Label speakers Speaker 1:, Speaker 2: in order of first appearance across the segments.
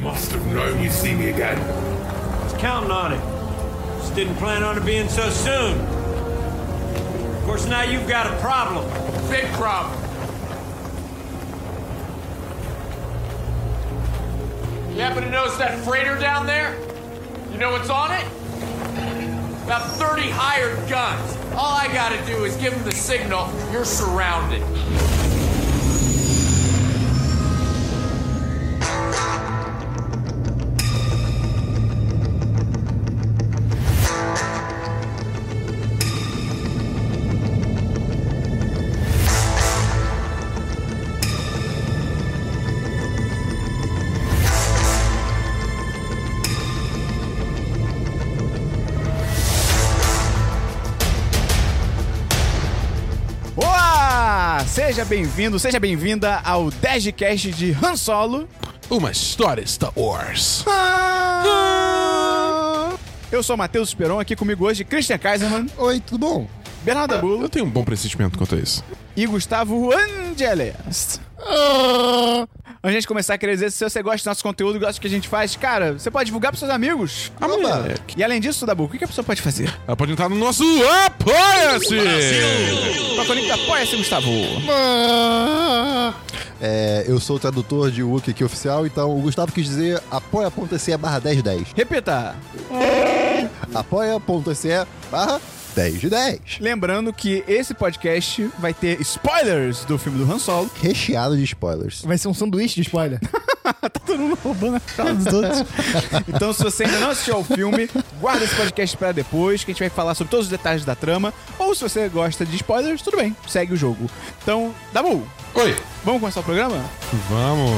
Speaker 1: must have known you'd see me again.
Speaker 2: I was counting on it. Just didn't plan on it being so soon. Of course, now you've got a problem.
Speaker 1: Big problem. You happen to notice that freighter down there? You know what's on it? About 30 hired guns. All I gotta do is give them the signal you're surrounded.
Speaker 3: Olá! Seja bem-vindo, seja bem-vinda ao 10 de cast de Han Solo.
Speaker 4: Uma história Star Wars.
Speaker 3: Ah! Eu sou o Matheus Esperon, aqui comigo hoje Christian Kaiserman,
Speaker 5: Oi, tudo bom?
Speaker 3: Bernardo Bulo
Speaker 4: Eu tenho um bom pressentimento quanto a isso.
Speaker 3: e Gustavo Angeles. Antes de a gente começar, queria dizer, se você gosta do nosso conteúdo, gosta do que a gente faz, cara, você pode divulgar pros seus amigos.
Speaker 5: Oba!
Speaker 3: E além disso, Dabu, o que que a pessoa pode fazer?
Speaker 4: É, Ela pode entrar no nosso Apoia-se!
Speaker 3: Toca o link da Apoia-se, Gustavo.
Speaker 5: É, eu sou o tradutor de Wookiee aqui oficial, então o Gustavo quis dizer apoia.se barra 1010.
Speaker 3: Repita!
Speaker 5: Apoia.se barra 1010.
Speaker 3: Lembrando que esse podcast vai ter spoilers do filme do Han Solo.
Speaker 5: Recheado de spoilers.
Speaker 6: Vai ser um sanduíche de spoiler.
Speaker 3: Tá todo mundo roubando a fala dos outros. então, se você ainda não assistiu ao filme, guarda esse podcast pra depois, que a gente vai falar sobre todos os detalhes da trama. Ou se você gosta de spoilers, tudo bem, segue o jogo. Então, Dabu,
Speaker 4: Oi!
Speaker 3: vamos começar o programa?
Speaker 4: Vamos!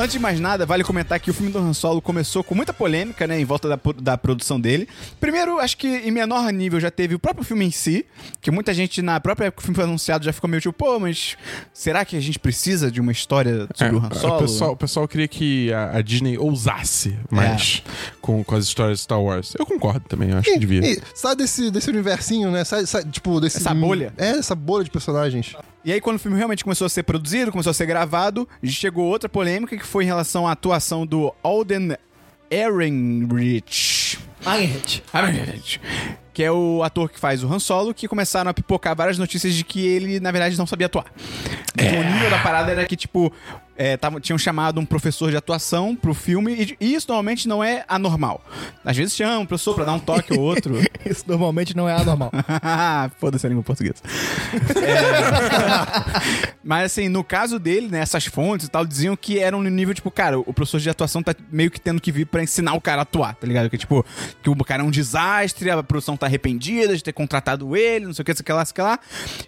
Speaker 3: Antes de mais nada, vale comentar que o filme do Han Solo começou com muita polêmica, né, em volta da, pro- da produção dele. Primeiro, acho que em menor nível já teve o próprio filme em si, que muita gente na própria época que o filme foi anunciado já ficou meio tipo, pô, mas será que a gente precisa de uma história sobre o Han Solo?
Speaker 4: É, o, pessoal, o pessoal queria que a, a Disney ousasse mais com, com as histórias de Star Wars. Eu concordo também, eu acho que devia.
Speaker 5: É. E sai desse, desse universinho, né? Sai, sai, tipo, desse.
Speaker 3: Essa bolha.
Speaker 5: É, essa bolha de personagens.
Speaker 3: E aí, quando o filme realmente começou a ser produzido, começou a ser gravado, chegou outra polêmica que foi em relação à atuação do Alden Ehrenreich.
Speaker 6: Einheit.
Speaker 3: Ehrenreich, Que é o ator que faz o Han Solo, que começaram a pipocar várias notícias de que ele, na verdade, não sabia atuar. Então, O nível da parada era que, tipo, é, tavam- tinham chamado um professor de atuação pro filme, e, e isso normalmente não é anormal. Às vezes chamam um professor pra dar um toque ou outro.
Speaker 6: Isso normalmente não é anormal.
Speaker 3: Foda-se a língua portuguesa. É. Mas assim, no caso dele, né, essas fontes e tal diziam que era um nível tipo, cara, o professor de atuação tá meio que tendo que vir pra ensinar o cara a atuar, tá ligado? Que tipo, que o cara é um desastre, a produção tá arrependida de ter contratado ele, não sei o que, não sei o que lá, não sei o que lá.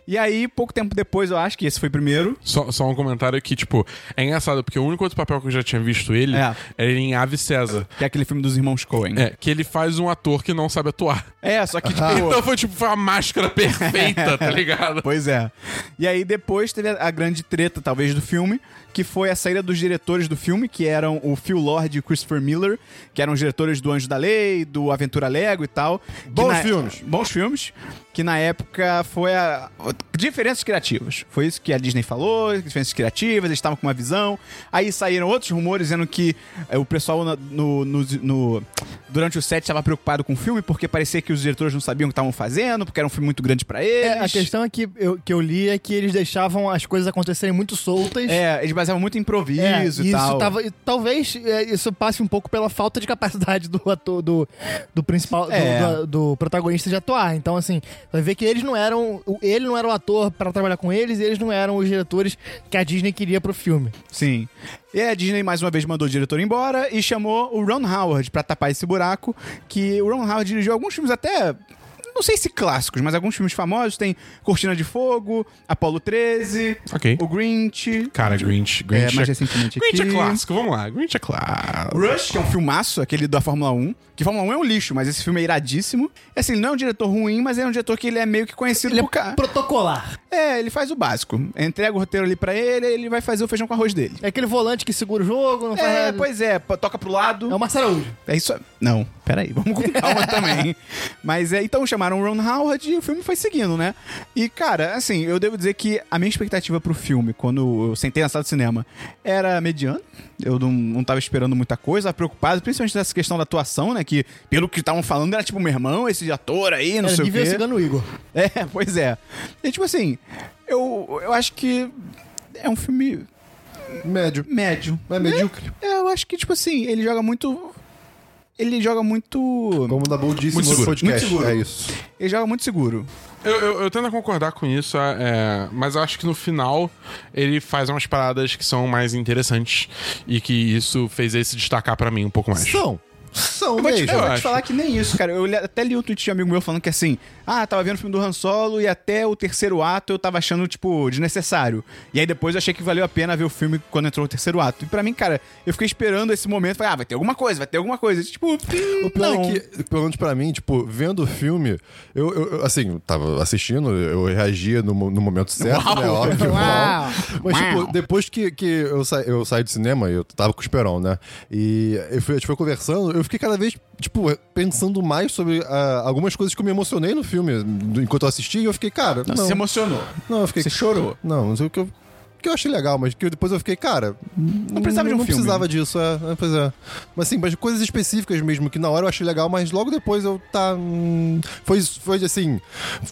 Speaker 3: E aí, pouco tempo depois, eu acho que esse foi primeiro.
Speaker 4: Só, só um comentário que, tipo, é engraçado, porque o único outro papel que eu já tinha visto ele
Speaker 3: É.
Speaker 4: era ele em Ave César.
Speaker 3: Que é aquele filme dos irmãos Coen.
Speaker 4: É, que ele faz um ator que não sabe atuar.
Speaker 3: É, só que, tipo.
Speaker 5: Ah,
Speaker 4: Então foi tipo, foi a máscara perfeita, tá ligado?
Speaker 3: Pois é. E aí depois teve a grande treta, talvez, do filme, que foi a saída dos diretores do filme, que eram o Phil Lord e o Christopher Miller, que eram os diretores do Anjo da Lei, do Aventura Lego e tal. Que é-
Speaker 5: Bons filmes.
Speaker 3: Bons filmes. Que na época foi a. Diferenças criativas. Foi isso que a Disney falou, diferenças criativas, eles estavam com uma visão. Aí saíram outros rumores dizendo que eh, o pessoal na- no, no- no- durante o set estava preocupado com o filme, porque parecia que os diretores não sabiam o que estavam fazendo, porque era um filme muito grande pra eles.
Speaker 6: É, a questão é que eu, que eu li é que eles deixavam as coisas acontecerem muito soltas.
Speaker 3: É, eles baseavam muito em improviso
Speaker 6: É,
Speaker 3: e
Speaker 6: isso
Speaker 3: tal.
Speaker 6: tava- e talvez é, isso passe um pouco pela falta de capacidade do ator, do, do principal, do-
Speaker 3: É.
Speaker 6: do, do protagonista de atuar. Então, assim, vai ver que eles não eram, o- ele não era o ator pra trabalhar com eles, e eles não eram os diretores que a Disney queria pro filme.
Speaker 3: Sim. E a Disney mais uma vez mandou o diretor embora e chamou o Ron Howard pra tapar esse buraco, que o Ron Howard dirigiu alguns filmes até não não sei se clássicos, mas alguns filmes famosos. Tem Cortina de Fogo, Apolo 13,
Speaker 4: Ok.
Speaker 3: o Grinch.
Speaker 4: Cara, Grinch.
Speaker 3: É,
Speaker 4: Grinch
Speaker 3: mais recentemente
Speaker 4: Grinch
Speaker 3: aqui.
Speaker 4: é clássico, vamos lá. Grinch é clássico.
Speaker 3: Rush, que é um filmaço, aquele da Fórmula 1. Que Fórmula 1 é um lixo, mas esse filme é iradíssimo. É assim, não é um diretor ruim, mas é um diretor que ele é meio que conhecido
Speaker 6: Ele é
Speaker 3: por cara.
Speaker 6: protocolar.
Speaker 3: É, ele faz o básico. Entrega o roteiro ali pra ele, ele vai fazer o feijão com arroz dele.
Speaker 6: É aquele volante que segura o jogo, não faz
Speaker 3: É,
Speaker 6: nada.
Speaker 3: pois é, pô, toca pro lado.
Speaker 6: É o Marcelo Araújo.
Speaker 3: É isso. Não, peraí, vamos com calma também. Mas é, então chamaram o Ron Howard e o filme foi seguindo, né? E, cara, assim, eu devo dizer que a minha expectativa pro filme, quando eu sentei na sala de cinema, era mediana. Eu não, não tava esperando muita coisa, preocupado, principalmente nessa questão da atuação, né? Que, pelo que estavam falando, era tipo, meu irmão, esse ator aí, não
Speaker 6: Era
Speaker 3: sei o
Speaker 6: nível
Speaker 3: quê.
Speaker 6: Cigano Igor.
Speaker 3: É, pois é. E, tipo assim, eu, eu acho que é um filme
Speaker 5: Médio.
Speaker 3: médio.
Speaker 5: Não é medíocre?
Speaker 3: É, eu acho que, tipo assim, ele joga muito... Ele joga muito...
Speaker 5: Como o Dabu disse
Speaker 4: Muito
Speaker 5: no
Speaker 4: seguro,
Speaker 5: podcast.
Speaker 3: muito seguro.
Speaker 5: É isso.
Speaker 3: Ele joga muito seguro.
Speaker 4: Eu, eu, eu tento concordar com isso, é, é, mas eu acho que no final ele faz umas paradas que são mais interessantes e que isso fez ele se destacar pra mim um pouco mais.
Speaker 5: São. São
Speaker 3: Vou te,
Speaker 5: mesmo.
Speaker 3: eu vou te
Speaker 4: acho.
Speaker 3: falar que nem isso, cara. Eu li- até li o tweet de um amigo meu falando que assim, ah, tava vendo o filme do Han Solo e até o terceiro ato eu tava achando, tipo, desnecessário. E aí depois eu achei que valeu a pena ver o filme quando entrou o terceiro ato. E pra mim, cara, eu fiquei esperando esse momento, falei, ah, vai ter alguma coisa, vai ter alguma coisa. E, tipo,
Speaker 5: O pior
Speaker 3: não.
Speaker 5: é que, pelo menos pra mim, tipo, vendo o filme, eu, eu- eu, assim, tava assistindo, eu reagia no, mo- no momento certo, né? Óbvio.
Speaker 6: Uau.
Speaker 5: Mas,
Speaker 3: Uau.
Speaker 5: tipo, depois que, que eu, sa eu saí do cinema, eu tava com o Esperon, né? E eu fui, a gente foi conversando, eu fiquei cada vez, tipo, pensando mais sobre ah, algumas coisas que eu me emocionei no filme enquanto eu assisti, e eu fiquei, cara, não,
Speaker 3: Você se emocionou.
Speaker 5: não, eu fiquei,
Speaker 3: Você chorou.
Speaker 5: não, não sei o que eu, que eu achei legal, mas que eu- depois eu fiquei, cara,
Speaker 3: Não precisava de um
Speaker 5: não
Speaker 3: filme.
Speaker 5: precisava disso, é, é, pois é. Mas assim, mas coisas específicas mesmo, que na hora eu achei legal, mas logo depois eu tá. hum, Foi, foi assim,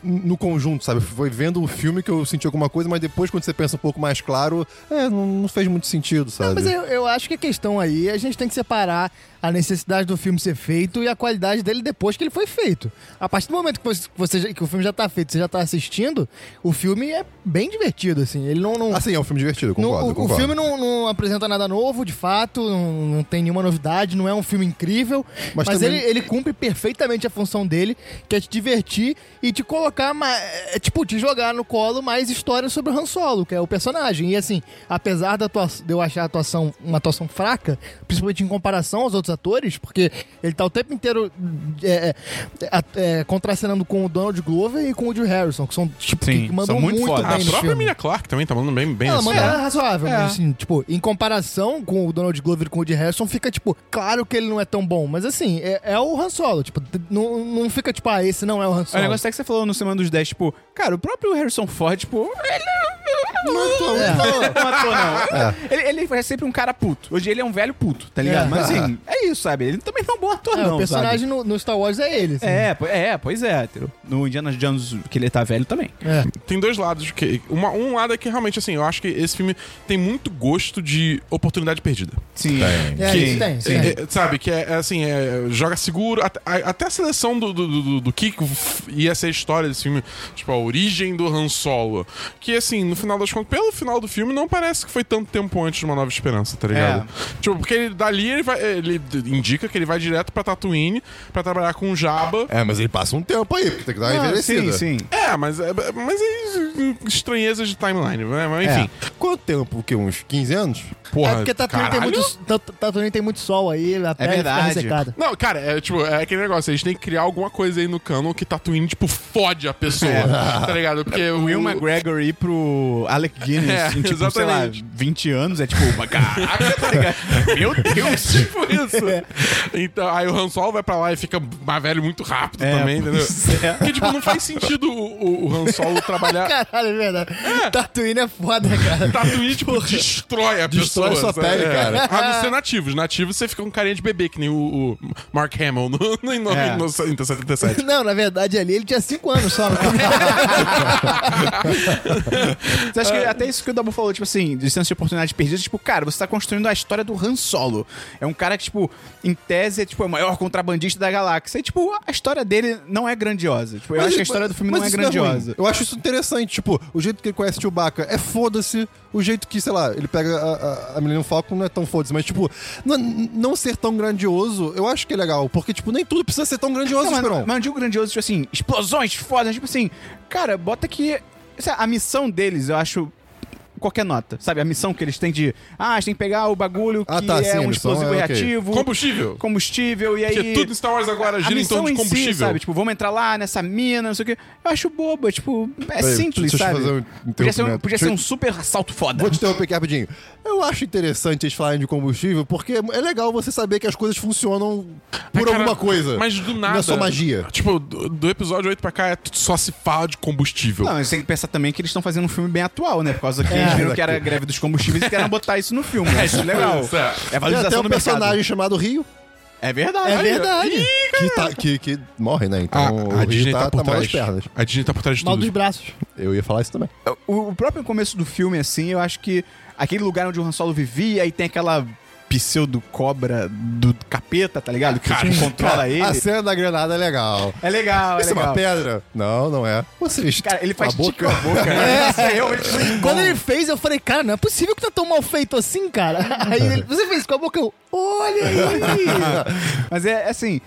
Speaker 5: no conjunto, sabe? Foi vendo o filme que eu senti alguma coisa, mas depois quando você pensa um pouco mais claro, é, não, não fez muito sentido, sabe?
Speaker 6: Não,
Speaker 3: é um
Speaker 6: mas eu, eu acho que a questão aí, é a gente tem que separar a necessidade do filme ser feito e a qualidade dele depois que ele foi feito. A partir do momento que, você, você já- que o filme já tá feito, você já tá assistindo, o filme é bem divertido, assim. Ele não. não-
Speaker 5: Assim, é um filme divertido, eu
Speaker 6: não-
Speaker 5: concordo,
Speaker 6: o- o,
Speaker 5: concordo.
Speaker 6: filme não, não apresenta nada novo, de fato, não, não tem nenhuma novidade, não é um filme incrível, mas,
Speaker 5: Mas também-
Speaker 6: ele, ele cumpre perfeitamente a função dele, que é te divertir e te colocar, ma- é, tipo, te jogar no colo mais história sobre o Han Solo, que é o personagem. E assim, apesar da atua- de eu achar a atuação uma atuação fraca, principalmente em comparação aos outros atores, porque ele tá o tempo inteiro é, é, a- é, contracenando com o Donald Glover e com o Woody Harrison, que são, tipo,
Speaker 3: Sim,
Speaker 6: que mandam
Speaker 3: são muito
Speaker 6: muito,
Speaker 3: foda.
Speaker 6: bem
Speaker 4: A
Speaker 6: no
Speaker 4: própria
Speaker 6: filme.
Speaker 4: Emilia Clark também tá mandando bem, bem
Speaker 6: Ela
Speaker 4: assim.
Speaker 6: manda
Speaker 4: né?
Speaker 6: ela é razoável, mas assim, tipo, em comparação com o Donald Glover e com o Woody Harrison, fica, tipo, claro que ele não é tão bom, mas assim, é, é o Han Solo, tipo, t- não, não fica, tipo, ah, esse não é o Han
Speaker 3: O
Speaker 6: Solo.
Speaker 3: negócio até que você falou no Semana dos 10, tipo, cara, o próprio Harrison Ford, tipo, ele um
Speaker 6: É.
Speaker 3: não matou, não. Ele, ele é sempre um cara puto. Hoje ele é um velho puto, tá ligado?
Speaker 6: É.
Speaker 3: Mas assim, é isso, sabe? Ele também não é um bom ator,
Speaker 6: É,
Speaker 3: não.
Speaker 6: o
Speaker 3: sabe?
Speaker 6: personagem no, no Star Wars é ele, assim.
Speaker 3: É, po- é, pois é. entendeu? No Indiana Jones, que ele tá velho também.
Speaker 6: É.
Speaker 4: Tem dois lados. Que, uma- um lado é que realmente, assim, eu acho que esse filme tem muito gosto de oportunidade perdida.
Speaker 3: Sim. Ah,
Speaker 6: É,
Speaker 4: Sim,
Speaker 6: isso tem, isso tem.
Speaker 4: É, sabe, que é, é assim, é, joga seguro. Até, a- até a seleção do, do, do, do que ia ser a história desse filme, tipo, a origem do Han Solo. Que, assim, no final das contas, pelo final do filme, não parece que foi tanto tempo antes de Uma Nova Esperança, tá ligado?
Speaker 6: É.
Speaker 4: Tipo, porque ele, dali ele, vai, ele indica que ele vai direto pra Tatooine pra trabalhar com o Jabba.
Speaker 5: É, mas ele passa um tempo aí, porque tem que dar uma
Speaker 3: Ah,
Speaker 5: envelhecida.
Speaker 3: sim, sim.
Speaker 4: É, mas, é, mas é estranheza de timeline, né? Mas, enfim.
Speaker 5: Quanto tempo? O quê? Uns 15 anos?
Speaker 4: Porra,
Speaker 6: é porque Tatooine tem,
Speaker 4: caralho.
Speaker 6: muito, Tat- Tatooine tem muito sol aí, a pele fica
Speaker 3: verdade.
Speaker 6: ressecada.
Speaker 4: Não, cara, é tipo, é aquele negócio, a gente tem que criar alguma coisa aí no canon que Tatooine, tipo, fode a pessoa, tá ligado? Porque o...
Speaker 3: É. Will McGregor ir pro Alec Guinness
Speaker 4: É,
Speaker 3: em, tipo, sei lá,
Speaker 4: exatamente.
Speaker 3: 20 anos é tipo, caraca, tá ligado? Meu Deus!
Speaker 4: Tipo isso. Então, aí o Han Solo vai pra lá e fica mais velho muito rápido
Speaker 3: É,
Speaker 4: também, entendeu?
Speaker 3: pois é.
Speaker 4: Porque, tipo, não faz sentido o, o- o Han Solo trabalhar...
Speaker 6: Caralho, é verdade. Tatooine é foda, cara.
Speaker 4: Tatooine, tipo, destrói a pessoa.
Speaker 5: Destrói sua
Speaker 4: sabe?
Speaker 5: pele,
Speaker 4: É.
Speaker 5: cara.
Speaker 4: A não ser nativos. Nativos, você fica um carinha de bebê, que nem o, o Mark Hamill no, no, no,
Speaker 3: É.
Speaker 4: no 77.
Speaker 6: Não, na verdade, ali ele tinha 5 anos só. né?
Speaker 3: Você acha que
Speaker 5: Ah.
Speaker 3: até isso que o Dabu falou, tipo assim, distância de oportunidade perdida, tipo, cara, você tá construindo a história do Han Solo. É um cara que, tipo, em tese, é, tipo, é o maior contrabandista da galáxia. E, tipo, a história dele não é grandiosa. Tipo, eu acho que a história do filme
Speaker 5: mas
Speaker 3: não é
Speaker 5: isso ruim.
Speaker 3: grandiosa.
Speaker 5: eu acho isso interessante. Tipo, o jeito que ele conhece Chewbacca é foda-se fosse o jeito que, sei lá, ele pega a, a, a Millennium Falcon, não é tão foda mas, tipo, não, não ser tão grandioso, eu acho que é legal, porque, tipo, nem tudo precisa ser tão grandioso,
Speaker 3: Não, mas,
Speaker 5: Esperon.
Speaker 3: mas não digo grandioso, tipo assim, explosões fodas, tipo assim, cara, bota que. sei lá, A missão deles, eu acho. Qualquer nota, sabe? A missão que eles têm de. Ah, a gente tem que pegar o bagulho que
Speaker 5: Ah, tá,
Speaker 3: é
Speaker 5: sim, a
Speaker 3: um
Speaker 5: missão
Speaker 3: explosivo
Speaker 5: é ok.
Speaker 3: reativo.
Speaker 4: Combustível.
Speaker 3: Combustível, e aí.
Speaker 4: Porque tudo em Star Wars agora
Speaker 3: a
Speaker 4: gira em
Speaker 3: missão
Speaker 4: torno de
Speaker 3: si,
Speaker 4: combustível.
Speaker 3: sabe? Tipo, vamos entrar lá nessa mina, não sei o quê. Eu acho boba, tipo, é
Speaker 5: Peraí,
Speaker 3: simples,
Speaker 5: deixa eu te
Speaker 3: sabe?
Speaker 5: fazer um
Speaker 3: podia ser, um,
Speaker 5: interrompimento.
Speaker 3: podia ser
Speaker 5: Deixa eu-
Speaker 3: um super assalto foda.
Speaker 5: Vou te interromper aqui rapidinho. Eu acho interessante eles falarem de combustível, porque é legal você saber que as coisas funcionam por
Speaker 4: Ai, É, cara,
Speaker 5: alguma coisa.
Speaker 4: Mas do nada.
Speaker 5: Não é só magia.
Speaker 4: Tipo, do, do episódio 8 pra cá é tudo só se fala de combustível.
Speaker 3: Não, você tem que pensar também que eles estão fazendo um filme bem atual, né? Por causa que eles viram que era a greve dos combustíveis e querem botar isso no filme. Eu acho legal.
Speaker 4: isso é.
Speaker 3: É a
Speaker 5: Tem até
Speaker 3: valorização
Speaker 5: um
Speaker 3: do mercado.
Speaker 5: personagem chamado Rio,
Speaker 3: É verdade.
Speaker 6: É verdade.
Speaker 5: que, tá- que- que morre, né? Então
Speaker 4: A,
Speaker 5: o
Speaker 4: a
Speaker 5: Rio
Speaker 4: Disney tá,
Speaker 5: tá,
Speaker 4: por
Speaker 5: tá mal
Speaker 4: trás.
Speaker 5: nas pernas.
Speaker 4: A Disney tá por trás de
Speaker 6: Mal dos
Speaker 4: tudo.
Speaker 6: braços.
Speaker 5: Eu ia falar isso também.
Speaker 3: O, o próprio começo do filme, assim, eu acho que aquele lugar onde o Han Solo vivia e tem aquela pseudo-cobra do capeta, tá ligado? Que tipo, controla ele.
Speaker 5: A cena da granada é legal.
Speaker 3: É legal, é
Speaker 5: Isso é uma
Speaker 3: legal.
Speaker 5: pedra? Não, não é. Você
Speaker 3: Cara, ele faz
Speaker 5: a boca.
Speaker 3: tique com a boca. É, isso é realmente muito bom.
Speaker 6: Quando ele fez, eu falei, cara, não é possível que tá tão mal feito assim, cara. Aí ele, você fez com a boca, eu, olha aí.
Speaker 3: Mas é é assim,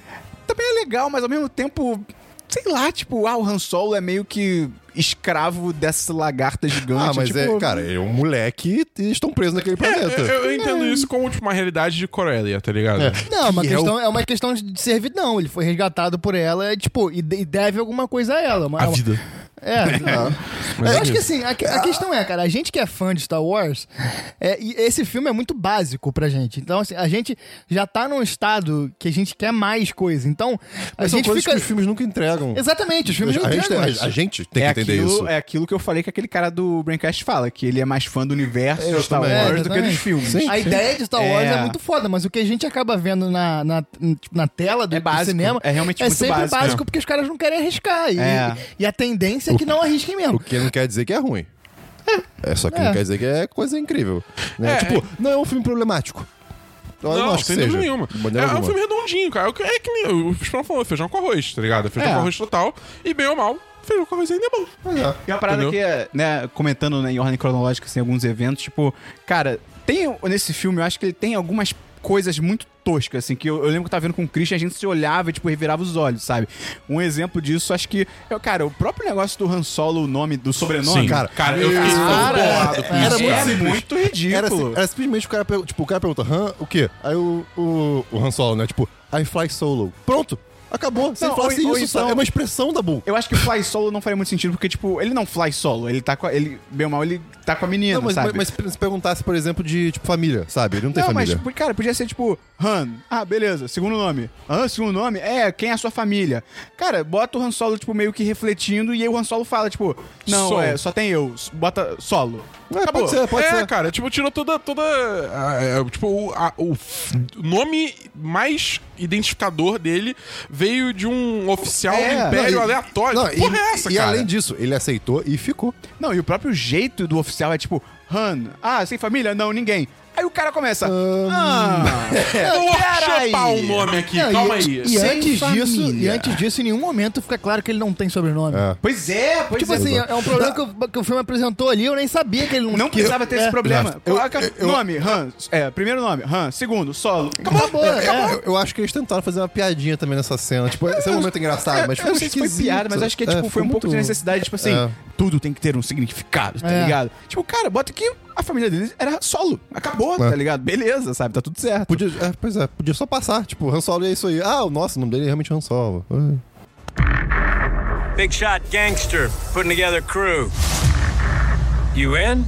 Speaker 3: também é legal, mas ao mesmo tempo, sei lá, tipo, ah, o Han Solo é meio que escravo dessa lagarta gigante.
Speaker 5: Ah, mas
Speaker 3: tipo,
Speaker 5: é, cara, é um moleque e estão presos naquele planeta.
Speaker 4: Eu, eu entendo isso como tipo, uma realidade de Corelia, tá ligado?
Speaker 5: É.
Speaker 6: Não, uma
Speaker 5: Que é
Speaker 6: questão, é uma questão de servidão. Ele foi resgatado por ela, é, tipo, e de- e deve alguma coisa a ela. Uma,
Speaker 4: A vida.
Speaker 6: É.
Speaker 4: Mas
Speaker 6: eu
Speaker 4: é
Speaker 6: acho
Speaker 4: isso.
Speaker 6: que assim, a, que- a questão é, cara, a gente que é fã de Star Wars, é, e esse filme é muito básico pra gente. Então, assim, a gente já tá num estado que a gente quer mais coisa. Então, a
Speaker 5: Mas são
Speaker 6: gente
Speaker 5: coisas
Speaker 6: fica.
Speaker 5: que os filmes nunca entregam.
Speaker 6: Exatamente, os filmes não
Speaker 5: a, gente,
Speaker 6: entregam.
Speaker 5: a,
Speaker 6: isso.
Speaker 5: a gente tem
Speaker 3: é
Speaker 5: que entender
Speaker 3: aquilo,
Speaker 5: isso.
Speaker 3: é aquilo que eu falei que aquele cara do Braincast fala, que ele é mais fã do universo
Speaker 5: Eu
Speaker 3: de Star
Speaker 5: também.
Speaker 3: Wars
Speaker 6: É,
Speaker 3: do que dos
Speaker 6: exatamente.
Speaker 3: filmes.
Speaker 5: Sim.
Speaker 6: A ideia de Star Wars é.
Speaker 3: É.
Speaker 6: muito foda, mas o que a gente acaba vendo na, na, tipo, na tela do,
Speaker 3: É
Speaker 6: do
Speaker 3: básico,
Speaker 6: cinema
Speaker 3: é realmente muito
Speaker 6: sempre
Speaker 3: básico,
Speaker 6: básico,
Speaker 3: né?
Speaker 6: porque os caras não querem arriscar. E,
Speaker 3: É.
Speaker 6: e a tendência é que não arrisquem mesmo.
Speaker 5: O que não quer dizer que é ruim. É só que não
Speaker 6: É.
Speaker 5: quer dizer que é coisa incrível. né?
Speaker 4: É,
Speaker 5: tipo, não é um filme problemático. Eu não, acho que
Speaker 4: sem
Speaker 5: seja.
Speaker 4: dúvida nenhuma.
Speaker 5: De maneira
Speaker 4: É, é um
Speaker 5: alguma.
Speaker 4: filme redondinho, cara. É que- É que nem o Spron falou, feijão com arroz, tá ligado? Feijão
Speaker 3: É.
Speaker 4: com arroz total. E bem ou mal, feijão com arroz ainda é bom.
Speaker 3: E uma parada
Speaker 4: Entendeu?
Speaker 3: que, né, comentando né, em ordem cronológica, assim, alguns eventos, tipo, cara, tem nesse filme, eu acho que ele tem algumas coisas muito toscas, assim, que eu, eu lembro que eu tava vendo com o Christian, a gente se olhava e, tipo, revirava os olhos, sabe? Um exemplo disso, acho que, eu, cara, o próprio negócio do Han Solo, o nome do sobrenome,
Speaker 4: Sim.
Speaker 3: cara,
Speaker 4: Cara, eu fiquei
Speaker 3: cara,
Speaker 4: tão bolado com
Speaker 3: é,
Speaker 4: isso,
Speaker 3: é
Speaker 4: cara.
Speaker 3: muito, ridículo.
Speaker 5: Era, assim- era simplesmente o cara, pergu- tipo, o cara pergunta, Han, o quê? Aí o, o, o Han Solo, né? Tipo, I fly solo. Pronto. Acabou. Sem
Speaker 3: Não,
Speaker 5: falar
Speaker 3: ou-
Speaker 5: assim,
Speaker 3: ou
Speaker 5: isso
Speaker 3: então-
Speaker 5: é uma expressão da Bull.
Speaker 3: Eu acho que fly solo não faria muito sentido, porque, tipo, ele não fly solo, ele tá com a, ele, bem ou mal, ele tá com a menina,
Speaker 5: Não, mas,
Speaker 3: sabe?
Speaker 5: mas, mas se perguntasse, por exemplo, de tipo família, sabe? Ele não tem
Speaker 3: Não, mas,
Speaker 5: família.
Speaker 3: tipo, cara, podia ser tipo Han. Ah, beleza. Segundo nome. Han, segundo nome? É, quem é a sua família? Cara, bota o Han Solo, tipo, meio que refletindo e aí o Han Solo fala, tipo, não,
Speaker 4: Solo.
Speaker 3: é, só tem eu. S- Bota solo.
Speaker 5: É,
Speaker 3: Acabou.
Speaker 5: pode ser, pode
Speaker 4: é,
Speaker 5: ser.
Speaker 4: cara, tipo, tirou toda. toda ah, é, tipo, o, a- o f- nome mais identificador dele veio de um oficial
Speaker 3: É.
Speaker 4: do Império
Speaker 5: Não, e-
Speaker 4: aleatório.
Speaker 5: Não,
Speaker 4: Que
Speaker 5: e,
Speaker 4: porra é essa,
Speaker 5: e
Speaker 4: cara?
Speaker 5: além disso, ele aceitou e ficou.
Speaker 3: Não, e o próprio jeito do oficial é tipo, Han. Ah, sem família? Não, ninguém. Aí o cara começa. Ah,
Speaker 4: Eu vou chapar o
Speaker 3: peraí.
Speaker 4: nome aqui,
Speaker 6: Não,
Speaker 4: calma
Speaker 6: e,
Speaker 4: aí.
Speaker 6: e antes disso, e
Speaker 3: família.
Speaker 6: antes disso, em nenhum momento fica claro que ele não tem sobrenome.
Speaker 5: É.
Speaker 3: Pois é, pois
Speaker 6: Tipo
Speaker 3: é.
Speaker 6: assim, é um problema que, o- que o filme apresentou ali, eu É. nem sabia que ele não
Speaker 3: Não
Speaker 6: que-
Speaker 3: precisava ter esse problema.
Speaker 5: É. Eu-
Speaker 3: Coloca
Speaker 5: eu-
Speaker 3: nome, Han. É, primeiro nome, Han. Segundo, solo. Acabou.
Speaker 6: Acabou,
Speaker 5: É,
Speaker 6: é.
Speaker 5: Eu, eu acho que eles tentaram fazer uma piadinha também nessa cena. Tipo, esse é um momento engraçado, mas
Speaker 3: É,
Speaker 5: foi
Speaker 3: eu não sei se foi
Speaker 5: esquisito.
Speaker 3: piada, mas acho que tipo,
Speaker 5: É,
Speaker 3: foi um pouco de
Speaker 5: muito-
Speaker 3: necessidade, tipo assim,
Speaker 5: É.
Speaker 3: tudo tem que ter um significado, tá
Speaker 6: É.
Speaker 3: ligado? Tipo, cara, bota que a família deles era solo, acabou,
Speaker 5: É.
Speaker 3: tá ligado? Beleza, sabe? Tá tudo certo.
Speaker 5: Podia, é, pois é, podia só passar. Tipo, Han Solo é isso aí. Ah, o nosso, o nome dele é realmente Han Solo. É.
Speaker 7: Big shot gangster putting together crew. You in?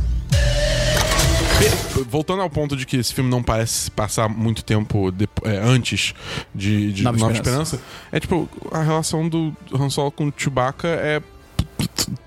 Speaker 4: Voltando ao ponto de que esse filme não parece se passar muito tempo depo- é, antes de, de Nova,
Speaker 3: Nova
Speaker 4: Esperança.
Speaker 3: Esperança.
Speaker 4: é tipo, a relação do Han Solo com o Chewbacca é.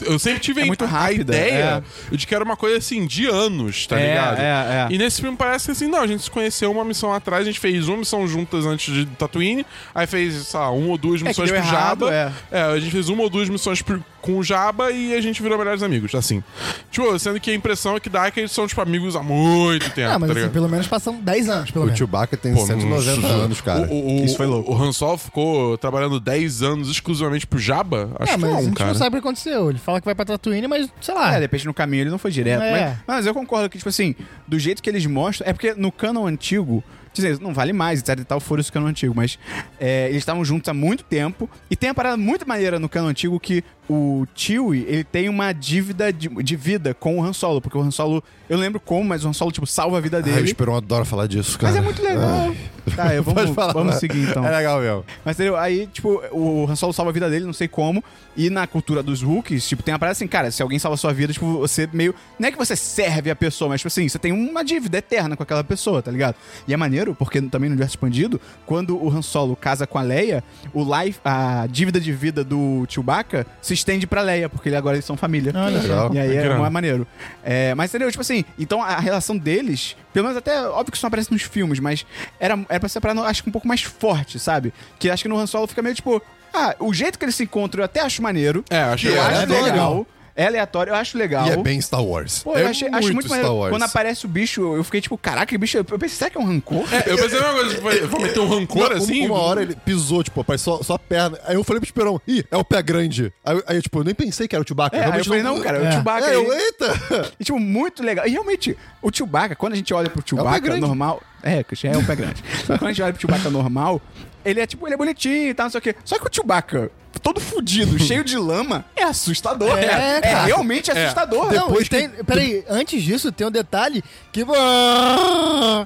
Speaker 4: Eu sempre tive
Speaker 3: É
Speaker 4: a-
Speaker 3: muito
Speaker 4: a
Speaker 3: rápida,
Speaker 4: ideia de que era uma coisa assim de anos, tá
Speaker 3: É,
Speaker 4: ligado?
Speaker 3: é, é.
Speaker 4: E nesse filme parece que assim, não, a gente se conheceu uma missão lá atrás, a gente fez uma missão juntas antes de Tatooine, aí fez, sei lá, uma ou duas
Speaker 3: É, que
Speaker 4: missões
Speaker 3: deu
Speaker 4: pro
Speaker 3: errado,
Speaker 4: Jabba.
Speaker 3: é.
Speaker 4: É, a gente fez uma ou duas missões pro, com o Jabba e a gente virou melhores amigos, assim. Tipo, sendo que a impressão é que dá é que eles são, tipo, amigos há muito tempo,
Speaker 6: Ah, mas
Speaker 4: tá
Speaker 6: assim,
Speaker 4: ligado?
Speaker 6: pelo menos passam 10 anos, pelo
Speaker 5: O
Speaker 6: menos.
Speaker 5: Chewbacca tem
Speaker 4: Pô,
Speaker 5: 190
Speaker 4: não-
Speaker 5: anos, cara.
Speaker 4: O, o,
Speaker 3: Isso foi louco.
Speaker 4: O Han Solo ficou trabalhando 10 anos exclusivamente pro Jabba? Acho
Speaker 6: Ah,
Speaker 4: que
Speaker 6: mas a
Speaker 4: não,
Speaker 6: gente
Speaker 4: é cara.
Speaker 6: não sabe o que aconteceu. Ele fala que vai pra Tatooine, mas sei lá.
Speaker 3: É, de repente no caminho ele não foi direto.
Speaker 6: Ah. É.
Speaker 3: Mas, mas eu concordo que, tipo assim, do jeito que eles mostram. É porque no canon antigo. Dizer, não vale mais, etc e tal, foram esse canon antigo, mas é, eles estavam juntos há muito tempo. E tem uma parada muito maneira no canon antigo que o Chewie, ele tem uma dívida de, de vida com o Han Solo, porque o Han Solo, eu não lembro como, mas o Han Solo, tipo, salva a vida
Speaker 5: Ah, o
Speaker 3: dele.
Speaker 5: Esperon adora falar disso, cara.
Speaker 3: mas é muito legal. Tá, eu,
Speaker 5: Pode
Speaker 3: vamos,
Speaker 5: falar.
Speaker 3: vamos seguir então.
Speaker 5: É legal mesmo.
Speaker 3: Mas entendeu? Aí, tipo, o Han Solo salva a vida dele, não sei como. E na cultura dos Wookiees, tipo, tem uma parada assim, cara, se alguém salva a sua vida, tipo, você meio. Não é que você serve a pessoa, mas, tipo assim, você tem uma dívida eterna com aquela pessoa, tá ligado? E é maneiro, porque também no universo expandido, quando o Han Solo casa com a Leia, o life, a dívida de vida do Chewbacca se estende pra Leia, porque ele- agora eles são família.
Speaker 6: Olha só.
Speaker 5: Legal.
Speaker 3: E aí é,
Speaker 4: Bacana.
Speaker 3: é maneiro. É, mas entendeu? Tipo assim, então a relação deles, pelo menos até, óbvio que isso não aparece nos filmes, mas era, era pra ser pra, acho que um pouco mais forte, sabe? Que acho que no Han Solo fica meio tipo, ah, o jeito que eles se encontram eu até acho maneiro.
Speaker 4: É, achei
Speaker 5: E
Speaker 3: eu
Speaker 5: é
Speaker 3: acho
Speaker 5: aleatório.
Speaker 3: legal. É aleatório, eu acho legal.
Speaker 5: E é bem Star Wars.
Speaker 3: Pô,
Speaker 5: é
Speaker 3: eu achei, acho muito
Speaker 5: Star
Speaker 3: maneiro.
Speaker 5: Wars.
Speaker 3: Quando aparece o bicho, eu- eu fiquei tipo, caraca, que bicho, eu pensei, será que é um rancor?
Speaker 4: É, eu pensei a mesma coisa, tipo, vai- vai meter um rancor
Speaker 5: Não, um-
Speaker 4: assim?
Speaker 5: Uma hora ele pisou, tipo, apareceu só, só a perna. Aí eu falei pro Esperão, ih, é o pé grande. Aí, eu- aí eu, tipo, eu nem pensei que era o Chewbacca.
Speaker 3: É, aí eu
Speaker 5: realmente
Speaker 3: falei, não, cara, é o Chewbacca.
Speaker 5: É,
Speaker 3: ele-
Speaker 5: eu, eita!
Speaker 3: E, tipo, muito legal. E realmente, o Chewbacca, quando a gente olha pro Chewbacca
Speaker 5: grande.
Speaker 3: normal. É, Christian, é um pé grande. Mas quando a gente olha pro Chewbacca normal, ele é tipo, ele é bonitinho e tal, não sei o quê. Só que o Chewbacca, todo fudido, cheio de lama, é assustador.
Speaker 6: É,
Speaker 3: É, é
Speaker 6: cara.
Speaker 3: realmente assustador.
Speaker 6: Não,
Speaker 5: Depois
Speaker 6: e tem. Peraí, antes disso tem um detalhe que.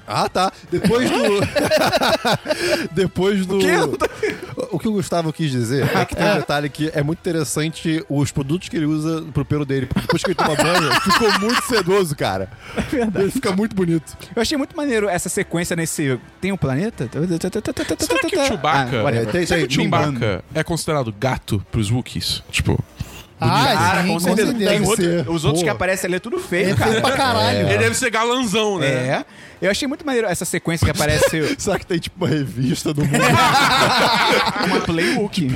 Speaker 5: Ah, tá. Depois do. Depois do.
Speaker 3: quê?
Speaker 5: O que o Gustavo quis dizer é que tem um detalhe que é muito interessante os produtos que ele usa pro pelo dele. Porque depois que ele toma banho, ficou muito sedoso, cara. É verdade. Ele fica muito bonito.
Speaker 3: Eu achei muito maneiro essa sequência nesse. Tem um planeta?
Speaker 4: Será
Speaker 6: tá,
Speaker 4: que o Chewbacca...
Speaker 3: Ah, whatever.
Speaker 5: É, tem-
Speaker 4: será que o
Speaker 5: tem-
Speaker 4: Chewbacca é considerado gato pros Wookiees? Tipo...
Speaker 6: Ah,
Speaker 3: Cara,
Speaker 6: sim,
Speaker 3: com certeza. né? Tem
Speaker 5: Deve
Speaker 3: outro-
Speaker 5: ser.
Speaker 3: os outros
Speaker 5: Pô.
Speaker 3: que aparecem ali é tudo feio,
Speaker 6: É feio pra
Speaker 3: cara.
Speaker 6: caralho.
Speaker 4: Ele deve ser galanzão, né?
Speaker 3: É. Eu achei muito maneiro essa sequência que aparece
Speaker 5: Será que tem, tipo, uma revista do mundo?
Speaker 3: uma playbook.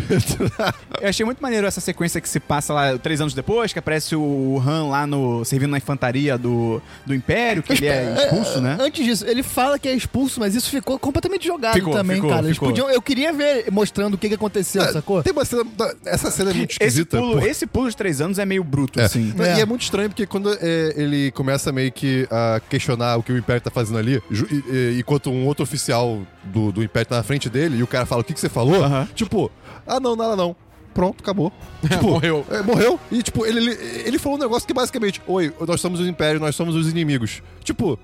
Speaker 3: Eu achei muito maneiro essa sequência que se passa lá três anos depois, que aparece o Han lá no. servindo na infantaria do, do Império, que ele é expulso, né?
Speaker 6: Antes disso, ele fala que é expulso, mas isso ficou completamente jogado
Speaker 3: Ficou,
Speaker 6: também,
Speaker 3: ficou,
Speaker 6: cara. Eles
Speaker 3: ficou.
Speaker 6: podiam, eu queria ver mostrando o que, que aconteceu, É, sacou?
Speaker 5: Tem uma cena. Essa cena é muito
Speaker 3: Esse
Speaker 5: esquisita.
Speaker 3: pulo,
Speaker 5: porque-
Speaker 3: esse pulo de três anos é meio bruto, assim.
Speaker 5: Não,
Speaker 6: É.
Speaker 5: E é muito estranho porque quando é, ele começa meio que a questionar o que o Império tá fazendo ali, ju- e- e- enquanto um outro oficial do, do Império tá na frente dele e o cara fala: O que, que você falou?
Speaker 3: Aham.
Speaker 5: Tipo, ah, não, nada não. Pronto, acabou. Tipo,
Speaker 4: morreu.
Speaker 5: é, morreu. E, tipo, ele, ele, ele falou um negócio que basicamente: Oi, nós somos os Impérios, nós somos os inimigos. Tipo,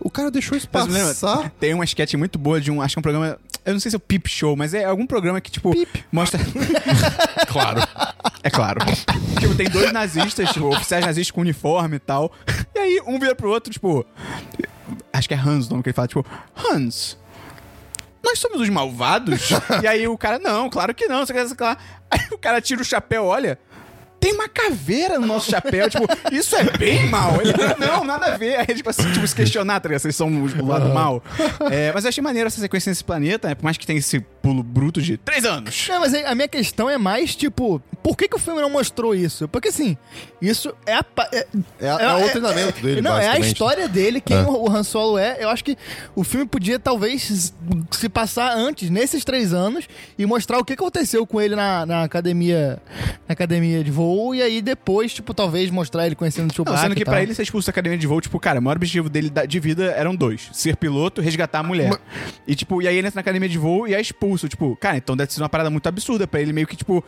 Speaker 5: o cara deixou isso
Speaker 3: Mas, lembra,
Speaker 5: passar.
Speaker 3: Tem uma sketch muito boa de um. Acho que é um programa. Eu não sei se é o Pip Show, mas é algum programa que, tipo, mostra.
Speaker 4: Claro.
Speaker 3: É claro. tipo, tem dois nazistas, tipo, oficiais nazistas com uniforme e tal. E aí, um vira pro outro, tipo. Acho que é Hans o nome que ele fala, tipo, Hans. Nós somos os malvados? e aí o cara, não, claro que não, você quer lá. Aí o cara tira o chapéu, olha. Tem uma caveira no nosso chapéu, tipo, isso é bem mal. Ele, não, nada a ver. Aí, tipo assim, tipo, se questionar, tá ligado? Vocês são o lado mal. É, mas eu achei maneiro essa sequência nesse planeta, né? Por mais que tenha esse pulo bruto de três anos.
Speaker 6: Não, mas aí a minha questão é mais, tipo, por que, que o filme não mostrou isso? Porque, assim, isso é a... pa- É,
Speaker 5: É a- é o treinamento dele,
Speaker 6: Não, é a
Speaker 5: basicamente.
Speaker 6: história dele, quem o o Han Solo é. Eu acho que o filme podia, talvez, s- se passar antes, nesses três anos, e mostrar o que aconteceu com ele na, na academia na academia de voo, e aí depois, tipo, talvez mostrar ele conhecendo o
Speaker 3: Não,
Speaker 6: Chewbacca
Speaker 3: sendo que
Speaker 6: e tal.
Speaker 3: pra ele ser expulso da academia de voo, tipo, cara, o maior objetivo dele da- de vida eram dois: ser piloto, resgatar a mulher. E, tipo, e aí ele entra na academia de voo e é expulso. Tipo, cara, então deve ser uma parada muito absurda pra ele meio que, tipo,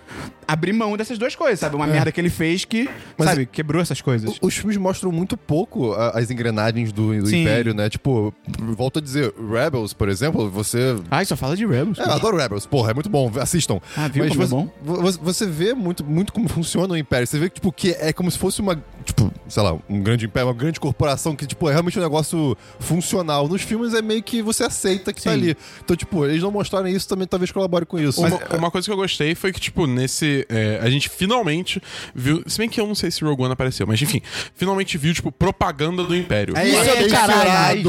Speaker 3: abrir mão dessas duas coisas, sabe? Uma merda que ele fez que,
Speaker 5: Mas-
Speaker 3: sabe, quebrou essas coisas.
Speaker 5: Os filmes mostram muito pouco a- as engrenagens do, do
Speaker 3: Sim.
Speaker 5: Império, né? Tipo, volto a dizer, Rebels, por exemplo, você
Speaker 3: Ai, só fala de Rebels.
Speaker 5: É, eu adoro Rebels, porra, é muito bom, assistam.
Speaker 3: Ah, viu
Speaker 5: Mas
Speaker 3: como é
Speaker 5: você,
Speaker 3: bom?
Speaker 5: vo- vo- Você vê muito, muito como funciona o Império. Você vê que, tipo, que é como se fosse uma tipo, sei lá, um grande império, uma grande corporação que, tipo, é realmente um negócio funcional. Nos filmes é meio que você aceita que tá ali. Então, tipo, eles não mostrarem isso também talvez colabore com isso.
Speaker 4: Uma, uma coisa que eu gostei foi que, tipo, nesse. é, a gente finalmente viu. Se bem que eu não sei se Rogue One apareceu, mas enfim, finalmente viu, tipo, propaganda do Império.
Speaker 6: Isso é do caralho.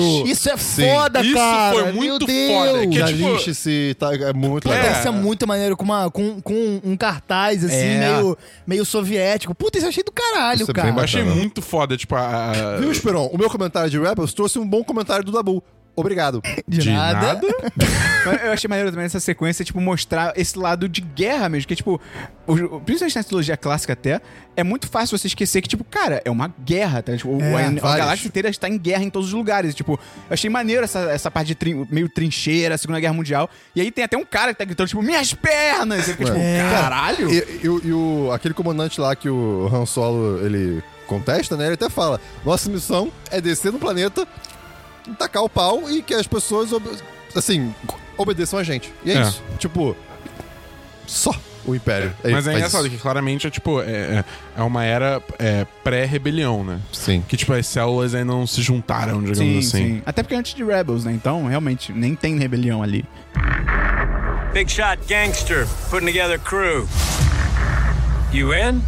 Speaker 5: Caralho.
Speaker 6: Isso é
Speaker 5: Sim.
Speaker 6: foda,
Speaker 4: Isso
Speaker 6: cara.
Speaker 4: foi muito
Speaker 6: Meu Deus.
Speaker 4: foda, que
Speaker 5: Da
Speaker 4: é, tipo-
Speaker 5: Lynch se tá, é muito
Speaker 4: É.
Speaker 5: legal.
Speaker 6: Isso é muito maneiro, com, uma, com, com um cartaz, assim,
Speaker 3: É.
Speaker 6: meio, meio soviético. Puta, isso eu achei do caralho,
Speaker 5: Isso é bem
Speaker 6: cara.
Speaker 4: eu achei
Speaker 5: bacana.
Speaker 4: muito foda, tipo, a. a-
Speaker 5: Viu, Esperon? O meu comentário de Rebels trouxe um bom comentário do Dabu. Obrigado.
Speaker 6: de nada.
Speaker 3: Mas Eu achei maneiro também essa sequência, tipo, mostrar esse lado de guerra mesmo. Que, tipo, o- o- principalmente na trilogia clássica até, é muito fácil você esquecer que, tipo, cara, é uma guerra, tá? Tipo, o- a, a
Speaker 5: vários.
Speaker 3: galáxia inteira está em guerra em todos os lugares. Tipo, eu achei maneiro essa, essa parte de trin- meio trincheira, Segunda Guerra Mundial. E aí tem até um cara que tá gritando, tipo, minhas pernas! E eu fiquei, tipo, caralho!
Speaker 5: E, e o- e o- aquele comandante lá que o Han Solo, ele contesta, né? Ele até fala, nossa missão é descer no planeta, tacar o pau e que as pessoas, ob- assim, obedeçam a gente. E é,
Speaker 4: É.
Speaker 5: isso. Tipo, só o Império.
Speaker 4: Mas é
Speaker 5: faz
Speaker 4: engraçado
Speaker 5: isso.
Speaker 4: que claramente é tipo, é, é- é uma era é, pré-rebelião, né?
Speaker 5: Sim.
Speaker 4: Que tipo, as células ainda não se juntaram, digamos
Speaker 3: Sim,
Speaker 4: assim.
Speaker 3: sim. Até porque é antes de Rebels, né? Então, realmente, nem tem rebelião ali.
Speaker 7: Big shot gangster putting together crew. You in?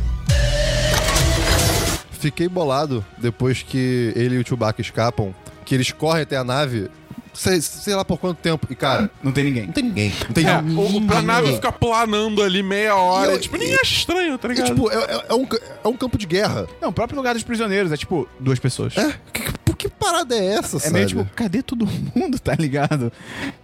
Speaker 5: Fiquei bolado depois que ele e o Chewbacca escapam, que eles correm até a nave, sei, sei lá por quanto tempo. E, cara,
Speaker 3: Não tem ninguém.
Speaker 5: não tem ninguém. Não tem
Speaker 4: É,
Speaker 5: ninguém.
Speaker 4: o- o- a nave fica planando ali meia hora.
Speaker 5: E eu-
Speaker 4: tipo, nem acho estranho, tá
Speaker 5: E,
Speaker 4: ligado?
Speaker 5: tipo, é, é- é um, ca- é um campo de guerra.
Speaker 3: Não, o próprio lugar dos prisioneiros é, tipo, duas pessoas.
Speaker 5: É? Que, que- que parada é essa,
Speaker 3: É
Speaker 5: sabe?
Speaker 3: meio tipo, cadê todo mundo, tá ligado?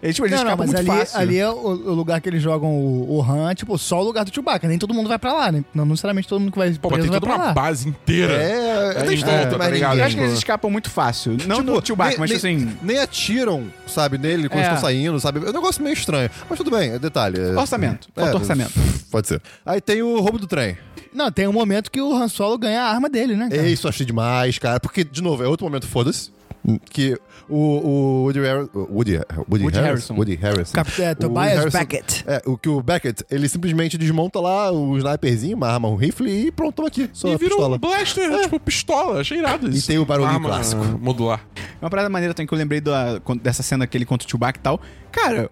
Speaker 3: É, tipo, eles
Speaker 6: Não, não,
Speaker 3: escapam
Speaker 6: mas ali,
Speaker 3: muito fácil.
Speaker 6: ali é o, o lugar que eles jogam o, o Han, tipo, só o lugar do Chewbacca. Nem todo mundo vai pra lá, né? Não necessariamente todo mundo que vai
Speaker 4: Pô, mas
Speaker 6: preso
Speaker 4: tem
Speaker 6: vai
Speaker 4: toda
Speaker 6: pra
Speaker 4: uma
Speaker 6: lá.
Speaker 4: base inteira.
Speaker 5: É,
Speaker 4: É, em
Speaker 5: tem volta,
Speaker 4: volta,
Speaker 5: mas
Speaker 4: tá
Speaker 3: Eu
Speaker 4: ligado?
Speaker 5: ninguém-
Speaker 3: acho que eles escapam muito fácil. Não
Speaker 5: Tipo,
Speaker 3: no Chewbacca,
Speaker 5: nem-
Speaker 3: mas
Speaker 5: nem-
Speaker 3: assim.
Speaker 5: Nem atiram, sabe, nele quando
Speaker 3: É.
Speaker 5: estão saindo, sabe? É um negócio meio estranho. Mas tudo bem, é detalhe. é-
Speaker 3: Orçamento, falta orçamento.
Speaker 5: Pode ser. Aí tem o roubo do trem.
Speaker 6: Não, tem um momento que o Han Solo ganha a arma dele, né? cara?
Speaker 5: É isso, achei demais, cara. Porque, de novo, é outro momento, foda-se. Que o, o Woody, Har- Woody, Woody,
Speaker 3: Woody
Speaker 5: Harrison.
Speaker 3: Harrison.
Speaker 5: Woody Harrison.
Speaker 6: Cap- é,
Speaker 5: O
Speaker 6: Tobias
Speaker 5: Woody Harrison-
Speaker 6: Beckett.
Speaker 5: É, o que o Beckett, ele simplesmente desmonta lá o sniperzinho, uma arma, um rifle e pronto, toma aqui. Só
Speaker 4: E
Speaker 5: a
Speaker 4: virou
Speaker 5: pistola. É.
Speaker 4: um blaster, tipo, pistola. Achei irado isso.
Speaker 5: tem o barulhinho
Speaker 4: Arma
Speaker 5: clássico.
Speaker 4: Modular.
Speaker 3: É Uma parada maneira também que eu lembrei da- quando- dessa cena que ele contra o Chewbacca e tal. Cara,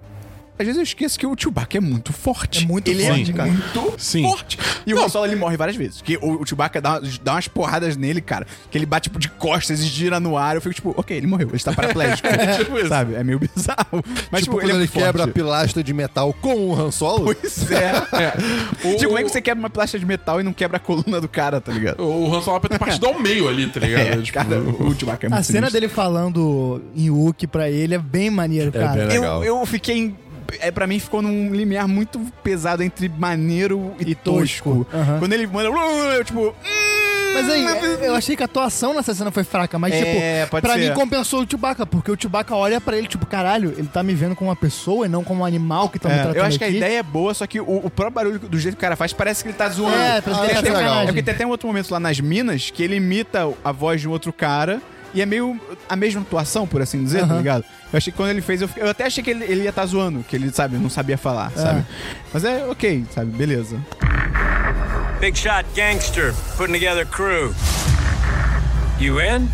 Speaker 3: às vezes eu esqueço que o Chewbacca é muito forte.
Speaker 6: É muito
Speaker 3: ele
Speaker 6: forte,
Speaker 3: é
Speaker 6: cara.
Speaker 3: Muito
Speaker 4: Sim.
Speaker 3: forte. E o Han Solo, ele morre várias vezes. Que o, o Chewbacca dá, dá umas porradas nele, cara. Que ele bate tipo, de costas e gira no ar. Eu fico tipo, ok, ele morreu. Ele está paraplégico.
Speaker 4: Tipo isso.
Speaker 3: Sabe? É meio bizarro. Mas,
Speaker 5: Tipo,
Speaker 3: tipo,
Speaker 5: quando ele,
Speaker 3: é muito
Speaker 5: quebra a
Speaker 3: forte.
Speaker 5: pilastra de metal com o Han Solo.
Speaker 3: Pois é.
Speaker 4: É. O-
Speaker 3: Tipo, como é que você quebra uma plástica de metal e não quebra a coluna do cara, tá ligado?
Speaker 4: O Han Solo tá partido ao meio ali, tá ligado?
Speaker 3: É,
Speaker 4: Tipo,
Speaker 3: cara, o Chewbacca é muito
Speaker 6: A cena
Speaker 3: sinistro.
Speaker 6: dele falando em Wookie pra ele é bem maneiro,
Speaker 5: bem
Speaker 6: cara.
Speaker 5: legal.
Speaker 3: Eu, eu fiquei. em- É, pra mim ficou num limiar muito pesado entre maneiro e,
Speaker 6: E tosco.
Speaker 3: tosco.
Speaker 6: Aham.
Speaker 3: Quando ele manda. Eu, tipo. "Hum,
Speaker 6: Mas aí, eu achei que a atuação nessa cena foi fraca, mas
Speaker 3: É,
Speaker 6: tipo,
Speaker 3: pode
Speaker 6: pra
Speaker 3: ser.
Speaker 6: mim compensou o Chewbacca, porque o Chewbacca olha pra ele, tipo, caralho, ele tá me vendo como uma pessoa e não como um animal que tá me
Speaker 3: É,
Speaker 6: tratando
Speaker 3: eu acho que a
Speaker 6: aqui.
Speaker 3: ideia é boa, só que o, o próprio barulho do jeito que o cara faz parece que ele tá zoando.
Speaker 6: É, parece que ele
Speaker 3: Tem
Speaker 6: tá
Speaker 3: até-
Speaker 5: legal.
Speaker 3: é porque tem até um outro momento lá nas minas que ele imita a voz de um outro cara e é meio a mesma atuação, por assim dizer, tá
Speaker 6: Aham.
Speaker 3: ligado? Eu achei que quando ele fez, eu, fiquei- eu até achei que ele, ele ia estar zoando, que ele, sabe, não sabia falar, sabe? Mas é ok, sabe, beleza.
Speaker 7: Big shot gangster putting together crew. You in?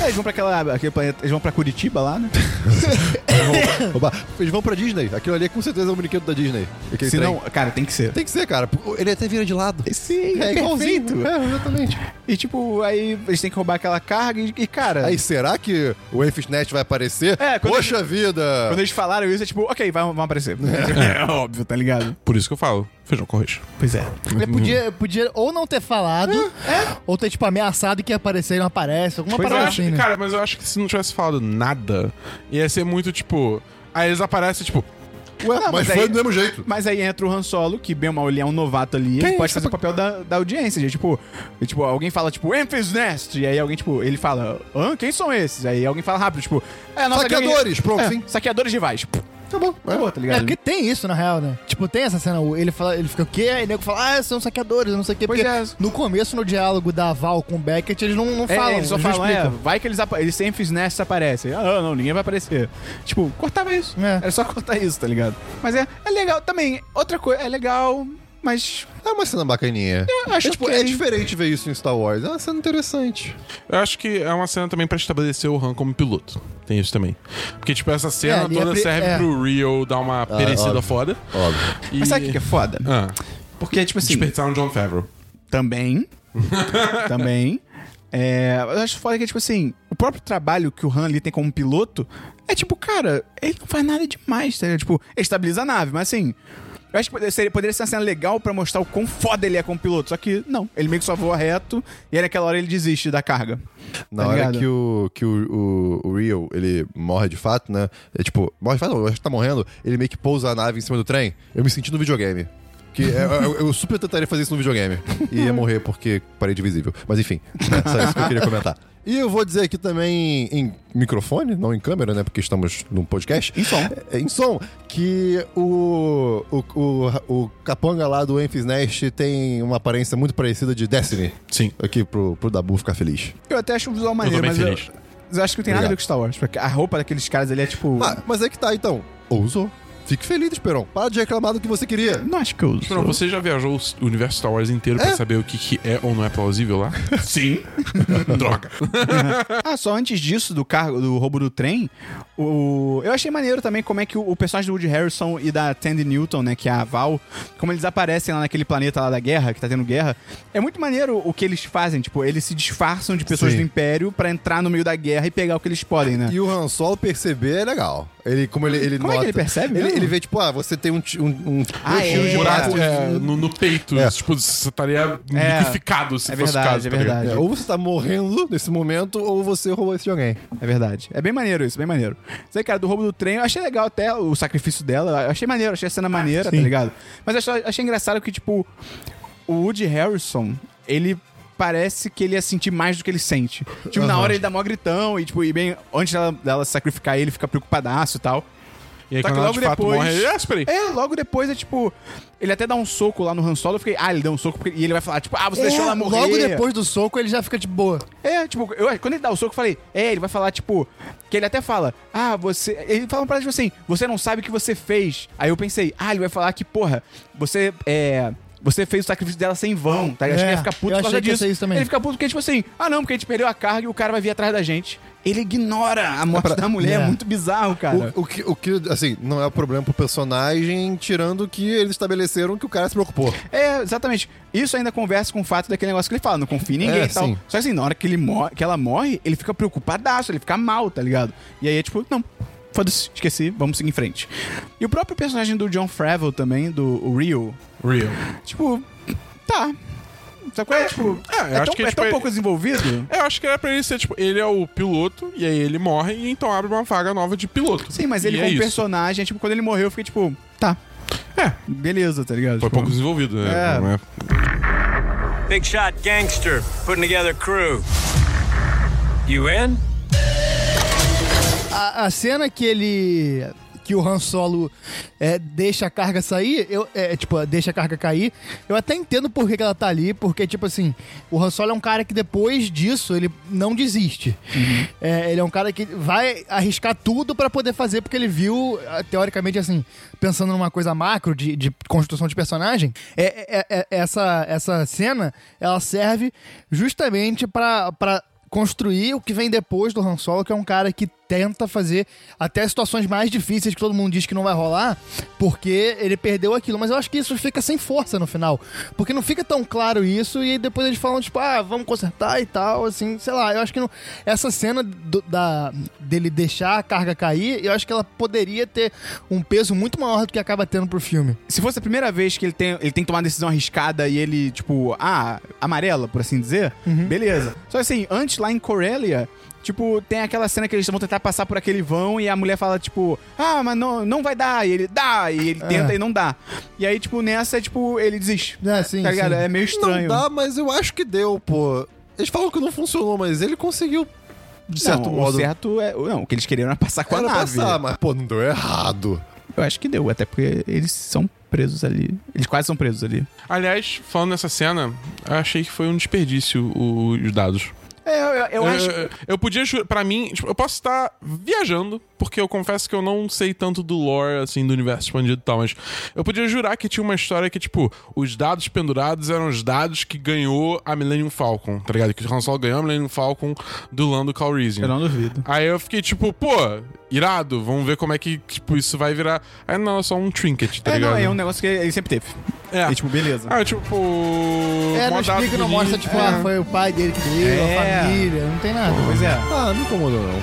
Speaker 3: É, eles vão pra aquela, aquele planeta, eles vão pra Curitiba lá, né?
Speaker 5: Oba, eles vão pra Disney. Aquilo ali é com certeza é um brinquedo da Disney. Aquele
Speaker 3: Se
Speaker 5: trem.
Speaker 3: não, cara, tem que ser.
Speaker 5: Tem que ser, cara. Ele até vira de lado.
Speaker 3: Sim,
Speaker 5: É igualzinho.
Speaker 3: perfeito.
Speaker 5: É, exatamente.
Speaker 3: E tipo, aí eles têm que roubar aquela carga e, e, cara.
Speaker 5: Aí, será que o Enfisnet vai aparecer?
Speaker 3: É, quando
Speaker 5: Poxa vida!
Speaker 3: Quando eles falaram isso, é tipo, ok, vai- vão aparecer. É óbvio, tá ligado?
Speaker 4: Por isso que eu falo. Feijão com arroz.
Speaker 3: Pois é.
Speaker 6: Ele podia, Uhum. podia ou não ter falado, ou ter, tipo, ameaçado que ia aparecer e não aparece, alguma
Speaker 4: Mas eu
Speaker 3: é.
Speaker 6: parada
Speaker 4: acho-
Speaker 6: assim, né?
Speaker 4: Cara, mas eu acho que se não tivesse falado nada, ia ser muito tipo. Aí eles aparecem, tipo.
Speaker 5: Ué,
Speaker 3: Não,
Speaker 5: mas,
Speaker 3: mas aí-
Speaker 5: foi do mesmo jeito.
Speaker 3: Mas aí entra o Han Solo, que bem ou mal ele é um novato ali, ele pode fazer o papel da, da audiência. gente. Tipo, e, tipo, alguém fala, tipo, Enfis Nest, e aí alguém, tipo, ele fala, Hã? quem são esses? Aí alguém fala rápido, tipo, é a nossa
Speaker 5: Saqueadores, pronto,
Speaker 3: é,
Speaker 5: fim.
Speaker 3: Saqueadores rivais. Pô,
Speaker 5: Tá bom.
Speaker 3: Acabou, tá
Speaker 6: É
Speaker 3: ligado?
Speaker 6: porque tem isso, na real, né? Tipo, tem essa cena, o- ele, fala, ele fica o quê? Aí o nego fala, ah, são saqueadores, não sei o quê.
Speaker 3: Pois
Speaker 6: Porque
Speaker 3: é.
Speaker 6: no começo, no diálogo da Val com o Beckett, eles não, não
Speaker 3: É,
Speaker 6: falam,
Speaker 3: eles só
Speaker 6: não
Speaker 3: falam, é,
Speaker 6: explicam.
Speaker 3: vai que eles, apa- eles sem Enfis Nest aparecem. Ah, não, ninguém vai aparecer. Tipo, cortava isso.
Speaker 6: É.
Speaker 3: Era só cortar isso, tá ligado? Mas é, é legal também. Outra coisa, é legal. mas
Speaker 5: É uma cena bacaninha.
Speaker 3: acho
Speaker 5: é, tipo,
Speaker 3: ok.
Speaker 5: é diferente ver isso em Star Wars. É uma cena interessante.
Speaker 4: Eu acho que é uma cena também pra estabelecer o Han como piloto. Tem isso também. Porque, tipo, essa
Speaker 6: É,
Speaker 4: cena
Speaker 6: ali é
Speaker 4: toda
Speaker 6: pre-
Speaker 4: serve
Speaker 6: é.
Speaker 4: pro Rio dar uma perecida
Speaker 5: Ah, óbvio.
Speaker 4: foda.
Speaker 5: Óbvio.
Speaker 4: E...
Speaker 3: Mas sabe o que que é foda?
Speaker 4: Ah,
Speaker 3: Porque, tipo assim,
Speaker 4: desperdiçar um John Favreau.
Speaker 3: também. também. É, eu acho foda que, tipo assim, o próprio trabalho que o Han ali tem como piloto é tipo, cara, ele não faz nada demais, tá ligado? Tipo, ele estabiliza a nave, mas assim. Eu acho que poderia ser, poderia ser uma cena legal pra mostrar o quão foda ele é como piloto. Só que, não, ele meio que só voa reto e aí naquela hora ele desiste da carga.
Speaker 5: Na
Speaker 3: Tá
Speaker 5: hora
Speaker 3: ligado?
Speaker 5: que o, que o, o, o Rio, ele morre de fato, né? É tipo, morre de fato, não, eu acho que tá morrendo. Ele meio que pousa a nave em cima do trem. Eu me senti no videogame. Que é- eu, eu super tentaria fazer isso no videogame. E ia morrer porque parei de visível. Mas enfim, é só isso que eu queria comentar. E eu vou dizer aqui também em microfone, não em câmera, né? Porque estamos num podcast.
Speaker 3: Em som.
Speaker 5: É, em som, que o, o, o, o capanga lá do Enfys Nest tem uma aparência muito parecida de Destiny.
Speaker 4: Sim.
Speaker 5: Aqui pro, pro Dabu ficar feliz.
Speaker 3: Eu até acho um visual maneiro,
Speaker 4: bem
Speaker 3: mas eu,
Speaker 4: feliz.
Speaker 3: mas eu acho que não tem nada a ver com Star Wars. Porque a roupa daqueles caras ali é tipo.
Speaker 5: Ah, mas é que tá, então. Ousou. Fique feliz, Esperon. Para de reclamar do que você queria.
Speaker 3: Não acho que eu uso.
Speaker 4: Bruno, você já viajou o universo Star Wars inteiro pra saber o que, que é ou não é plausível lá? Sim. Droga.
Speaker 3: Ah, só antes disso, do carro, do roubo do trem, o... eu achei maneiro também como é que o, o personagem do Woody Harrison e da Tandy Newton, né, que é a Val, como eles aparecem lá naquele planeta lá da guerra, que tá tendo guerra. É muito maneiro o que eles fazem, tipo, eles se disfarçam de pessoas
Speaker 5: Sim.
Speaker 3: do Império pra entrar no meio da guerra e pegar o que eles podem, né?
Speaker 5: E o Han Solo perceber é legal. Ele, como ele, ele
Speaker 3: Como é que
Speaker 5: nota.
Speaker 3: ele percebe
Speaker 5: Ele,
Speaker 3: mesmo?
Speaker 5: ele vê, tipo, ah, você tem um... ti- um, um
Speaker 3: Ah,
Speaker 5: dois tiros
Speaker 3: é.
Speaker 5: de
Speaker 4: Buraco
Speaker 5: buraco.
Speaker 4: é, no, no peito.
Speaker 5: É.
Speaker 4: Tipo, você estaria
Speaker 3: É.
Speaker 4: liquificado se
Speaker 3: É
Speaker 4: fosse
Speaker 3: verdade,
Speaker 4: o caso.
Speaker 3: é
Speaker 4: tá ligado?
Speaker 3: verdade.
Speaker 5: É, ou você tá morrendo nesse momento, ou você roubou esse de alguém.
Speaker 3: É verdade. É bem maneiro isso, bem maneiro. Isso aí, cara, do roubo do trem, eu achei legal até o sacrifício dela. Eu achei maneiro, achei a cena maneira, tá ligado? Mas eu só- achei, engraçado que, tipo, o Woody Harrison, ele parece que ele ia sentir mais do que ele sente. Tipo, na hora ele dá mó gritão e, tipo, e bem, antes dela, dela se sacrificar, ele fica preocupadaço e tal.
Speaker 4: E aí,
Speaker 3: Tá
Speaker 4: quando
Speaker 3: que
Speaker 4: ela
Speaker 3: logo
Speaker 4: de fato
Speaker 3: depois-
Speaker 4: morre, ele, ah, espera aí.
Speaker 3: É, logo depois é tipo. Ele até dá um soco lá no Han Solo, eu fiquei, ah, ele deu um soco porque- e ele vai falar, tipo, ah, você
Speaker 4: É,
Speaker 3: deixou ela morrer.
Speaker 6: É, Logo depois do soco, ele já fica de boa.
Speaker 3: É, tipo, eu, quando ele dá o soco, eu falei, é, ele vai falar, tipo, que ele até fala, ah, você. Ele fala uma parada tipo assim, você não sabe o que você fez. Aí eu pensei, ah, ele vai falar que, porra, você é. Você fez o sacrifício dela sem vão, tá? ligado? Acho
Speaker 6: É,
Speaker 3: que ele ia ficar puto
Speaker 6: eu
Speaker 3: por causa
Speaker 6: achei que ia
Speaker 3: disso.
Speaker 6: ser isso também.
Speaker 3: Ele fica puto porque, tipo assim, ah não, porque a gente perdeu a carga e o cara vai vir atrás da gente. Ele ignora a morte da mulher, é
Speaker 6: É.
Speaker 3: muito bizarro, cara.
Speaker 5: O, o que, o que, assim, não é o problema pro personagem, tirando que eles estabeleceram que o cara se preocupou.
Speaker 3: É, exatamente. Isso ainda conversa com o fato daquele negócio que ele fala, não confia em ninguém
Speaker 5: É,
Speaker 3: e tal.
Speaker 5: sim.
Speaker 3: Só que assim, na hora que, ele morre, que ela morre, ele fica preocupadaço, ele fica mal, tá ligado? E aí é tipo, não, foda-se, esqueci, vamos seguir em frente. E o próprio personagem do John Fravel também, do o Rio,
Speaker 4: Real.
Speaker 3: tipo, tá. Sabe qual é? Tipo,
Speaker 4: É, eu
Speaker 3: é,
Speaker 4: acho
Speaker 3: tão,
Speaker 4: que,
Speaker 3: é
Speaker 4: tipo,
Speaker 3: tão
Speaker 4: ele-
Speaker 3: pouco desenvolvido.
Speaker 4: É, eu acho que era pra ele ser, tipo, ele é o piloto, e aí ele morre, e então abre uma vaga nova de piloto.
Speaker 3: Sim, mas ele
Speaker 4: e
Speaker 3: como
Speaker 4: é isso.
Speaker 3: personagem, tipo, quando ele morreu, eu fiquei tipo, tá.
Speaker 4: É.
Speaker 3: Beleza, tá ligado?
Speaker 4: Foi
Speaker 3: Tipo,
Speaker 4: pouco desenvolvido, né?
Speaker 3: É.
Speaker 4: Não
Speaker 7: Big shot gangster putting together crew. You in?
Speaker 6: A, a cena que ele. que o Han Solo é, deixa a carga sair, eu, é, tipo, deixa a carga cair, eu até entendo por que, que ela tá ali, porque, tipo assim, o Han Solo é um cara que depois disso ele não desiste. É, ele é um cara que vai arriscar tudo pra poder fazer, porque ele viu, ah, teoricamente, assim, pensando numa coisa macro de, de construção de personagem, é, é- é- essa, essa cena ela serve justamente pra. pra construir o que vem depois do Han Solo, que é um cara que tenta fazer até situações mais difíceis que todo mundo diz que não vai rolar, porque ele perdeu aquilo. Mas eu acho que isso fica sem força no final, porque não fica tão claro isso e aí depois eles falam tipo, ah, vamos consertar e tal, assim, sei lá. Eu acho que não- essa cena do- da dele deixar a carga cair, eu acho que ela poderia ter um peso muito maior do que acaba tendo pro filme.
Speaker 3: se fosse a primeira vez que ele tem, ele tem que tomar uma decisão arriscada e ele, tipo, ah, amarela, por assim dizer, beleza. Só que assim, antes lá em Corellia, tipo, tem aquela cena que eles vão tentar passar por aquele vão e a mulher fala, tipo, ah, mas não, não vai dar, e ele dá, e ele tenta e não dá. E aí, tipo, nessa, tipo, ele desiste.
Speaker 6: É, sim,
Speaker 3: Tá ligado?
Speaker 6: sim.
Speaker 3: É meio estranho.
Speaker 5: Não dá, mas eu acho que deu, pô. Eles falam que não funcionou, mas ele conseguiu, de certo
Speaker 3: não,
Speaker 5: modo.
Speaker 3: O certo é. Não, o que eles queriam era passar com
Speaker 5: Era
Speaker 3: a É nave.
Speaker 5: passar, mas, pô, não deu errado.
Speaker 3: Eu acho que deu, até porque eles são presos ali. Eles quase são presos ali.
Speaker 4: Aliás, falando nessa cena, eu achei que foi um desperdício o- os dados.
Speaker 3: É, eu, eu- eu acho.
Speaker 4: Eu, eu podia jurar, pra mim, tipo, eu posso estar viajando, porque eu confesso que eu não sei tanto do lore, assim, do universo expandido e tal, mas eu podia jurar que tinha uma história que, tipo, os dados pendurados eram os dados que ganhou a Millennium Falcon, tá ligado? Que o Han Solo ganhou a Millennium Falcon do Lando Calrissian.
Speaker 3: Eu não duvido.
Speaker 4: Aí eu fiquei tipo, pô, irado, vamos ver como é que, tipo, isso vai virar. Aí não, é só um trinket, tá
Speaker 3: é,
Speaker 4: ligado?
Speaker 3: não, é um negócio que ele sempre teve.
Speaker 4: É.
Speaker 3: E, tipo, beleza.
Speaker 4: Ah, tipo.
Speaker 6: É, não
Speaker 4: mó dado
Speaker 6: explica, não
Speaker 4: bonito. É.
Speaker 6: mostra, tipo, ah, foi o pai dele que deu,
Speaker 3: né? É.
Speaker 6: a família, não tem nada.
Speaker 3: Pois é.
Speaker 5: Ah, não incomodou, não.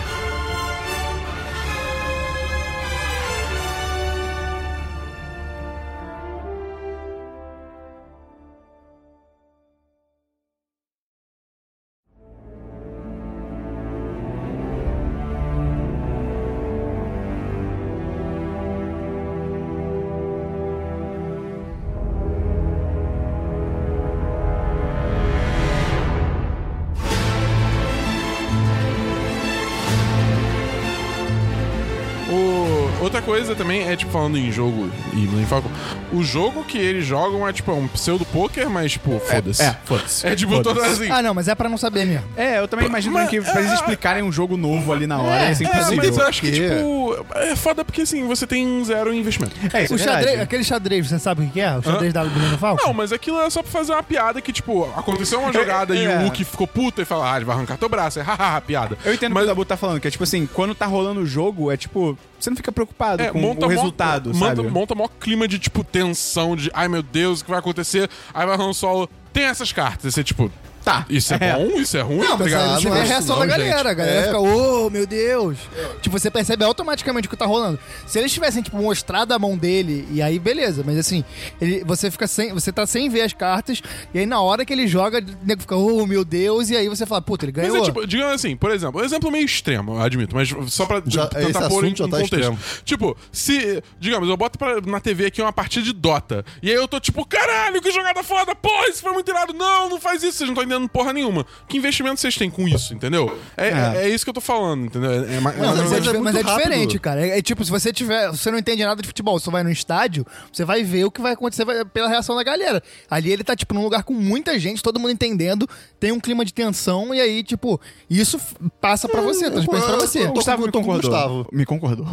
Speaker 4: O- Outra coisa também é, tipo, falando em jogo e Millennium Falcon, o jogo que eles jogam é, tipo, é um pseudo-poker, mas, tipo, foda-se.
Speaker 3: É, foda-se.
Speaker 4: É, tipo, toda assim.
Speaker 6: Ah, não, mas é pra não saber mesmo.
Speaker 3: É, eu também imagino
Speaker 4: mas- ah,
Speaker 3: que pra eles explicarem um jogo novo ali na hora,
Speaker 6: É,
Speaker 3: é, assim,
Speaker 4: É, mas eu
Speaker 3: impossível.
Speaker 4: acho que,
Speaker 5: Porque-
Speaker 4: tipo, é foda porque, assim, você tem zero investimento.
Speaker 3: É, isso é
Speaker 6: O xadrez,
Speaker 3: verdade.
Speaker 6: aquele xadrez, você sabe o que que é? O xadrez da Bruno Falco?
Speaker 4: Não, mas aquilo é só pra fazer uma piada que, tipo, aconteceu uma jogada e
Speaker 3: é.
Speaker 4: o Hulk ficou puto e fala, ah, ele vai arrancar teu braço, é hahaha, piada.
Speaker 3: Eu entendo o
Speaker 4: mas,
Speaker 3: que o Dabu tá falando, que é tipo assim, quando tá rolando o jogo, é tipo, você não fica preocupado
Speaker 4: é,
Speaker 3: com
Speaker 4: monta
Speaker 3: o
Speaker 4: mó-
Speaker 3: resultado,
Speaker 4: monta,
Speaker 3: sabe?
Speaker 4: monta mó clima de, tipo, tensão, de, ai meu Deus, o que vai acontecer? Aí vai Han Solo, tem essas cartas, e você, tipo, tá, isso é,
Speaker 3: É.
Speaker 4: bom, isso é ruim, tá
Speaker 6: mas
Speaker 4: ligado?
Speaker 6: aí
Speaker 5: não
Speaker 6: tipo, é a
Speaker 5: acho
Speaker 6: reação
Speaker 5: não,
Speaker 6: da galera.
Speaker 5: gente.
Speaker 6: A galera
Speaker 5: É.
Speaker 6: fica, ô, meu Deus. Tipo, você percebe automaticamente o que tá rolando. Se eles tivessem, tipo, mostrado a mão dele, e aí beleza. Mas assim, ele- você fica sem. Você tá sem ver as cartas, e aí na hora que ele joga, o nego fica, ô, meu Deus, e aí você fala, puta, ele
Speaker 4: Mas
Speaker 6: ganhou.
Speaker 4: é tipo, digamos assim, por exemplo, um exemplo meio extremo, eu admito, mas só pra
Speaker 5: Já- esse
Speaker 4: tentar pôr
Speaker 5: assunto
Speaker 4: em,
Speaker 5: já
Speaker 4: em
Speaker 5: tá
Speaker 4: contexto.
Speaker 5: extremo.
Speaker 4: Tipo, se, digamos, eu boto pra- na TV aqui uma partida de Dota, e aí eu tô tipo, caralho, que jogada foda, porra, isso foi muito irado, não, não faz isso, vocês não estão entendendo porra nenhuma. Que investimento vocês têm com isso, entendeu? É, é- é isso que eu tô falando, entendeu? É, é, ma- mais
Speaker 6: Não,
Speaker 4: ou
Speaker 6: mas, é,
Speaker 4: menos-
Speaker 5: é
Speaker 6: mas é
Speaker 5: muito rápido.
Speaker 6: diferente, cara. É, é tipo, se você tiver. se Você não entende nada de futebol, você vai no estádio, você vai ver o que vai acontecer vai- pela reação da galera. Ali ele tá, tipo, num lugar com muita gente, todo mundo entendendo, tem um clima de tensão, e aí, tipo, isso f- passa pra você,
Speaker 5: tá
Speaker 6: transparece pra você.
Speaker 5: eu
Speaker 3: O Gustavo me
Speaker 5: tô com o
Speaker 3: concordou.
Speaker 5: Gustavo.
Speaker 3: Me concordou.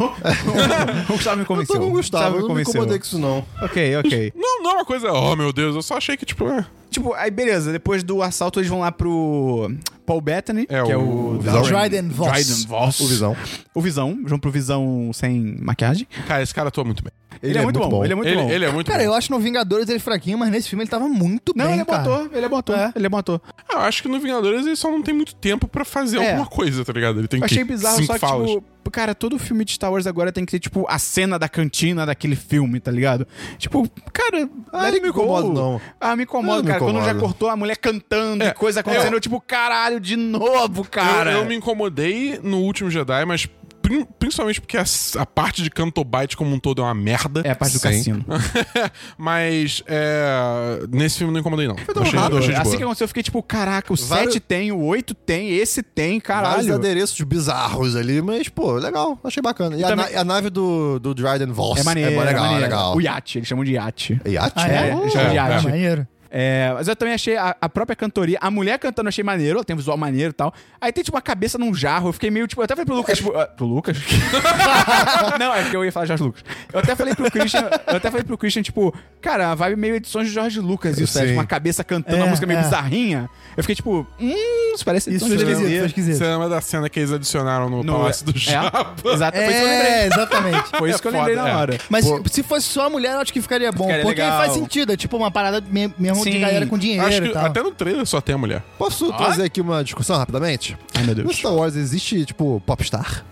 Speaker 3: o Gustavo me
Speaker 5: Eu
Speaker 3: convenceu.
Speaker 5: tô com o
Speaker 3: me
Speaker 5: Gustavo, eu não me
Speaker 3: convenceu.
Speaker 5: incomodei com isso, não.
Speaker 3: Ok, ok.
Speaker 4: Não, não é uma coisa, oh meu Deus, eu só achei que, tipo, é,
Speaker 3: tipo, aí beleza, depois do assalto eles vão lá pro Paul Bettany,
Speaker 4: É,
Speaker 3: que é
Speaker 4: o-
Speaker 3: o...
Speaker 5: Visão.
Speaker 6: Dryden Voss.
Speaker 3: Dryden Voss.
Speaker 5: O Visão.
Speaker 3: O Visão, vão pro Visão sem maquiagem.
Speaker 4: cara, esse cara atua muito bem.
Speaker 3: Ele, é, muito bom, ele é muito
Speaker 4: ele,
Speaker 3: bom.
Speaker 4: ele é muito
Speaker 6: Cara,
Speaker 4: bom.
Speaker 6: eu acho no Vingadores ele fraquinho, mas nesse filme ele tava muito
Speaker 3: Não,
Speaker 6: bem.
Speaker 3: ele é bom
Speaker 6: cara.
Speaker 3: ator, ele é bom ator, ele é bom ator.
Speaker 4: Ah, eu acho que no Vingadores ele só não tem muito tempo pra fazer
Speaker 3: É.
Speaker 4: alguma coisa, tá ligado? Ele tem
Speaker 3: Eu achei
Speaker 4: que,
Speaker 3: bizarro,
Speaker 4: cinco
Speaker 3: só que,
Speaker 4: falas.
Speaker 3: tipo, cara, todo filme de Star Wars agora tem que ter, tipo, a cena da cantina daquele filme, tá ligado? Tipo, cara,
Speaker 5: Ah,
Speaker 3: let
Speaker 5: não me
Speaker 3: it go.
Speaker 5: incomodo, não.
Speaker 3: Ah, me incomoda,
Speaker 5: Não me
Speaker 3: cara. Quando
Speaker 5: incomoda.
Speaker 3: já cortou a mulher cantando e
Speaker 4: É,
Speaker 3: coisa acontecendo,
Speaker 4: eu-
Speaker 3: eu... tipo, caralho, de novo, cara.
Speaker 4: Eu, eu me incomodei no último Jedi, mas prin- principalmente porque a, s- a parte de Cantobite como um todo é uma merda.
Speaker 3: É a parte do cassino.
Speaker 4: mas é, nesse filme não incomodei, não. Foi
Speaker 5: tão rápido,
Speaker 4: de
Speaker 3: Assim que
Speaker 4: boa.
Speaker 3: aconteceu, eu fiquei tipo, caraca, o
Speaker 5: Vários-
Speaker 3: 7 tem, o 8 tem, esse tem,
Speaker 5: Vários
Speaker 3: caralho.
Speaker 5: adereços bizarros ali, mas, pô, legal. Achei bacana. E, a,
Speaker 3: também-
Speaker 5: na- a nave do, do Dryden Voss.
Speaker 3: É maneiro,
Speaker 5: bom,
Speaker 3: é
Speaker 5: legal,
Speaker 3: maneiro.
Speaker 5: legal.
Speaker 3: O iate, eles chamam de iate.
Speaker 5: E a
Speaker 6: Ah,
Speaker 5: tia-
Speaker 6: é?
Speaker 3: É, eles chamam de
Speaker 4: é,
Speaker 6: É
Speaker 3: iate.
Speaker 6: maneiro.
Speaker 3: É, mas eu também achei a, a própria cantoria, a mulher cantando eu achei maneiro, ela tem um visual maneiro e tal. Aí tem tipo uma cabeça num jarro, eu fiquei meio tipo, eu até falei pro Lucas, tipo, ah, pro Lucas? Não, é porque eu ia falar Jorge Lucas. Eu até falei pro Christian, eu até falei pro Christian, tipo, cara, a vibe meio edições de Jorge Lucas, isso, é,
Speaker 5: Sim.
Speaker 3: tipo, uma cabeça cantando
Speaker 6: É,
Speaker 3: uma música meio
Speaker 6: é.
Speaker 3: bizarrinha. Eu fiquei tipo, hum, isso parece
Speaker 6: Isso
Speaker 3: edições de
Speaker 6: foi esquisito,
Speaker 3: DVD.
Speaker 6: foi
Speaker 4: Você
Speaker 6: esquisito.
Speaker 4: lembra da cena que eles adicionaram no, Palácio do Japa?
Speaker 3: É, exato, foi isso que eu lembrei.
Speaker 6: É, exatamente.
Speaker 3: Foi isso que eu
Speaker 4: É foda,
Speaker 3: lembrei
Speaker 4: é.
Speaker 3: na hora.
Speaker 6: Mas se fosse só a mulher, eu acho que ficaria bom.
Speaker 3: Ficaria
Speaker 6: porque
Speaker 3: legal.
Speaker 6: faz sentido, é tipo uma parada me- mesmo de
Speaker 3: Sim,
Speaker 6: galera com dinheiro
Speaker 4: Acho
Speaker 6: e
Speaker 4: que
Speaker 6: tal.
Speaker 4: até no trailer só tem a mulher.
Speaker 5: Posso trazer aqui uma discussão rapidamente?
Speaker 3: Ai, meu Deus.
Speaker 5: No Star Wars existe, tipo, popstar?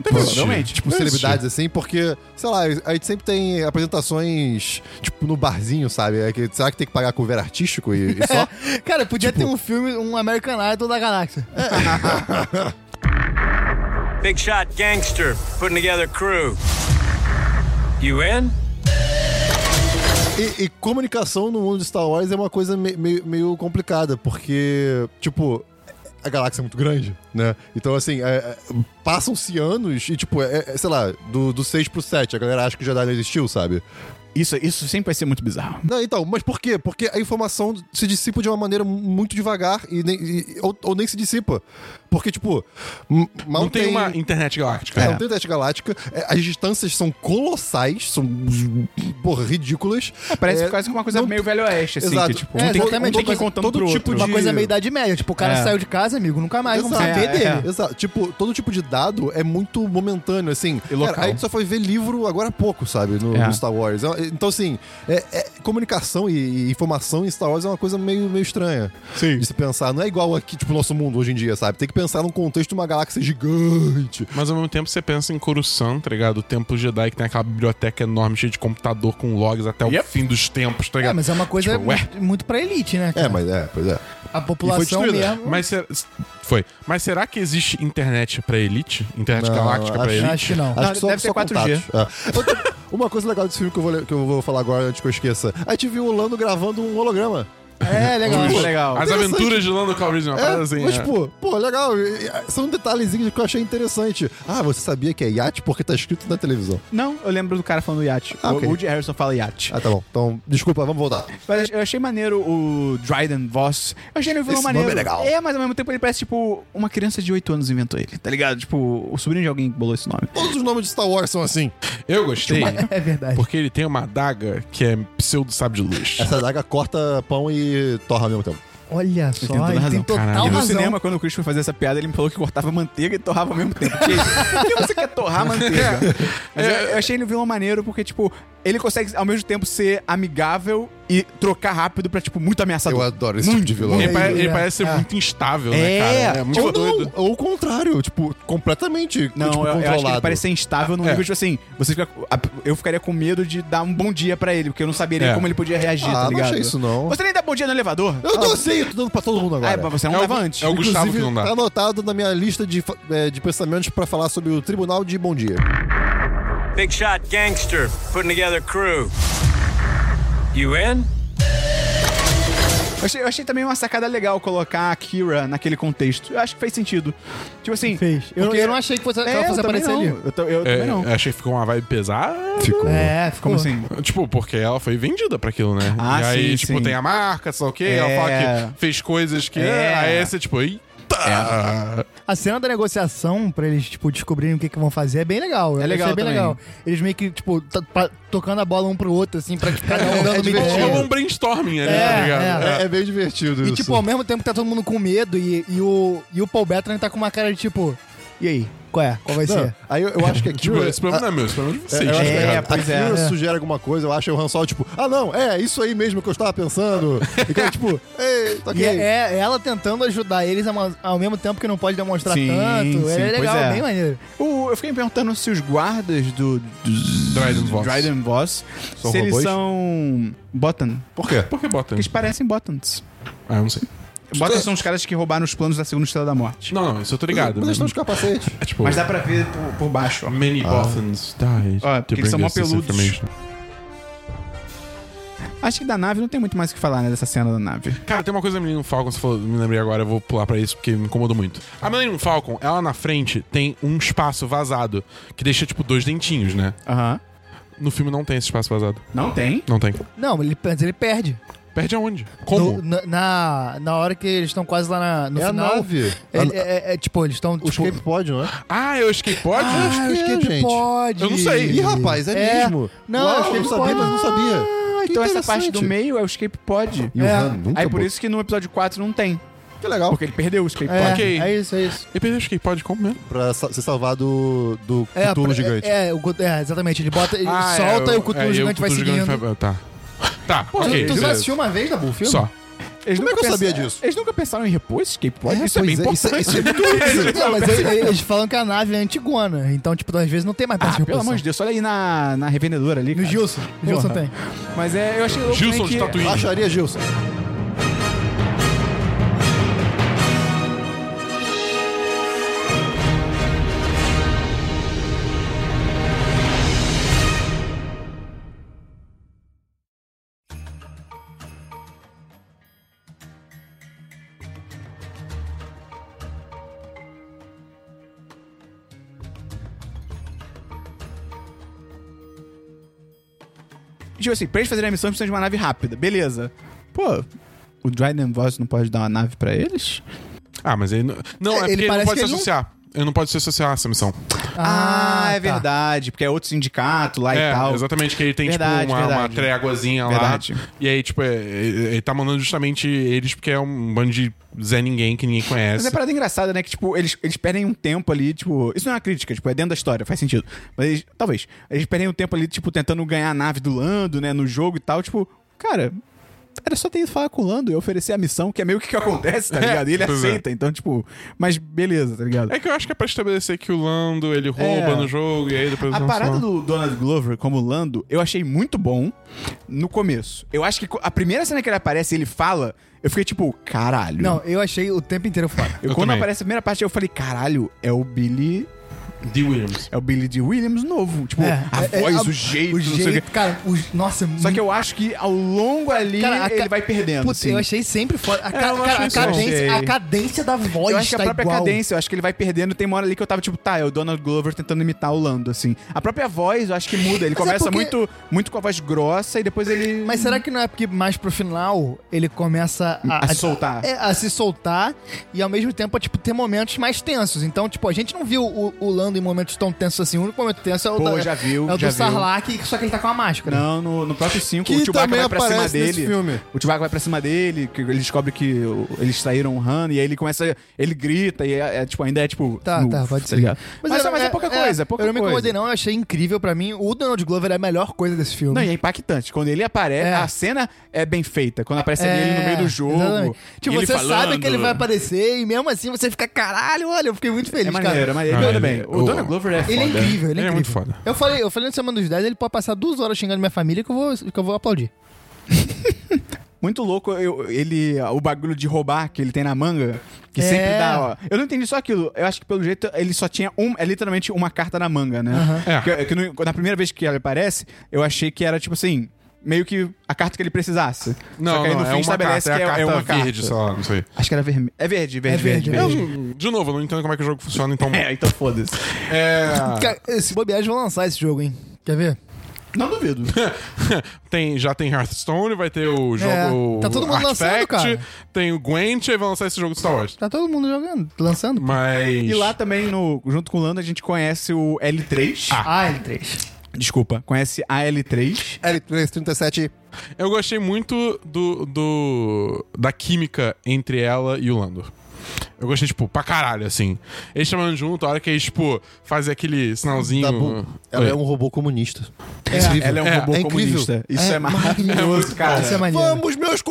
Speaker 3: Provavelmente.
Speaker 5: Tipo, celebridades assim, porque, sei lá, a gente sempre tem apresentações, tipo, no barzinho, sabe? É que- será que tem que pagar com ver artístico e, e só?
Speaker 6: Cara, podia ter um filme, um American Idol da galáxia.
Speaker 7: Big shot gangster putting together crew. You in?
Speaker 5: E, e comunicação no mundo de Star Wars é uma coisa me- meio, meio complicada, porque, tipo, a galáxia é muito grande, né? Então, assim, é- é- passam-se anos e, tipo, é, é- sei lá, do, do 6 pro 7, a galera acha que o Jedi não existiu, sabe?
Speaker 3: Isso, isso sempre vai ser muito bizarro.
Speaker 5: Não, então, mas por quê? Porque a informação se dissipa de uma maneira muito devagar e nem, e- ou, ou nem se dissipa. Porque, tipo, m- mal
Speaker 4: Não tem uma internet galáctica.
Speaker 5: É, não tem internet galáctica. é, As distâncias são colossais, são porra, ridículas.
Speaker 3: Parece
Speaker 5: É,
Speaker 3: quase que uma coisa
Speaker 5: não-
Speaker 3: meio velho oeste, assim.
Speaker 5: Exato.
Speaker 3: Que, tipo,
Speaker 5: É,
Speaker 3: um tem, um
Speaker 6: exatamente,
Speaker 3: tem que ir
Speaker 6: todo-
Speaker 3: contando
Speaker 5: todo
Speaker 3: pro
Speaker 5: tipo
Speaker 3: outro.
Speaker 6: Uma
Speaker 5: de-
Speaker 6: coisa meio idade média. Tipo, o cara
Speaker 3: É.
Speaker 6: saiu de casa, amigo, nunca mais vamos
Speaker 5: Exato.
Speaker 6: saber
Speaker 3: É,
Speaker 6: dele.
Speaker 5: Exato. Tipo, todo tipo de dado é muito momentâneo, assim.
Speaker 3: E local.
Speaker 5: Cara, a gente só foi ver livro agora há pouco, sabe? No,
Speaker 3: É.
Speaker 5: no Star Wars. É- Então, assim, é- é- comunicação e, e informação em Star Wars é uma coisa meio, meio estranha.
Speaker 3: Sim.
Speaker 5: De se pensar. Não é igual aqui, tipo, o nosso mundo hoje em dia, sabe? Tem que pensar num contexto de uma galáxia gigante.
Speaker 4: Mas ao mesmo tempo você pensa em Coruscant, tá ligado? O Templo Jedi que tem aquela biblioteca enorme cheia de computador com logs até o
Speaker 3: Yep.
Speaker 4: fim dos tempos, tá
Speaker 6: É,
Speaker 4: ligado?
Speaker 6: mas é uma coisa
Speaker 4: Tipo, ué.
Speaker 6: muito- muito pra elite, né?
Speaker 5: É,
Speaker 6: cara?
Speaker 5: mas é, pois é.
Speaker 6: A população
Speaker 5: destruída.
Speaker 6: mesmo.
Speaker 4: Mas será, foi. Mas será que existe internet pra elite? Internet
Speaker 5: Não,
Speaker 4: galáctica pra
Speaker 5: acho-
Speaker 4: elite?
Speaker 6: Acho que não.
Speaker 5: Acho
Speaker 3: Não,
Speaker 5: que só,
Speaker 3: deve
Speaker 5: só
Speaker 3: ter 4G.
Speaker 5: contatos. É. Outra- Uma coisa legal desse filme que eu, vou, le- que eu vou falar agora antes que eu esqueça. A gente viu o Lando gravando um holograma.
Speaker 6: É, legal.
Speaker 3: Isso é legal.
Speaker 4: As
Speaker 5: Interessante.
Speaker 4: aventuras de Lando Calrissian, uma
Speaker 5: É,
Speaker 4: parada assim.
Speaker 5: mas,
Speaker 4: é.
Speaker 5: tipo, pô, legal. E- e- São detalhezinhos que eu achei interessante. Ah, você sabia que é iate porque tá escrito na televisão.
Speaker 3: Não, eu lembro do cara falando iate.
Speaker 5: Ah,
Speaker 3: O-
Speaker 5: ok.
Speaker 3: O Woody Harrison fala iate.
Speaker 5: Ah, tá bom. Então, desculpa, vamos voltar.
Speaker 3: Mas eu achei maneiro o Dryden Voss. Eu achei ele um vilão
Speaker 5: Esse nome
Speaker 3: maneiro.
Speaker 5: é legal.
Speaker 3: mas ao mesmo tempo ele parece, tipo, uma criança de 8 anos inventou ele, tá ligado? Tipo, o sobrinho de alguém que bolou esse nome.
Speaker 5: Todos os nomes de Star Wars são assim.
Speaker 4: Eu gostei.
Speaker 6: É verdade.
Speaker 4: Porque ele tem uma adaga que é pseudo sabe de luz.
Speaker 5: Essa daga corta pão e torra ao mesmo tempo.
Speaker 6: Olha só,
Speaker 3: toda
Speaker 6: ele tem
Speaker 3: razão.
Speaker 6: total
Speaker 4: Caralho.
Speaker 3: E no
Speaker 6: razão.
Speaker 3: cinema, quando o Chris foi fazer essa piada, ele me falou que cortava manteiga e torrava ao mesmo tempo. Por que você quer torrar manteiga? Mas eu, eu achei ele um vilão maneiro porque, tipo, ele consegue ao mesmo tempo ser amigável e trocar rápido pra, tipo, muito ameaçador.
Speaker 5: Eu adoro esse tipo de vilão.
Speaker 4: Ele, pare- ele
Speaker 6: é.
Speaker 4: parece ser muito instável, né, cara? É muito
Speaker 5: Ou
Speaker 4: doido.
Speaker 5: não, Tipo, ou o contrário. Tipo, completamente
Speaker 3: Não,
Speaker 5: tipo,
Speaker 3: eu, eu acho que ele
Speaker 5: controlado.
Speaker 3: parece ser instável num
Speaker 4: É.
Speaker 3: nível, tipo assim, você fica, a- eu ficaria com medo de dar um bom dia pra ele, porque eu não saberia
Speaker 4: É.
Speaker 3: como ele podia reagir,
Speaker 5: Ah,
Speaker 3: tá
Speaker 5: não
Speaker 3: ligado?
Speaker 5: achei isso, não.
Speaker 3: Você nem dá bom dia no elevador?
Speaker 5: Eu tô assim, eu tô dando pra todo mundo
Speaker 3: Ah,
Speaker 5: agora.
Speaker 3: mas você
Speaker 4: Ah, É
Speaker 3: não
Speaker 4: o-
Speaker 3: dava antes.
Speaker 4: é o- Gustavo
Speaker 5: Inclusive,
Speaker 4: que não dá.
Speaker 5: Tá anotado na minha lista de, fa- eh, de pensamentos pra falar sobre o Tribunal de Bom Dia.
Speaker 7: Big shot gangster putting together crew. You in?
Speaker 3: Eu achei, eu achei também uma sacada legal colocar a Kira naquele contexto. Eu acho que fez sentido. Tipo assim...
Speaker 6: Fez. Eu,
Speaker 3: porque-
Speaker 6: eu não achei que fosse, que
Speaker 3: É,
Speaker 6: ela
Speaker 3: eu
Speaker 6: fosse
Speaker 3: também
Speaker 6: aparecer
Speaker 3: não.
Speaker 6: ali.
Speaker 3: Eu, ta- eu
Speaker 4: É,
Speaker 3: também não.
Speaker 4: eu achei que ficou uma vibe pesada.
Speaker 5: Ficou.
Speaker 6: É, ficou.
Speaker 3: Como assim?
Speaker 4: Tipo, porque ela foi vendida pra aquilo, né?
Speaker 3: Ah,
Speaker 4: e aí,
Speaker 3: sim,
Speaker 4: tipo,
Speaker 3: sim.
Speaker 4: tem a marca, sei lá o quê. Ela
Speaker 3: É.
Speaker 4: fala que fez coisas que.
Speaker 3: É.
Speaker 4: Aí você, tipo, eita! É
Speaker 6: A cena da negociação, pra eles, tipo, descobrirem o que, que vão fazer, é bem legal. Eu achei
Speaker 3: legal
Speaker 6: bem
Speaker 3: também.
Speaker 6: legal. Eles meio que, tipo, to- pa- tocando a bola um pro outro, assim, pra cada um dando
Speaker 4: Tipo, rolou
Speaker 3: é.
Speaker 6: medida.
Speaker 4: um brainstorming ali,
Speaker 6: É,
Speaker 4: tá ligado?
Speaker 5: É,
Speaker 6: é.
Speaker 5: é bem divertido
Speaker 6: E,
Speaker 5: isso.
Speaker 6: tipo, ao mesmo tempo que tá todo mundo com medo e, e o, e o Paul Bettany tá com uma cara de, tipo, e aí? Qual é? Qual vai
Speaker 5: Não,
Speaker 6: ser?
Speaker 5: aí eu, eu acho que aqui...
Speaker 4: Tipo, esse problema não é meu, esse problema é de
Speaker 5: É,
Speaker 4: vocês,
Speaker 5: eu
Speaker 4: tá
Speaker 5: acho que
Speaker 4: ligado?
Speaker 5: a-
Speaker 3: É,
Speaker 5: a
Speaker 3: pois é.
Speaker 5: Kira sugere alguma coisa, eu acho, e o Han Solo, tipo, ah, não, é isso aí mesmo que eu estava pensando. E que, tipo, ei, tá
Speaker 6: E
Speaker 5: ok.
Speaker 6: é, é ela tentando ajudar eles ao, ma- ao mesmo tempo que não pode demonstrar
Speaker 3: Sim,
Speaker 6: tanto.
Speaker 3: sim,
Speaker 6: é
Speaker 3: pois
Speaker 6: legal,
Speaker 3: é.
Speaker 6: bem maneiro.
Speaker 3: O- eu fiquei me perguntando se os guardas do, do
Speaker 4: Dryden Voss.
Speaker 3: Dryden Voss
Speaker 5: São
Speaker 3: se eles
Speaker 5: robôs?
Speaker 3: são Bottom. Porque
Speaker 5: Por quê?
Speaker 4: Por que bota?
Speaker 3: eles parecem Bottoms.
Speaker 4: Ah, eu não sei.
Speaker 5: é.
Speaker 3: Bottoms são os caras que roubaram os planos da segunda estrela da morte.
Speaker 4: Não, não, isso eu tô ligado.
Speaker 5: Mas eles estão de capacete.
Speaker 4: É tipo, Tá,
Speaker 3: Mas dá pra ver por, por baixo, ó.
Speaker 4: many Bothans died.
Speaker 3: Ó,
Speaker 4: to
Speaker 3: porque eles
Speaker 4: bring
Speaker 3: são mó
Speaker 4: us this
Speaker 3: peludos.
Speaker 4: information.
Speaker 3: Acho que da nave não tem muito mais o que falar, né? Dessa cena da nave.
Speaker 4: Cara, tem uma coisa da Millennium Falcon, você falou, me lembrei agora, eu vou pular pra isso porque me incomodou muito. A Millennium Falcon, ela na frente tem um espaço vazado que deixa tipo dois dentinhos, né?
Speaker 3: Aham.
Speaker 4: No filme não tem esse espaço vazado.
Speaker 3: Não tem?
Speaker 4: Não tem.
Speaker 6: Não, ele, mas ele perde.
Speaker 4: Perde aonde? Como?
Speaker 6: No- na, na, na hora que eles estão quase lá na, no
Speaker 5: É a
Speaker 6: final.
Speaker 5: nave.
Speaker 6: ele-
Speaker 5: A-
Speaker 6: é, é- é, tipo, eles estão.
Speaker 5: O
Speaker 6: Tipo,
Speaker 5: escape pod, não é?
Speaker 4: Ah, eu escape pod?
Speaker 5: Ah,
Speaker 6: é o escape
Speaker 5: gente.
Speaker 6: pod.
Speaker 4: Eu não sei.
Speaker 5: Ih, rapaz, é,
Speaker 6: É.
Speaker 5: mesmo.
Speaker 6: Não,
Speaker 5: Uau,
Speaker 6: eu achei
Speaker 5: eu
Speaker 6: que
Speaker 5: sabia,
Speaker 6: pode.
Speaker 5: mas não sabia.
Speaker 3: Ah,
Speaker 5: Que
Speaker 3: então essa parte do
Speaker 5: interessante.
Speaker 3: meio é o escape pod.
Speaker 5: E o
Speaker 6: É.
Speaker 5: Han nunca
Speaker 3: Aí por
Speaker 5: botou.
Speaker 3: isso que no episódio 4 não tem.
Speaker 5: Que legal.
Speaker 3: Porque ele perdeu o escape
Speaker 6: é,
Speaker 3: pod.
Speaker 4: ok.
Speaker 6: é isso, é isso.
Speaker 4: Ele perdeu o escape pod como mesmo?
Speaker 5: Pra sa- ser salvado do
Speaker 6: É,
Speaker 5: Cthulhu
Speaker 6: pra-
Speaker 5: gigante.
Speaker 6: É, é, o Cthulhu- é, exatamente. Ele bota, ele
Speaker 4: Ah, é,
Speaker 6: solta e o Cthulhu
Speaker 4: é, e
Speaker 6: gigante vai
Speaker 4: Cthulhu
Speaker 6: seguindo.
Speaker 4: vai- Tá. Tá, ok.
Speaker 6: tu tu só
Speaker 4: beleza.
Speaker 6: assistiu uma vez, Dabu, o filme?
Speaker 4: Só.
Speaker 3: Eles
Speaker 5: Como é
Speaker 3: nunca
Speaker 5: que eu sabia
Speaker 3: pensa-
Speaker 5: disso?
Speaker 3: Eles nunca pensaram em repor esse escape pod? isso é bem
Speaker 5: pois
Speaker 3: importante.
Speaker 5: isso, isso é muito útil.
Speaker 6: Não, mas ele- ele- eles falam que a nave é antigona. Então, tipo, às vezes não tem mais peça
Speaker 3: Ah,
Speaker 6: de
Speaker 3: pelo
Speaker 6: reposição.
Speaker 3: amor de Deus, olha aí na, na revendedora ali.
Speaker 6: No
Speaker 3: cara.
Speaker 6: Gilson. O Gilson
Speaker 3: Porra.
Speaker 6: tem.
Speaker 3: Mas é, eu achei louco.
Speaker 4: Gilson
Speaker 3: também
Speaker 4: de
Speaker 3: que-
Speaker 4: Tatuí.
Speaker 5: Baixaria, Gilson.
Speaker 3: tipo assim, pra eles fazerem a missão, precisam de uma nave rápida. Beleza. Pô, o Dryden Voss não pode dar uma nave pra eles?
Speaker 4: Ah, mas ele. Não, não,
Speaker 6: É,
Speaker 4: é, porque ele
Speaker 6: ele
Speaker 4: não
Speaker 6: parece
Speaker 4: pode
Speaker 6: que
Speaker 4: se
Speaker 6: ele não-
Speaker 4: associar. Ele não pode se associar a essa missão.
Speaker 3: Ah, é
Speaker 6: tá.
Speaker 3: verdade. Porque é outro sindicato lá
Speaker 4: é,
Speaker 3: e tal.
Speaker 4: exatamente, que ele tem,
Speaker 3: Verdade,
Speaker 4: tipo, uma, uma
Speaker 3: verdade.
Speaker 4: tréguazinha
Speaker 3: Verdade.
Speaker 4: lá. E aí, tipo, é- ele ele tá mandando justamente eles porque é um bando de Zé Ninguém que ninguém
Speaker 3: Mas
Speaker 4: conhece.
Speaker 3: é parada engraçada, né? Que, tipo, eles, eles perdem um tempo ali, tipo. Isso não é uma crítica, tipo, é dentro da história, faz sentido. Mas eles- talvez. Eles perdem um tempo ali, tipo, tentando ganhar a nave do Lando, né? No jogo e tal. Tipo, cara, era só ter ido falar com o Lando e oferecer a missão, que é meio que que acontece, tá ligado? E ele
Speaker 4: pois é.
Speaker 3: aceita, então, tipo. Mas beleza, tá ligado?
Speaker 4: É que eu acho que é pra estabelecer que o Lando, ele rouba
Speaker 3: É.
Speaker 4: no jogo e aí depois...
Speaker 3: A
Speaker 4: não
Speaker 3: parada
Speaker 4: sei.
Speaker 3: do Donald Glover como Lando, eu achei muito bom no começo. Eu acho que co- a primeira cena que ele aparece e ele fala, eu fiquei tipo, caralho.
Speaker 6: Não, eu achei o tempo inteiro foda.
Speaker 3: Eu-
Speaker 4: Eu
Speaker 3: quando
Speaker 4: também.
Speaker 3: aparece a primeira parte, eu falei, caralho, é o Billy
Speaker 4: Dee Williams.
Speaker 3: É o Billy D. Williams novo. Tipo, a
Speaker 6: é,
Speaker 3: voz,
Speaker 6: a-
Speaker 3: o jeito,
Speaker 6: o
Speaker 3: não sei o
Speaker 6: jeito,
Speaker 3: quê.
Speaker 6: cara, o- nossa,
Speaker 3: Só que eu acho que ao longo ali
Speaker 6: Cara, a
Speaker 3: ele
Speaker 6: ca-
Speaker 3: vai perdendo.
Speaker 6: Puta,
Speaker 3: assim. É,
Speaker 6: eu achei sempre foda. A, ca-
Speaker 3: eu não achei
Speaker 6: cara, a
Speaker 3: isso, não.
Speaker 6: cadência,
Speaker 3: Achei.
Speaker 6: a cadência da voz
Speaker 3: Eu acho que a
Speaker 6: tá
Speaker 3: própria
Speaker 6: igual.
Speaker 3: cadência, eu acho que ele vai perdendo. Tem uma hora ali que eu tava tipo, tá, é o Donald Glover tentando imitar o Lando, assim. A própria voz, eu acho que muda. Ele
Speaker 6: Mas é
Speaker 3: começa
Speaker 6: porque-
Speaker 3: muito, muito com a voz grossa e depois ele.
Speaker 6: Mas será que não é porque mais pro final ele começa a,
Speaker 3: A se soltar.
Speaker 6: é, a se soltar e ao mesmo tempo, tipo, ter momentos mais tensos. Então, tipo, a gente não viu o, o Lando em momentos tão tensos assim. O único momento tenso é o,
Speaker 3: Pô,
Speaker 6: da-
Speaker 3: já viu,
Speaker 6: é o
Speaker 3: já
Speaker 6: do
Speaker 3: viu.
Speaker 6: Sarlacc, só que ele tá com a máscara.
Speaker 3: Não, no, no próprio 5 o
Speaker 5: Que
Speaker 3: Chewbacca
Speaker 5: também
Speaker 3: vai pra cima
Speaker 5: aparece nesse
Speaker 3: dele.
Speaker 5: filme.
Speaker 3: O Chewbacca vai pra cima dele, que ele descobre que o- eles saíram o Han, e aí ele começa. Ele grita e é, é, tipo, ainda é tipo.
Speaker 6: Tá,
Speaker 3: no-
Speaker 6: tá, pode ser.
Speaker 3: ligado? Mas, mas, é, pouca coisa, é pouca
Speaker 6: Eu não me
Speaker 3: coisa.
Speaker 6: incomodei, não. Eu achei incrível pra mim. O Donald Glover é a melhor coisa desse filme.
Speaker 3: Não, e é impactante. Quando ele aparece,
Speaker 6: É.
Speaker 3: a cena é bem feita. Quando aparece
Speaker 6: É,
Speaker 3: ele no meio do jogo.
Speaker 6: exatamente. Tipo,
Speaker 3: e ele
Speaker 6: você sabe
Speaker 3: falando.
Speaker 6: que ele vai aparecer e mesmo assim você fica, caralho, olha, eu fiquei muito feliz,
Speaker 3: É maneiro, é
Speaker 6: cara.
Speaker 3: maneiro.
Speaker 4: Ah,
Speaker 3: Tudo
Speaker 4: ele-
Speaker 3: bem. O
Speaker 4: o-
Speaker 3: Donald Glover é foda.
Speaker 6: Ele é incrível, ele é incrível.
Speaker 4: Ele é muito foda.
Speaker 6: Eu falei, eu falei no Semana dos 10, ele pode passar duas horas xingando minha família que eu vou, que eu vou aplaudir.
Speaker 3: Muito louco eu- ele, o bagulho de roubar que ele tem na manga. Que
Speaker 6: É.
Speaker 3: sempre dá, ó. Eu não entendi só aquilo. Eu acho que pelo jeito ele só tinha um. É literalmente uma carta na manga, né?
Speaker 4: É.
Speaker 3: Que- que no- na primeira vez que ele aparece, eu achei que era tipo assim. Meio que a carta que ele precisasse. só
Speaker 4: Não,
Speaker 3: que aí
Speaker 4: não,
Speaker 3: no
Speaker 4: é
Speaker 3: fim
Speaker 4: uma
Speaker 3: estabelece
Speaker 4: carta, é a
Speaker 3: que é,
Speaker 4: carta
Speaker 3: é uma carta.
Speaker 4: verde, sei lá, não sei.
Speaker 3: Acho que era vermelho. É verde, verde,
Speaker 6: É
Speaker 3: verde,
Speaker 6: verde,
Speaker 3: verde.
Speaker 4: Eu, de novo, eu não entendo como é que o jogo funciona, então...
Speaker 3: É, então foda-se.
Speaker 4: é...
Speaker 6: Cara, se bobear, eles vão lançar esse jogo, hein? Quer ver?
Speaker 3: Não duvido.
Speaker 4: tem, já tem Hearthstone, vai ter o jogo.
Speaker 6: É,
Speaker 4: o
Speaker 6: tá todo mundo lançando, cara.
Speaker 4: Tem o Gwent, aí vai lançar esse jogo do Star Wars.
Speaker 6: Tá todo mundo jogando, lançando.
Speaker 4: Mas.
Speaker 3: E lá também, no, junto com o Lando, a gente conhece o L3.
Speaker 6: Ah, L3.
Speaker 3: Desculpa, conhece a L3.
Speaker 5: L337.
Speaker 4: Eu gostei muito do, do. da química entre ela e o Lando. Eu gostei, tipo, pra caralho, assim. Eles chamando junto, a hora que eles, tipo, fazem aquele sinalzinho.
Speaker 5: Tá bom. Ela
Speaker 4: Oi.
Speaker 5: é um robô comunista.
Speaker 3: Ela é um
Speaker 4: É,
Speaker 3: robô
Speaker 5: é incrível.
Speaker 3: comunista. Isso é, maravilhoso, cara.
Speaker 6: Isso é maneiro.
Speaker 5: Vamos, meus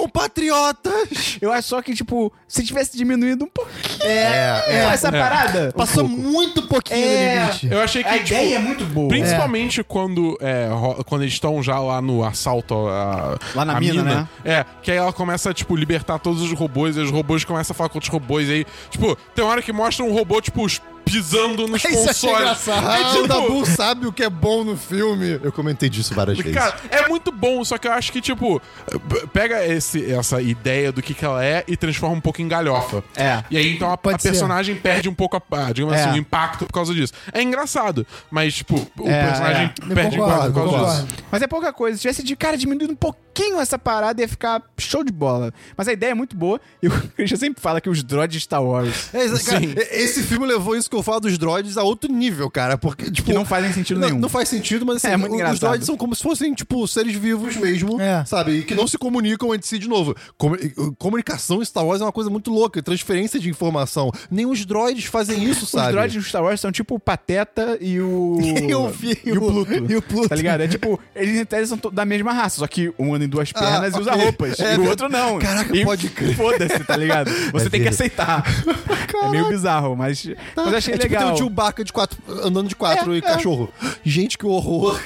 Speaker 5: compatriotas!
Speaker 3: Eu acho só que, tipo, se tivesse diminuído um pouquinho
Speaker 5: É,
Speaker 3: essa parada.
Speaker 6: Passou muito pouquinho
Speaker 3: É.
Speaker 6: do limite.
Speaker 4: Eu achei que.
Speaker 3: A
Speaker 4: tipo,
Speaker 3: ideia é muito boa.
Speaker 4: Principalmente quando, é, ro- quando eles estão já lá no assalto a,
Speaker 3: Lá na mina, né?
Speaker 4: É, que aí ela começa a, tipo, libertar todos os robôs, e os robôs começam a falar com outros robôs, e aí, tipo, tem uma hora que mostra um robô, tipo, os- pisando nos
Speaker 6: Isso eu achei
Speaker 4: consoles.
Speaker 6: engraçado.
Speaker 4: É,
Speaker 5: Ah, o Dabu sabe o que é bom no filme. Eu comentei disso várias vezes.
Speaker 4: Cara, é muito bom, só que eu acho que, tipo, p- pega esse, essa ideia do que, que ela é e transforma um pouco em galhofa.
Speaker 3: É.
Speaker 4: E aí, então, a,
Speaker 6: Pode
Speaker 4: a
Speaker 6: ser. É.
Speaker 4: personagem perde um pouco, a, a, digamos
Speaker 3: É.
Speaker 4: assim, o impacto por causa disso. É engraçado, mas, tipo, o
Speaker 3: É,
Speaker 4: personagem
Speaker 6: Eu
Speaker 4: perde
Speaker 6: concordo,
Speaker 4: impacto por causa disso.
Speaker 6: concordo.
Speaker 3: Mas é pouca coisa. Se tivesse de cara diminuído um pouquinho essa parada, ia ficar show de bola. Mas a ideia é muito boa. E o Christian sempre fala que os droids de Star Wars
Speaker 5: É, exa- cara, e- esse filme levou isso que eu falo dos droids a outro nível, cara. Porque, tipo.
Speaker 3: que não fazem sentido
Speaker 5: não,
Speaker 3: nenhum.
Speaker 5: não faz sentido, mas assim,
Speaker 3: É, muito
Speaker 5: o- os
Speaker 3: engraçado.
Speaker 5: droids são como se fossem, tipo, seres vivos mesmo,
Speaker 6: É.
Speaker 5: sabe? E que não se comunicam entre si de novo. Comu- comunicação em Star Wars é uma coisa muito louca, transferência de informação. Nem os droids fazem isso,
Speaker 3: Os
Speaker 5: sabe?
Speaker 3: droids do Star Wars são tipo o Pateta e o.
Speaker 6: E o fi-
Speaker 3: e o Pluto.
Speaker 6: e o Pluto.
Speaker 3: Tá ligado? É tipo, eles em tese são to- da mesma raça, só que um anda em duas pernas e usa
Speaker 5: Ah, ok.
Speaker 3: roupas.
Speaker 5: É
Speaker 3: e o
Speaker 5: ver-
Speaker 3: outro não.
Speaker 5: Caraca,
Speaker 3: e
Speaker 5: pode crer.
Speaker 3: Foda-se, tá ligado? Você tem que
Speaker 5: verdade.
Speaker 3: aceitar. É meio bizarro, mas. Mas eu achei
Speaker 5: é tipo
Speaker 3: legal. É,
Speaker 5: ter o Chewbacca de quatro, andando de quatro e cachorro. Gente, que horror.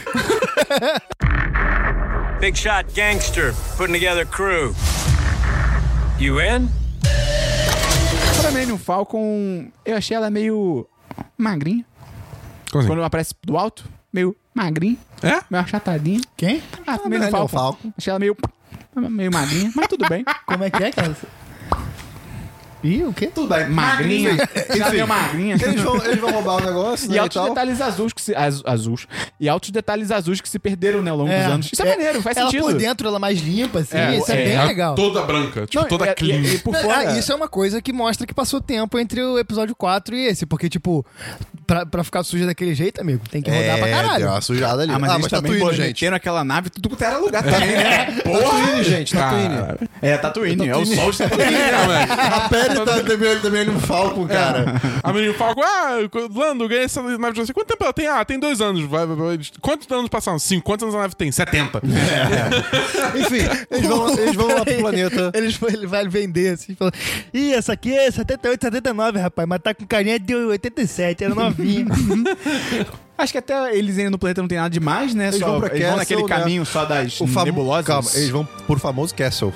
Speaker 7: Big shot gangster putting together crew. You in?
Speaker 3: Pra mim, no Falcon, eu achei ela meio. magrinha.
Speaker 4: Como assim?
Speaker 3: Quando ela aparece do alto, meio magrinha,
Speaker 4: É?
Speaker 3: meio achatadinha.
Speaker 6: Quem?
Speaker 3: Ah, meio
Speaker 5: não
Speaker 3: no
Speaker 5: é não,
Speaker 3: Falcon.
Speaker 5: Falcon.
Speaker 3: Achei ela meio. meio magrinha, mas tudo bem.
Speaker 6: Como é que é, cara? Ih, o quê?
Speaker 3: Tudo bem. Magrinha. Já
Speaker 5: Enfim,
Speaker 3: deu é magrinha.
Speaker 5: Eles vão, eles vão roubar o negócio, né,
Speaker 3: E
Speaker 5: e
Speaker 3: altos
Speaker 5: tal.
Speaker 3: detalhes azuis que se, az- azuis. E altos detalhes azuis que se perderam né, ao longo dos anos. Isso é, maneiro, faz
Speaker 6: ela
Speaker 3: sentido.
Speaker 6: por dentro, ela mais limpa, assim.
Speaker 3: É,
Speaker 6: isso é,
Speaker 3: é,
Speaker 6: bem
Speaker 4: Ela
Speaker 6: legal.
Speaker 4: Toda branca, tipo,
Speaker 3: Não, é,
Speaker 4: toda
Speaker 3: e-
Speaker 4: clean.
Speaker 3: E, e por
Speaker 6: Não,
Speaker 3: fora.
Speaker 6: ah, isso é uma coisa que mostra que passou tempo entre o episódio 4 e esse, porque, tipo, pra, pra ficar suja daquele jeito, amigo, tem que rodar pra
Speaker 5: É,
Speaker 6: caralho.
Speaker 5: deu uma sujada ali. tá
Speaker 3: Ah, mas eles também
Speaker 5: Tatooine,
Speaker 3: pô, meteram aquela nave tudo quanto era lugar também, né?
Speaker 5: Tatooine, gente, Tatooine.
Speaker 4: Cara,
Speaker 3: É, Tatooine. É o sol de Tatooine.
Speaker 4: é, velho.
Speaker 5: A pele tá também também no
Speaker 3: É.
Speaker 5: falco, cara.
Speaker 4: A menina fala, ah, Lando, eu ganhei essa nave de você. Quanto tempo ela tem? Ah, tem dois anos. Vai, vai, vai. Quantos anos passaram? Cinco. Quantos anos a nave tem? 70.
Speaker 5: Enfim, eles vão, eles vão lá pro planeta.
Speaker 6: Eles, foi- ele vai vender assim, falando: Ih, essa aqui é 78, 79, rapaz, mas tá com carinha de 87, era novinha.
Speaker 3: Acho que até eles ainda no planeta não tem nada demais, né?
Speaker 5: Eles
Speaker 3: só,
Speaker 5: vão pra
Speaker 3: eles vão
Speaker 5: Castle,
Speaker 3: naquele
Speaker 5: né?
Speaker 3: caminho só das
Speaker 5: O famo-
Speaker 3: nebulosas.
Speaker 5: Calma, eles vão pro famoso Castle. né?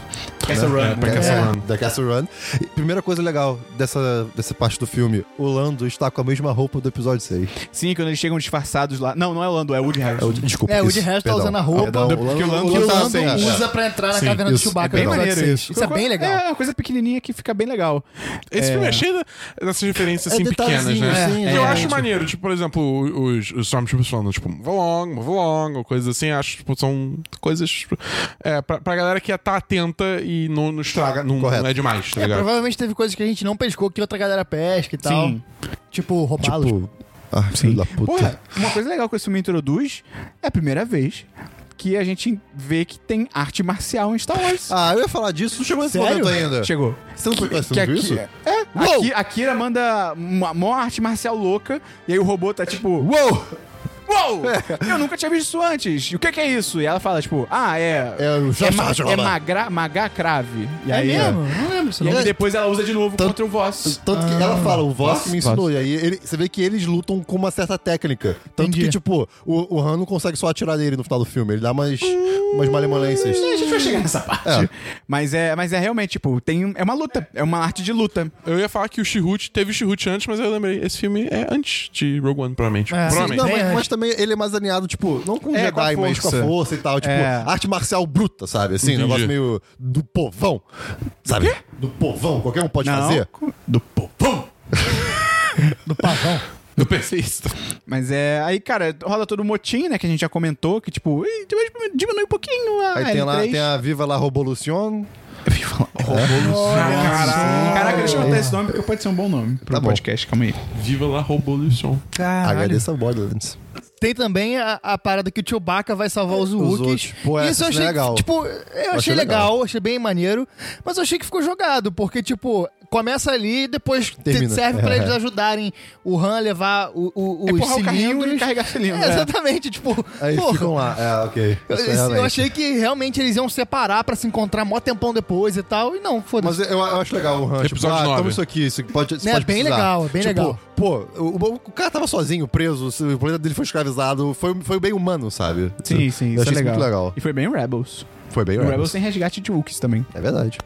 Speaker 3: Castle Run.
Speaker 4: pra
Speaker 5: É,
Speaker 4: Castle Run.
Speaker 5: Da Castle Run. E primeira coisa legal dessa, dessa parte do filme: o Lando está com a mesma roupa do episódio 6.
Speaker 3: Sim, quando eles chegam disfarçados lá. Não, não é o Lando, é o Woody Harris.
Speaker 5: É, o- desculpa.
Speaker 6: É, o
Speaker 5: isso,
Speaker 6: de resto tá
Speaker 5: perdão.
Speaker 6: usando a roupa
Speaker 5: Perdão,
Speaker 3: do- porque o Lando-
Speaker 6: que o
Speaker 5: tá
Speaker 6: Lando
Speaker 5: sem, é.
Speaker 6: usa pra entrar na
Speaker 4: Sim,
Speaker 6: caverna do
Speaker 5: isso,
Speaker 6: Chewbacca
Speaker 5: é bem
Speaker 6: no episódio
Speaker 3: maneiro
Speaker 6: 6.
Speaker 3: isso.
Speaker 6: Isso é bem legal.
Speaker 3: É uma coisa pequenininha que fica bem legal.
Speaker 4: Esse filme é cheio dessas referências assim,
Speaker 5: É
Speaker 4: pequenas,
Speaker 5: detalhezinho,
Speaker 4: né?
Speaker 5: assim,
Speaker 4: que
Speaker 5: é,
Speaker 4: eu
Speaker 5: é,
Speaker 4: acho
Speaker 5: tipo-
Speaker 4: maneiro, tipo, por exemplo, os, os Stormtroopers falando, tipo, move along, move along, ou coisas assim, acho, tipo, são coisas tipo, é, pra, pra galera que tá atenta e não, não estraga, não,
Speaker 5: Correto.
Speaker 4: não é demais, tá
Speaker 6: É,
Speaker 4: ligado?
Speaker 6: provavelmente teve coisas que a gente não pescou que outra galera pesca e tal.
Speaker 3: Sim.
Speaker 6: Tipo, roubá-los.
Speaker 5: Tipo, ah, filho da puta.
Speaker 3: Porra, uma coisa legal que esse filme introduz é a primeira vez que a gente vê que tem arte marcial em Star Wars.
Speaker 5: Ah, eu ia falar disso, não chegou nesse
Speaker 6: Sério?
Speaker 5: momento ainda.
Speaker 3: Chegou.
Speaker 5: Você não foi você
Speaker 3: Que
Speaker 5: não viu
Speaker 3: aqui-
Speaker 5: isso?
Speaker 3: É. Aqui, a Kira manda uma maior arte marcial louca e aí o robô tá tipo, uou! Uou! Eu nunca tinha visto isso antes. E o que que é isso? E ela fala, tipo, ah, é.
Speaker 5: É o-
Speaker 3: é, ma é magra, magá crave. E
Speaker 6: É
Speaker 3: aí,
Speaker 6: mesmo? Não lembro isso
Speaker 3: E
Speaker 6: não.
Speaker 3: aí depois ela usa de novo
Speaker 5: Tanto-
Speaker 3: contra o Voss.
Speaker 5: Tanto que ela fala, o Voss que me
Speaker 3: Ah, Voss.
Speaker 5: ensinou. E aí ele- você vê que eles lutam com uma certa técnica. Tanto
Speaker 6: Entendi.
Speaker 5: que, tipo, o, o Han não consegue só atirar nele no final do filme. Ele dá umas, umas malemolências.
Speaker 3: Hum, A gente vai chegar nessa parte. Mas, é, mas é realmente, tipo, tem, é uma luta. É uma arte de luta.
Speaker 4: Eu ia falar que o Chihut teve o Chihut antes, mas eu lembrei, esse filme é antes de Rogue One, provavelmente.
Speaker 6: É, sim.
Speaker 4: provavelmente.
Speaker 5: Não,
Speaker 6: Bem
Speaker 5: mas,
Speaker 6: antes.
Speaker 5: mas também ele é mais alinhado, tipo, não com
Speaker 3: É,
Speaker 5: Jedi,
Speaker 3: com a
Speaker 5: mas com a
Speaker 3: força.
Speaker 5: força e tal. Tipo,
Speaker 3: É.
Speaker 5: arte marcial bruta, sabe? Assim, um
Speaker 4: Entendi.
Speaker 5: negócio meio do povão. Sabe? Do povão, qualquer um pode fazer.
Speaker 3: Do povão.
Speaker 6: Do pavão.
Speaker 4: Eu pensei isso.
Speaker 3: Mas é. Aí, cara, rola todo o motim, né? Que a gente já comentou, que, tipo, "Ih, diminui um pouquinho a
Speaker 5: Aí tem, lá,
Speaker 3: L3."
Speaker 5: tem a Viva la Revolucion.
Speaker 3: Caraca, Caraca, deixa eu botar esse nome porque pode ser um bom nome pro
Speaker 5: Tá bom.
Speaker 3: podcast, calma aí.
Speaker 4: Viva la Revolution.
Speaker 5: Agradeça ao Borderlands.
Speaker 6: Tem também a, a parada que o Chewbacca vai salvar os Wookiees.
Speaker 5: Wookiees. Pô, essa
Speaker 6: isso eu
Speaker 5: cena é
Speaker 6: achei,
Speaker 5: legal.
Speaker 6: tipo, eu achei
Speaker 5: achei
Speaker 6: legal,
Speaker 5: legal.
Speaker 6: achei bem maneiro, mas eu achei que ficou jogado, porque, tipo, começa ali e depois te-
Speaker 5: Termina.
Speaker 6: serve pra
Speaker 5: É.
Speaker 6: eles ajudarem o Han a levar o, o, os
Speaker 3: Empurrar o carrinho
Speaker 6: cilindros.
Speaker 3: e carregar cilindro,
Speaker 6: É,
Speaker 3: é.
Speaker 6: Exatamente, tipo,
Speaker 5: né? Aí
Speaker 6: porra,
Speaker 5: ficam lá. É, ok.
Speaker 6: eu, assim,
Speaker 5: Isso é
Speaker 6: eu
Speaker 5: realmente.
Speaker 6: achei que realmente eles iam separar pra se encontrar mó tempão depois e tal, e não,
Speaker 5: Mas
Speaker 6: foda-se.
Speaker 5: eu, eu acho legal o Han. Tipo,
Speaker 4: Episódio
Speaker 5: ah,
Speaker 4: nove.
Speaker 5: toma isso aqui, isso aqui pode, isso
Speaker 6: É,
Speaker 5: pode
Speaker 6: bem
Speaker 5: precisar.
Speaker 6: legal, bem
Speaker 5: tipo,
Speaker 6: legal.
Speaker 5: Pô, o, o cara tava sozinho, preso, o planeta dele foi escravizado. Foi, foi bem humano, sabe?
Speaker 3: Sim, sim, isso
Speaker 5: Eu
Speaker 3: é
Speaker 5: achei
Speaker 3: legal.
Speaker 5: muito legal.
Speaker 3: E foi bem Rebels.
Speaker 5: Foi bem
Speaker 3: O Rebels,
Speaker 5: Rebels.
Speaker 3: tem resgate de Wookies também.
Speaker 5: É verdade.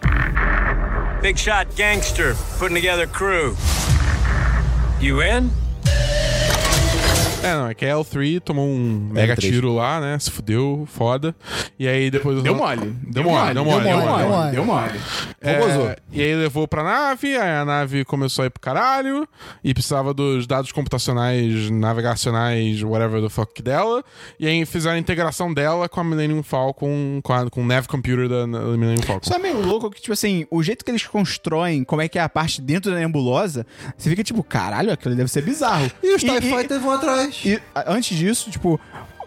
Speaker 7: Big shot gangster putting together crew. You in?
Speaker 4: É, não, é que a L3 tomou um mega
Speaker 5: L3.
Speaker 4: tiro lá, né? Se fudeu, foda. E aí depois.
Speaker 3: Deu mole.
Speaker 4: Deu mole, deu mole, deu mole.
Speaker 6: mole, deu mole.
Speaker 3: Deu mole.
Speaker 4: É,
Speaker 5: Robozou.
Speaker 4: e aí levou pra nave, aí a nave começou a ir pro caralho, e precisava dos dados computacionais, navegacionais, whatever the fuck dela, e aí fizeram a integração dela com a Millennium Falcon, com, a, com o nav computer da, da Millennium Falcon.
Speaker 3: Só é meio louco que, tipo assim, o jeito que eles constroem, como é que é a parte dentro da nebulosa, você fica tipo, caralho, aquilo deve ser bizarro.
Speaker 5: E os TIE
Speaker 3: e-
Speaker 5: Fighters vão atrás.
Speaker 3: E a- antes disso, tipo,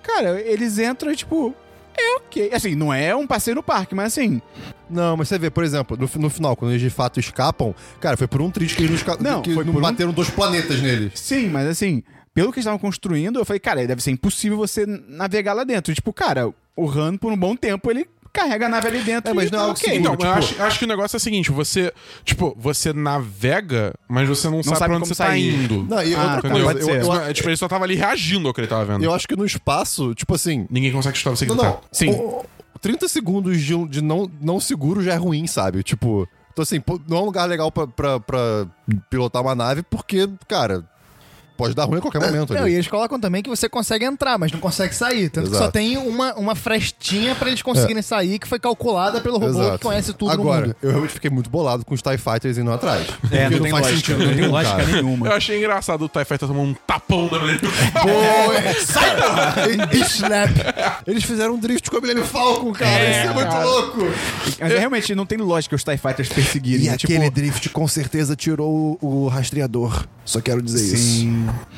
Speaker 3: cara, eles entram e, tipo, é ok. Assim, não é um passeio no parque, mas assim,
Speaker 5: Não, mas você vê, por exemplo, no, fi- no final, quando eles de fato escapam, cara, foi por um triste que eles não, esca-
Speaker 3: Não,
Speaker 5: que
Speaker 3: foi
Speaker 5: não
Speaker 3: por um-
Speaker 5: bateram dois planetas neles.
Speaker 3: Sim, mas assim, pelo que eles estavam construindo, eu falei, cara, deve ser impossível você navegar lá dentro. Tipo, cara, o Han, por um bom tempo, ele carrega a nave ali dentro.
Speaker 5: É, mas
Speaker 3: e
Speaker 5: não é
Speaker 3: tá
Speaker 5: algo
Speaker 3: ok.
Speaker 5: seguro,
Speaker 4: Então,
Speaker 5: tipo-
Speaker 4: eu acho, eu acho que o negócio é o seguinte, você, tipo, você navega, mas você não, sabe
Speaker 3: sabe
Speaker 4: pra onde
Speaker 3: como
Speaker 4: você
Speaker 3: sair.
Speaker 4: tá indo.
Speaker 5: Não, e
Speaker 3: Ah,
Speaker 5: outra
Speaker 3: tá.
Speaker 5: coisa,
Speaker 3: Pode
Speaker 5: eu,
Speaker 3: ser.
Speaker 5: eu-
Speaker 4: Não, é, tipo, ele só tava ali reagindo ao que ele tava vendo.
Speaker 5: eu acho que no espaço, tipo assim.
Speaker 4: Ninguém consegue chutar você que
Speaker 5: Não,
Speaker 4: tá.
Speaker 5: não.
Speaker 3: Sim.
Speaker 5: o- o- 30 segundos de, um- de não, não seguro já é ruim, sabe? Tipo. Então, assim, pô, não é um lugar legal pra, pra, pra pilotar uma nave, porque, cara. pode dar ruim a qualquer momento.
Speaker 6: Não,
Speaker 5: ali.
Speaker 6: e eles colocam também que você consegue entrar, mas não consegue sair. Tanto que só
Speaker 5: Exato. É.
Speaker 6: tem uma, uma frestinha pra eles conseguirem sair, que foi calculada pelo é um robô
Speaker 5: Exato.
Speaker 6: que conhece tudo
Speaker 5: Agora,
Speaker 6: no mundo.
Speaker 5: eu realmente fiquei muito bolado com os TIE Fighters indo atrás.
Speaker 3: É,
Speaker 5: Porque
Speaker 3: não tem lógica. não tem
Speaker 5: nenhum,
Speaker 3: lógica
Speaker 5: cara.
Speaker 3: nenhuma.
Speaker 4: Eu achei engraçado o TIE Fighter tomando um tapão na orelha.
Speaker 5: Sai da Snap. Eles fizeram um drift com a Millennium Falcon, cara. Isso é muito louco.
Speaker 3: Mas é, realmente não tem lógica os TIE Fighters perseguirem.
Speaker 5: E
Speaker 3: né?
Speaker 5: aquele drift com certeza tirou o, o rastreador. Só quero dizer isso.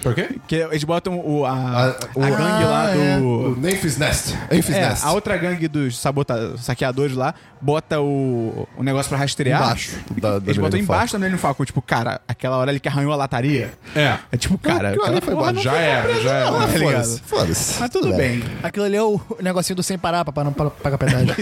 Speaker 4: Por quê?
Speaker 3: que eles botam o, a,
Speaker 5: A-
Speaker 3: a
Speaker 5: o- Ah,
Speaker 3: gangue lá
Speaker 6: é.
Speaker 3: do.
Speaker 5: O Nafis Nest. Nafis
Speaker 3: É,
Speaker 5: Nest.
Speaker 3: a outra gangue dos sabota, saqueadores lá bota o, o negócio pra rastrear.
Speaker 5: Embaixo da- da
Speaker 3: eles botam
Speaker 5: Millennium
Speaker 3: embaixo da Millennium Falcon. Tipo, cara, aquela hora ali que arranhou a lataria.
Speaker 4: É.
Speaker 3: É tipo, cara.
Speaker 5: Aquilo ali
Speaker 3: aquela
Speaker 5: foi
Speaker 3: porra
Speaker 5: bom.
Speaker 3: não-
Speaker 4: Já era, já era.
Speaker 5: Ah,
Speaker 3: tá ligado?
Speaker 5: foda-se. Foda-se.
Speaker 3: Mas tudo
Speaker 5: É.
Speaker 3: bem.
Speaker 6: Aquilo ali é o negocinho do sem parar pra não pa- pagar pedágio.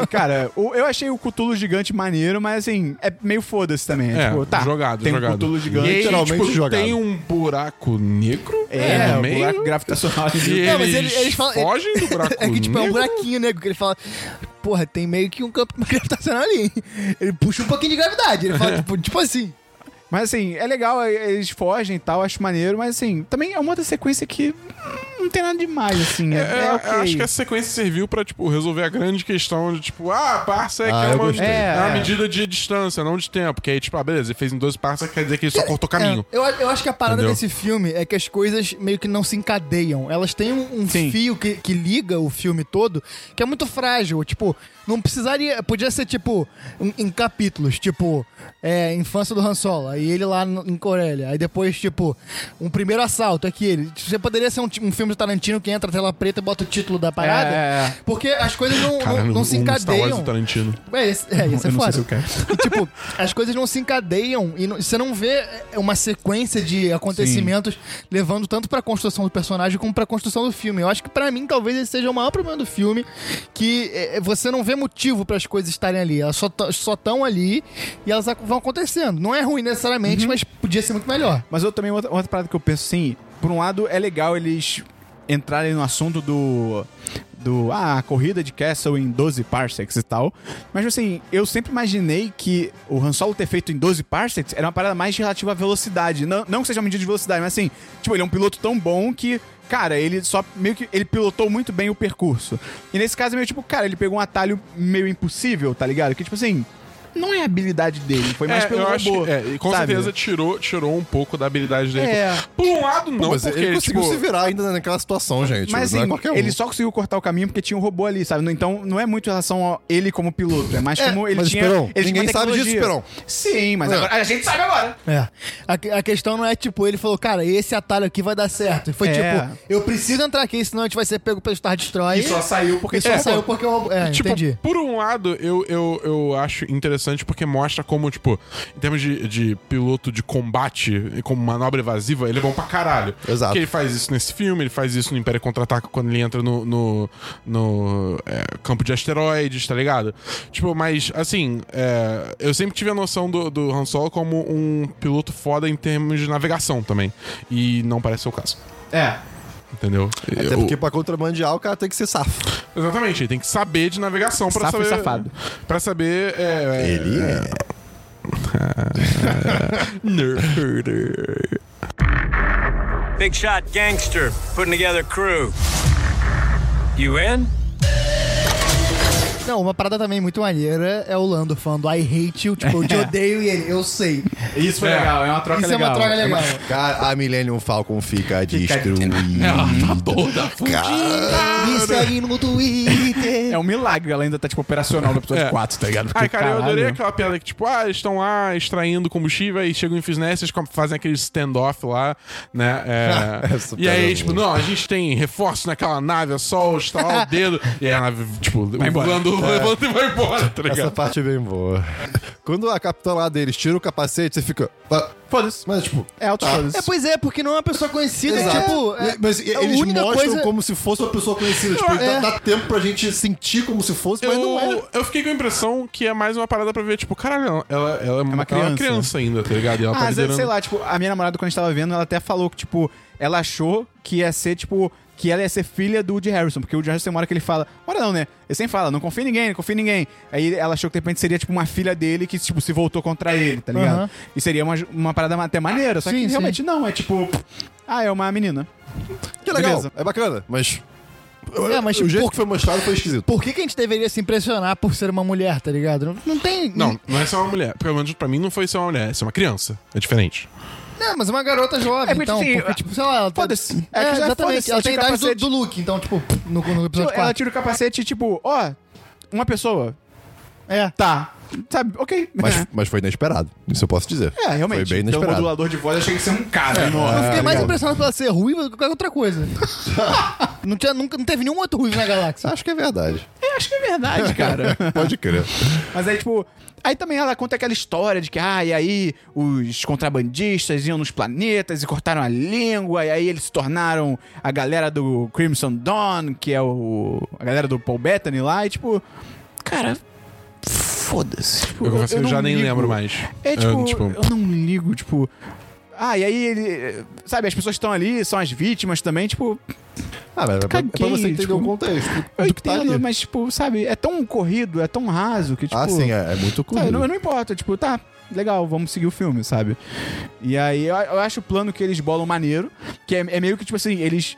Speaker 3: É. Cara, o- eu achei o Cutulo gigante maneiro, mas assim, é meio foda-se também. É,
Speaker 4: É,
Speaker 3: tipo, tá,
Speaker 4: jogado,
Speaker 3: tem
Speaker 4: jogado.
Speaker 3: um Cutulo gigante.
Speaker 4: E aí,
Speaker 5: Literalmente
Speaker 4: tipo,
Speaker 5: jogado.
Speaker 4: tem um buraco negro né,
Speaker 3: É,
Speaker 4: no
Speaker 3: o
Speaker 4: meio.
Speaker 3: buraco gravitacional.
Speaker 4: E eles,
Speaker 6: Não, mas ele- eles falam-
Speaker 4: fogem do buraco
Speaker 6: É que, tipo, é um
Speaker 4: negro.
Speaker 6: buraquinho, né? Que ele fala. Porra, tem meio que um campo gravitacional ali. Ele puxa um pouquinho de gravidade. Ele
Speaker 4: É.
Speaker 6: fala, tipo, tipo assim.
Speaker 3: Mas assim, é legal, é- eles fogem e tal, acho maneiro, mas assim, também é uma outra sequência que hum, não tem nada demais, assim. É,
Speaker 4: É,
Speaker 3: é, ok.
Speaker 4: Acho que essa sequência serviu pra, tipo, resolver a grande questão de, tipo, ah, parça é
Speaker 5: Ah,
Speaker 4: que é
Speaker 5: eu
Speaker 4: uma,
Speaker 5: gostei.
Speaker 4: é uma
Speaker 3: É, é.
Speaker 4: medida de distância, não de tempo. Que aí, tipo, ah, beleza, ele fez em 12 parças, quer dizer que ele só cortou caminho.
Speaker 6: É, eu, a- eu acho que a parada
Speaker 4: Entendeu?
Speaker 6: desse filme é que as coisas meio que não se encadeiam. Elas têm um, um
Speaker 3: Sim.
Speaker 6: fio que, que liga o filme todo, que é muito frágil. Tipo, não precisaria. Podia ser, tipo, em, em capítulos. Tipo, é, infância do Han Solo, aí ele lá no- em Corélia. Aí depois, tipo, um primeiro assalto aqui ele. Você poderia ser um, ti- um filme do Tarantino que entra na tela preta e bota o título da parada.
Speaker 3: É.
Speaker 6: Porque as coisas não, não-
Speaker 4: Caralho,
Speaker 6: não, se
Speaker 4: um Star Wars
Speaker 6: encadeiam.
Speaker 4: do Tarantino.
Speaker 6: É, esse, é, isso é
Speaker 3: Eu não sei
Speaker 6: foda.
Speaker 3: se eu quero.
Speaker 6: E, tipo, as coisas não se encadeiam e não- você não vê é, uma sequência de acontecimentos levando tanto pra construção do personagem como pra construção do filme. Eu acho que pra mim talvez esse seja o maior problema do filme, que é, você não vê motivo para as coisas estarem ali. Elas só t- só estão ali e elas ac- vão acontecendo. Não é ruim necessariamente,
Speaker 3: Uhum.
Speaker 6: mas podia ser muito melhor.
Speaker 3: Mas eu também, outra, outra parada que eu penso assim, por um lado é legal eles entrarem no assunto do. Do. Ah, a corrida de Castle em 12 parsecs e tal. Mas assim, eu sempre imaginei que o Han Solo ter feito em 12 parsecs era uma parada mais relativa à velocidade. Não, não que seja uma medida de velocidade, mas assim, tipo, ele é um piloto tão bom que. Cara, ele só meio que. Ele pilotou muito bem o percurso. E nesse caso é meio tipo, cara, ele pegou um atalho meio impossível, tá ligado? Que tipo assim. Não é a habilidade dele, foi mais
Speaker 4: É,
Speaker 3: pelo
Speaker 4: eu
Speaker 3: robô.
Speaker 4: acho que- é, e com
Speaker 3: sabe?
Speaker 4: certeza tirou, tirou um pouco da habilidade dele.
Speaker 3: É.
Speaker 4: Por um lado, não,
Speaker 5: Mas
Speaker 4: porque,
Speaker 5: ele conseguiu
Speaker 4: tipo,
Speaker 5: se virar ainda naquela situação, gente.
Speaker 3: Mas
Speaker 5: não
Speaker 3: assim,
Speaker 5: é qualquer um.
Speaker 3: ele só conseguiu cortar o caminho porque tinha um robô ali, sabe? Então não é muito em relação a ele como piloto, é mais como ele
Speaker 5: mas,
Speaker 3: tinha.
Speaker 5: Esperon,
Speaker 3: ele tinha
Speaker 5: ninguém sabe
Speaker 3: tecnologia.
Speaker 5: disso, Esperon.
Speaker 3: Sim, mas
Speaker 5: É.
Speaker 3: agora, a gente sabe agora.
Speaker 6: É. A, a questão não é tipo, ele falou, cara, esse atalho aqui vai dar certo. E Foi
Speaker 3: É.
Speaker 6: tipo, eu preciso entrar aqui, senão a gente vai ser pego pelo Star Destroyer.
Speaker 3: E só saiu porque
Speaker 6: E só
Speaker 3: tinha
Speaker 6: saiu
Speaker 3: robô.
Speaker 6: porque eu. É,
Speaker 4: Tipo,
Speaker 6: entendi.
Speaker 4: por um lado, eu, eu, eu acho interessante porque mostra como, tipo, em termos de, de piloto de combate e como manobra evasiva, ele é bom pra caralho.
Speaker 5: Exato.
Speaker 4: Porque ele faz isso nesse filme, ele faz isso no Império Contra-Ataca quando ele entra no, no, no, é, campo de asteroides, tá ligado? Tipo, mas, assim, é, eu sempre tive a noção do, do Han Solo como um piloto foda em termos de navegação também. E não parece ser o caso.
Speaker 3: É.
Speaker 4: Entendeu?
Speaker 5: Até
Speaker 4: Eu-
Speaker 5: porque pra contrabandear o cara tem que ser safo.
Speaker 4: Exatamente, ele tem que saber de navegação pra
Speaker 3: Safo e
Speaker 4: saber.
Speaker 3: safado.
Speaker 4: Pra saber. É,
Speaker 5: Ele é.
Speaker 4: Nerd.
Speaker 7: Big shot gangster putting together crew. You in?
Speaker 6: Não, uma parada também muito maneira é o Lando falando I hate you, tipo, eu te odeio e ele, eu sei.
Speaker 3: Isso foi
Speaker 4: É.
Speaker 3: legal, é uma troca
Speaker 6: Isso é
Speaker 3: legal.
Speaker 6: uma troca legal.
Speaker 5: Cara, a Millennium Falcon fica Ah, destruída.
Speaker 4: Ela tá toda
Speaker 5: Cara,
Speaker 6: Me segue no Twitter.
Speaker 3: É um milagre, ela ainda tá tipo operacional no episódio
Speaker 4: É.
Speaker 3: 4, tá ligado? Porque,
Speaker 4: Ai, cara, eu adorei
Speaker 3: caralho.
Speaker 4: aquela piada que, tipo, ah, eles estão lá extraindo combustível e chegam em Fisness, eles com- fazem aquele standoff lá, né? é.
Speaker 5: Essa
Speaker 4: e
Speaker 5: piada é
Speaker 4: aí, tipo,
Speaker 5: boa.
Speaker 4: não, a gente tem reforço naquela nave, é só estalar o dedo. E aí a nave, tipo,
Speaker 3: embora. É.
Speaker 4: voando, levanta e vai embora, tá
Speaker 5: essa
Speaker 4: ligado?
Speaker 5: parte é bem boa. Quando a capitã lá deles tira o capacete, você fica. "Ah,
Speaker 3: Foda-se.
Speaker 5: Mas, tipo.
Speaker 3: É alto foda-se.
Speaker 6: É, pois é, porque não é uma pessoa conhecida, é,
Speaker 5: Exato.
Speaker 6: tipo.
Speaker 5: E-
Speaker 6: É,
Speaker 5: mas
Speaker 6: é a
Speaker 5: eles
Speaker 6: única
Speaker 5: mostram
Speaker 6: coisa-
Speaker 5: como se fosse uma pessoa conhecida. Tipo,
Speaker 6: É.
Speaker 5: dá, dá tempo pra gente sentir como se fosse, mas não é.
Speaker 4: Eu, eu fiquei com a impressão que é mais uma parada pra ver, tipo, caralho, ela, ela, ela é, uma,
Speaker 3: criança.
Speaker 4: ainda, tá ligado? E ela
Speaker 3: Ah,
Speaker 4: tá
Speaker 3: às vezes,
Speaker 4: liderando.
Speaker 3: sei lá, tipo, a minha namorada, quando a gente tava vendo, ela até falou que, tipo, ela achou que ia ser, tipo, que ela ia ser filha do Woody Harrison, porque o Woody Harrison tem uma hora que ele fala, ora não, né? Ele sempre fala, não confia em ninguém, não confia em ninguém. Aí ela achou que de repente seria tipo uma filha dele que tipo se voltou contra ele, tá ligado?
Speaker 6: Aham.
Speaker 3: E seria uma, uma parada até maneira, só que
Speaker 6: Sim, sim.
Speaker 3: realmente não, é tipo, pff, ah, é uma menina.
Speaker 5: Que legal,
Speaker 3: Beleza.
Speaker 5: é bacana, mas.
Speaker 6: É, mas
Speaker 5: o jeito
Speaker 6: por-
Speaker 5: que foi mostrado foi esquisito.
Speaker 6: Por que, que a gente deveria se impressionar por ser uma mulher, tá ligado? Não, não tem.
Speaker 4: Não, não é ser uma mulher. Pelo menos pra mim não foi ser uma mulher, é ser uma criança. É diferente.
Speaker 6: Não, mas é uma garota jovem,
Speaker 3: É, porque,
Speaker 6: então.
Speaker 3: assim,
Speaker 6: porque, tipo, sei lá, ela tá-
Speaker 3: foda-se.
Speaker 6: É,
Speaker 3: É que já
Speaker 6: exatamente.
Speaker 3: foda-se,
Speaker 6: Ela
Speaker 3: tira
Speaker 6: tem a
Speaker 3: o
Speaker 6: idade do,
Speaker 3: capacete.
Speaker 6: do Luke, então, tipo, no, no episódio
Speaker 3: ela
Speaker 6: 4.
Speaker 3: tira o capacete e tipo, ó, uma pessoa,
Speaker 6: É.
Speaker 3: tá, sabe, ok.
Speaker 5: Mas, mas foi inesperado, isso eu posso dizer.
Speaker 3: É, realmente.
Speaker 5: Foi bem
Speaker 3: Pelo
Speaker 5: inesperado. É.
Speaker 3: modulador de voz, eu achei que ia ser um cara enorme.
Speaker 6: Eu fiquei
Speaker 3: tá
Speaker 6: mais
Speaker 3: ligado?
Speaker 6: impressionado pela ser ruiva do que qualquer outra coisa. não, tinha, nunca, não teve nenhum outro ruivo na galáxia.
Speaker 5: Acho que é verdade.
Speaker 3: Eu acho que é verdade, cara.
Speaker 5: Pode crer.
Speaker 3: Mas aí, tipo. Aí também ela conta aquela história de que, ah, e aí os contrabandistas iam nos planetas e cortaram a língua, e aí eles se tornaram a galera do Crimson Dawn, que é o. a galera do Paul Bettany lá, e tipo. Cara. Foda-se. Tipo,
Speaker 4: Eu confesso que eu já
Speaker 3: não
Speaker 4: nem
Speaker 3: ligo.
Speaker 4: lembro mais.
Speaker 3: É tipo eu,
Speaker 4: Eu, tipo,
Speaker 3: não ligo, tipo. Ah, e aí ele. Sabe, as pessoas que estão ali, são as vítimas também, tipo.
Speaker 5: Ah, mas é pra, é pra
Speaker 3: Caguei,
Speaker 5: você entender
Speaker 3: tipo,
Speaker 5: o contexto
Speaker 3: Eu
Speaker 4: É
Speaker 5: do que tá
Speaker 3: entendo,
Speaker 5: ali.
Speaker 3: mas, tipo, sabe, é tão corrido, é tão raso que, tipo.
Speaker 5: ah, sim, é, é muito
Speaker 3: Tá, eu,
Speaker 5: curto.
Speaker 3: não, eu não importo, tipo, tá, legal, vamos seguir o filme, sabe? E aí eu, eu acho o plano que eles bolam maneiro, que é, é meio que, tipo assim, eles.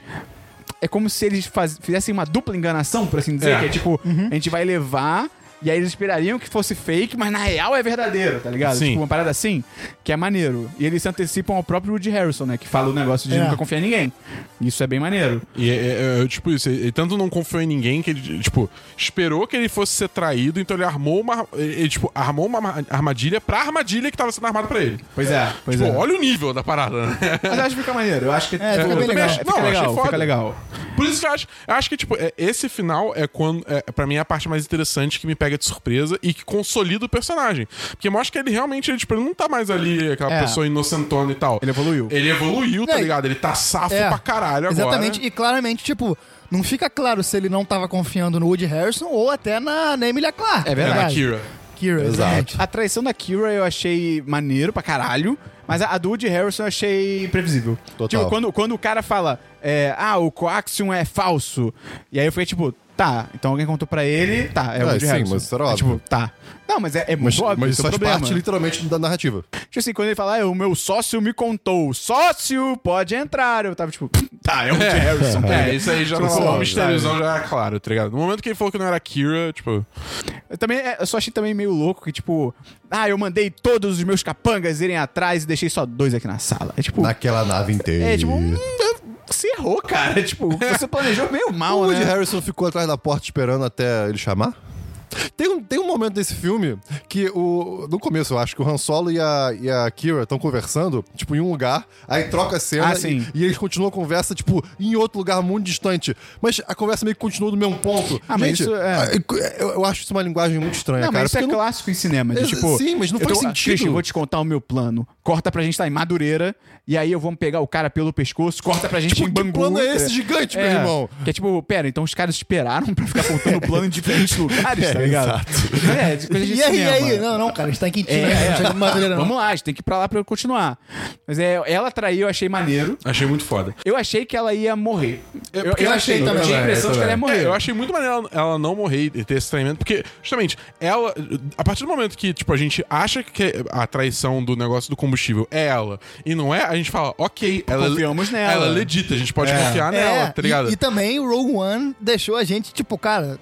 Speaker 3: É como se eles faz- fizessem uma dupla enganação, por assim dizer,
Speaker 4: É.
Speaker 3: que é tipo,
Speaker 6: Uhum.
Speaker 3: a gente vai levar. E aí eles esperariam que fosse fake, mas na real é verdadeiro, tá ligado?
Speaker 4: Sim.
Speaker 3: Tipo, uma parada assim, que é maneiro. E eles se antecipam ao próprio Woody Harrison, né? Que fala o negócio de
Speaker 6: É.
Speaker 3: nunca confiar em ninguém. Isso é bem maneiro.
Speaker 4: e é, é- é, tipo isso, ele tanto não confiou em ninguém que ele, tipo, esperou que ele fosse ser traído, então ele armou uma, ele, tipo, armou uma arma- armadilha pra armadilha que tava sendo armada pra ele.
Speaker 3: Pois é, pois
Speaker 4: Pô,
Speaker 3: é.
Speaker 4: olha o nível da parada, né?
Speaker 3: Mas eu acho que fica maneiro. Eu acho que
Speaker 6: É, fica
Speaker 3: eu
Speaker 6: bem
Speaker 3: também
Speaker 6: legal.
Speaker 3: acho-
Speaker 4: Não,
Speaker 3: Fica
Speaker 4: achei
Speaker 3: legal,
Speaker 4: foda.
Speaker 3: fica legal.
Speaker 4: Por isso que eu acho, eu acho que, tipo, é- esse final é quando, é, pra mim, é a parte mais interessante que me pega de surpresa e que consolida o personagem. Porque mostra que ele realmente, ele, tipo, ele não tá mais ali aquela
Speaker 3: É.
Speaker 4: pessoa inocentona e tal.
Speaker 3: Ele evoluiu. É,
Speaker 4: Ele evoluiu, tá
Speaker 6: Não, e-
Speaker 4: ligado? Ele tá safo pra caralho agora.
Speaker 6: É. Exatamente, e claramente, tipo, não fica claro se ele não tava confiando no Woody Harrison ou até na, na Emilia Clarke.
Speaker 3: É verdade. Ah,
Speaker 4: É,
Speaker 6: tá
Speaker 4: na
Speaker 6: ligado?
Speaker 4: Kira.
Speaker 6: Kira, exatamente.
Speaker 3: A traição da Kira eu achei maneiro pra caralho, mas a, a do Woody Harrison eu achei previsível.
Speaker 5: Total.
Speaker 3: Tipo, quando, quando o cara fala, é, ah, o Coaxium é falso, e aí eu fiquei tipo, tá, então alguém contou pra ele, tá, é o
Speaker 5: Ah,
Speaker 3: Woody
Speaker 5: sim,
Speaker 3: Harrison.
Speaker 5: mas isso era
Speaker 3: É
Speaker 5: óbvio.
Speaker 3: tipo, tá. Não, mas é, é
Speaker 5: Mas,
Speaker 3: muito óbvio,
Speaker 5: mas
Speaker 3: esse é
Speaker 5: isso
Speaker 3: o
Speaker 5: faz
Speaker 3: problema.
Speaker 5: parte literalmente da narrativa.
Speaker 3: Tipo assim, quando ele fala, ah, o meu sócio me contou, sócio, pode entrar, eu tava tipo, tá, é o Woody Harrison. cara.
Speaker 4: É, isso aí já
Speaker 3: Tipo,
Speaker 4: não
Speaker 3: sabe?
Speaker 4: o mistériozão já é claro, tá ligado? No momento que ele falou que não era Kira, tipo.
Speaker 3: Eu também, é, eu só achei também meio louco que, tipo, ah, eu mandei todos os meus capangas irem atrás e deixei só dois aqui na sala. É tipo,
Speaker 5: Naquela nave inteira.
Speaker 3: É, tipo, hum, você errou, cara. Tipo, você planejou meio
Speaker 5: O
Speaker 3: mal, né?
Speaker 5: Woody Harrison ficou atrás da porta esperando até ele chamar? Tem um, tem um momento desse filme que o. No começo, eu acho que o Han Solo e a, e a Kira estão conversando, tipo, em um lugar, aí troca a cena
Speaker 3: Ah, sim.
Speaker 5: E, e eles continuam a conversa, tipo, em outro lugar muito distante. Mas a conversa meio que continua do mesmo ponto.
Speaker 3: Ah, mas isso é-
Speaker 5: eu, eu acho isso uma linguagem muito estranha,
Speaker 3: Não,
Speaker 5: cara.
Speaker 3: mas isso é
Speaker 5: porque eu não-
Speaker 3: clássico em cinema. De,
Speaker 5: É,
Speaker 3: tipo,
Speaker 5: sim, mas não
Speaker 3: eu
Speaker 5: faz
Speaker 3: tô-
Speaker 5: sentido.
Speaker 3: Christian, eu vou te contar o meu plano. Corta pra gente tá em Madureira, e aí eu vou pegar o cara pelo pescoço, corta pra gente
Speaker 5: Tipo,
Speaker 3: em
Speaker 5: que
Speaker 3: Bangu.
Speaker 5: plano é esse gigante, meu irmão?
Speaker 3: Que é tipo, pera, então os caras esperaram pra ficar apontando o plano em diferentes lugares, tá ligado? É, de coisa de
Speaker 6: E aí, e
Speaker 3: cinema.
Speaker 6: aí? Não, não, cara, a gente tá em Quintino,
Speaker 3: É,
Speaker 6: né?
Speaker 3: é.
Speaker 6: não chega em Madureira, não.
Speaker 3: Vamos lá, a gente tem que ir pra lá pra eu continuar. Mas é, ela traiu, eu achei maneiro.
Speaker 4: Achei muito foda. É
Speaker 3: Eu achei que ela ia morrer. Eu,
Speaker 4: porque eu
Speaker 3: achei
Speaker 4: achei
Speaker 3: também. Eu tinha a
Speaker 5: também,
Speaker 3: impressão de que ela ia
Speaker 5: também.
Speaker 3: morrer.
Speaker 4: É, eu achei muito maneiro ela- ela não morrer e ter esse treinamento, porque, justamente, ela. A partir do momento que, tipo, a gente acha que a traição do negócio do combustível é ela e não é, a gente fala, ok, ela,
Speaker 3: Confiamos nela.
Speaker 4: Ela é legita, a gente pode confiar
Speaker 6: É,
Speaker 4: nela, tá ligado?
Speaker 6: E, e também o Rogue One deixou a gente, tipo, cara,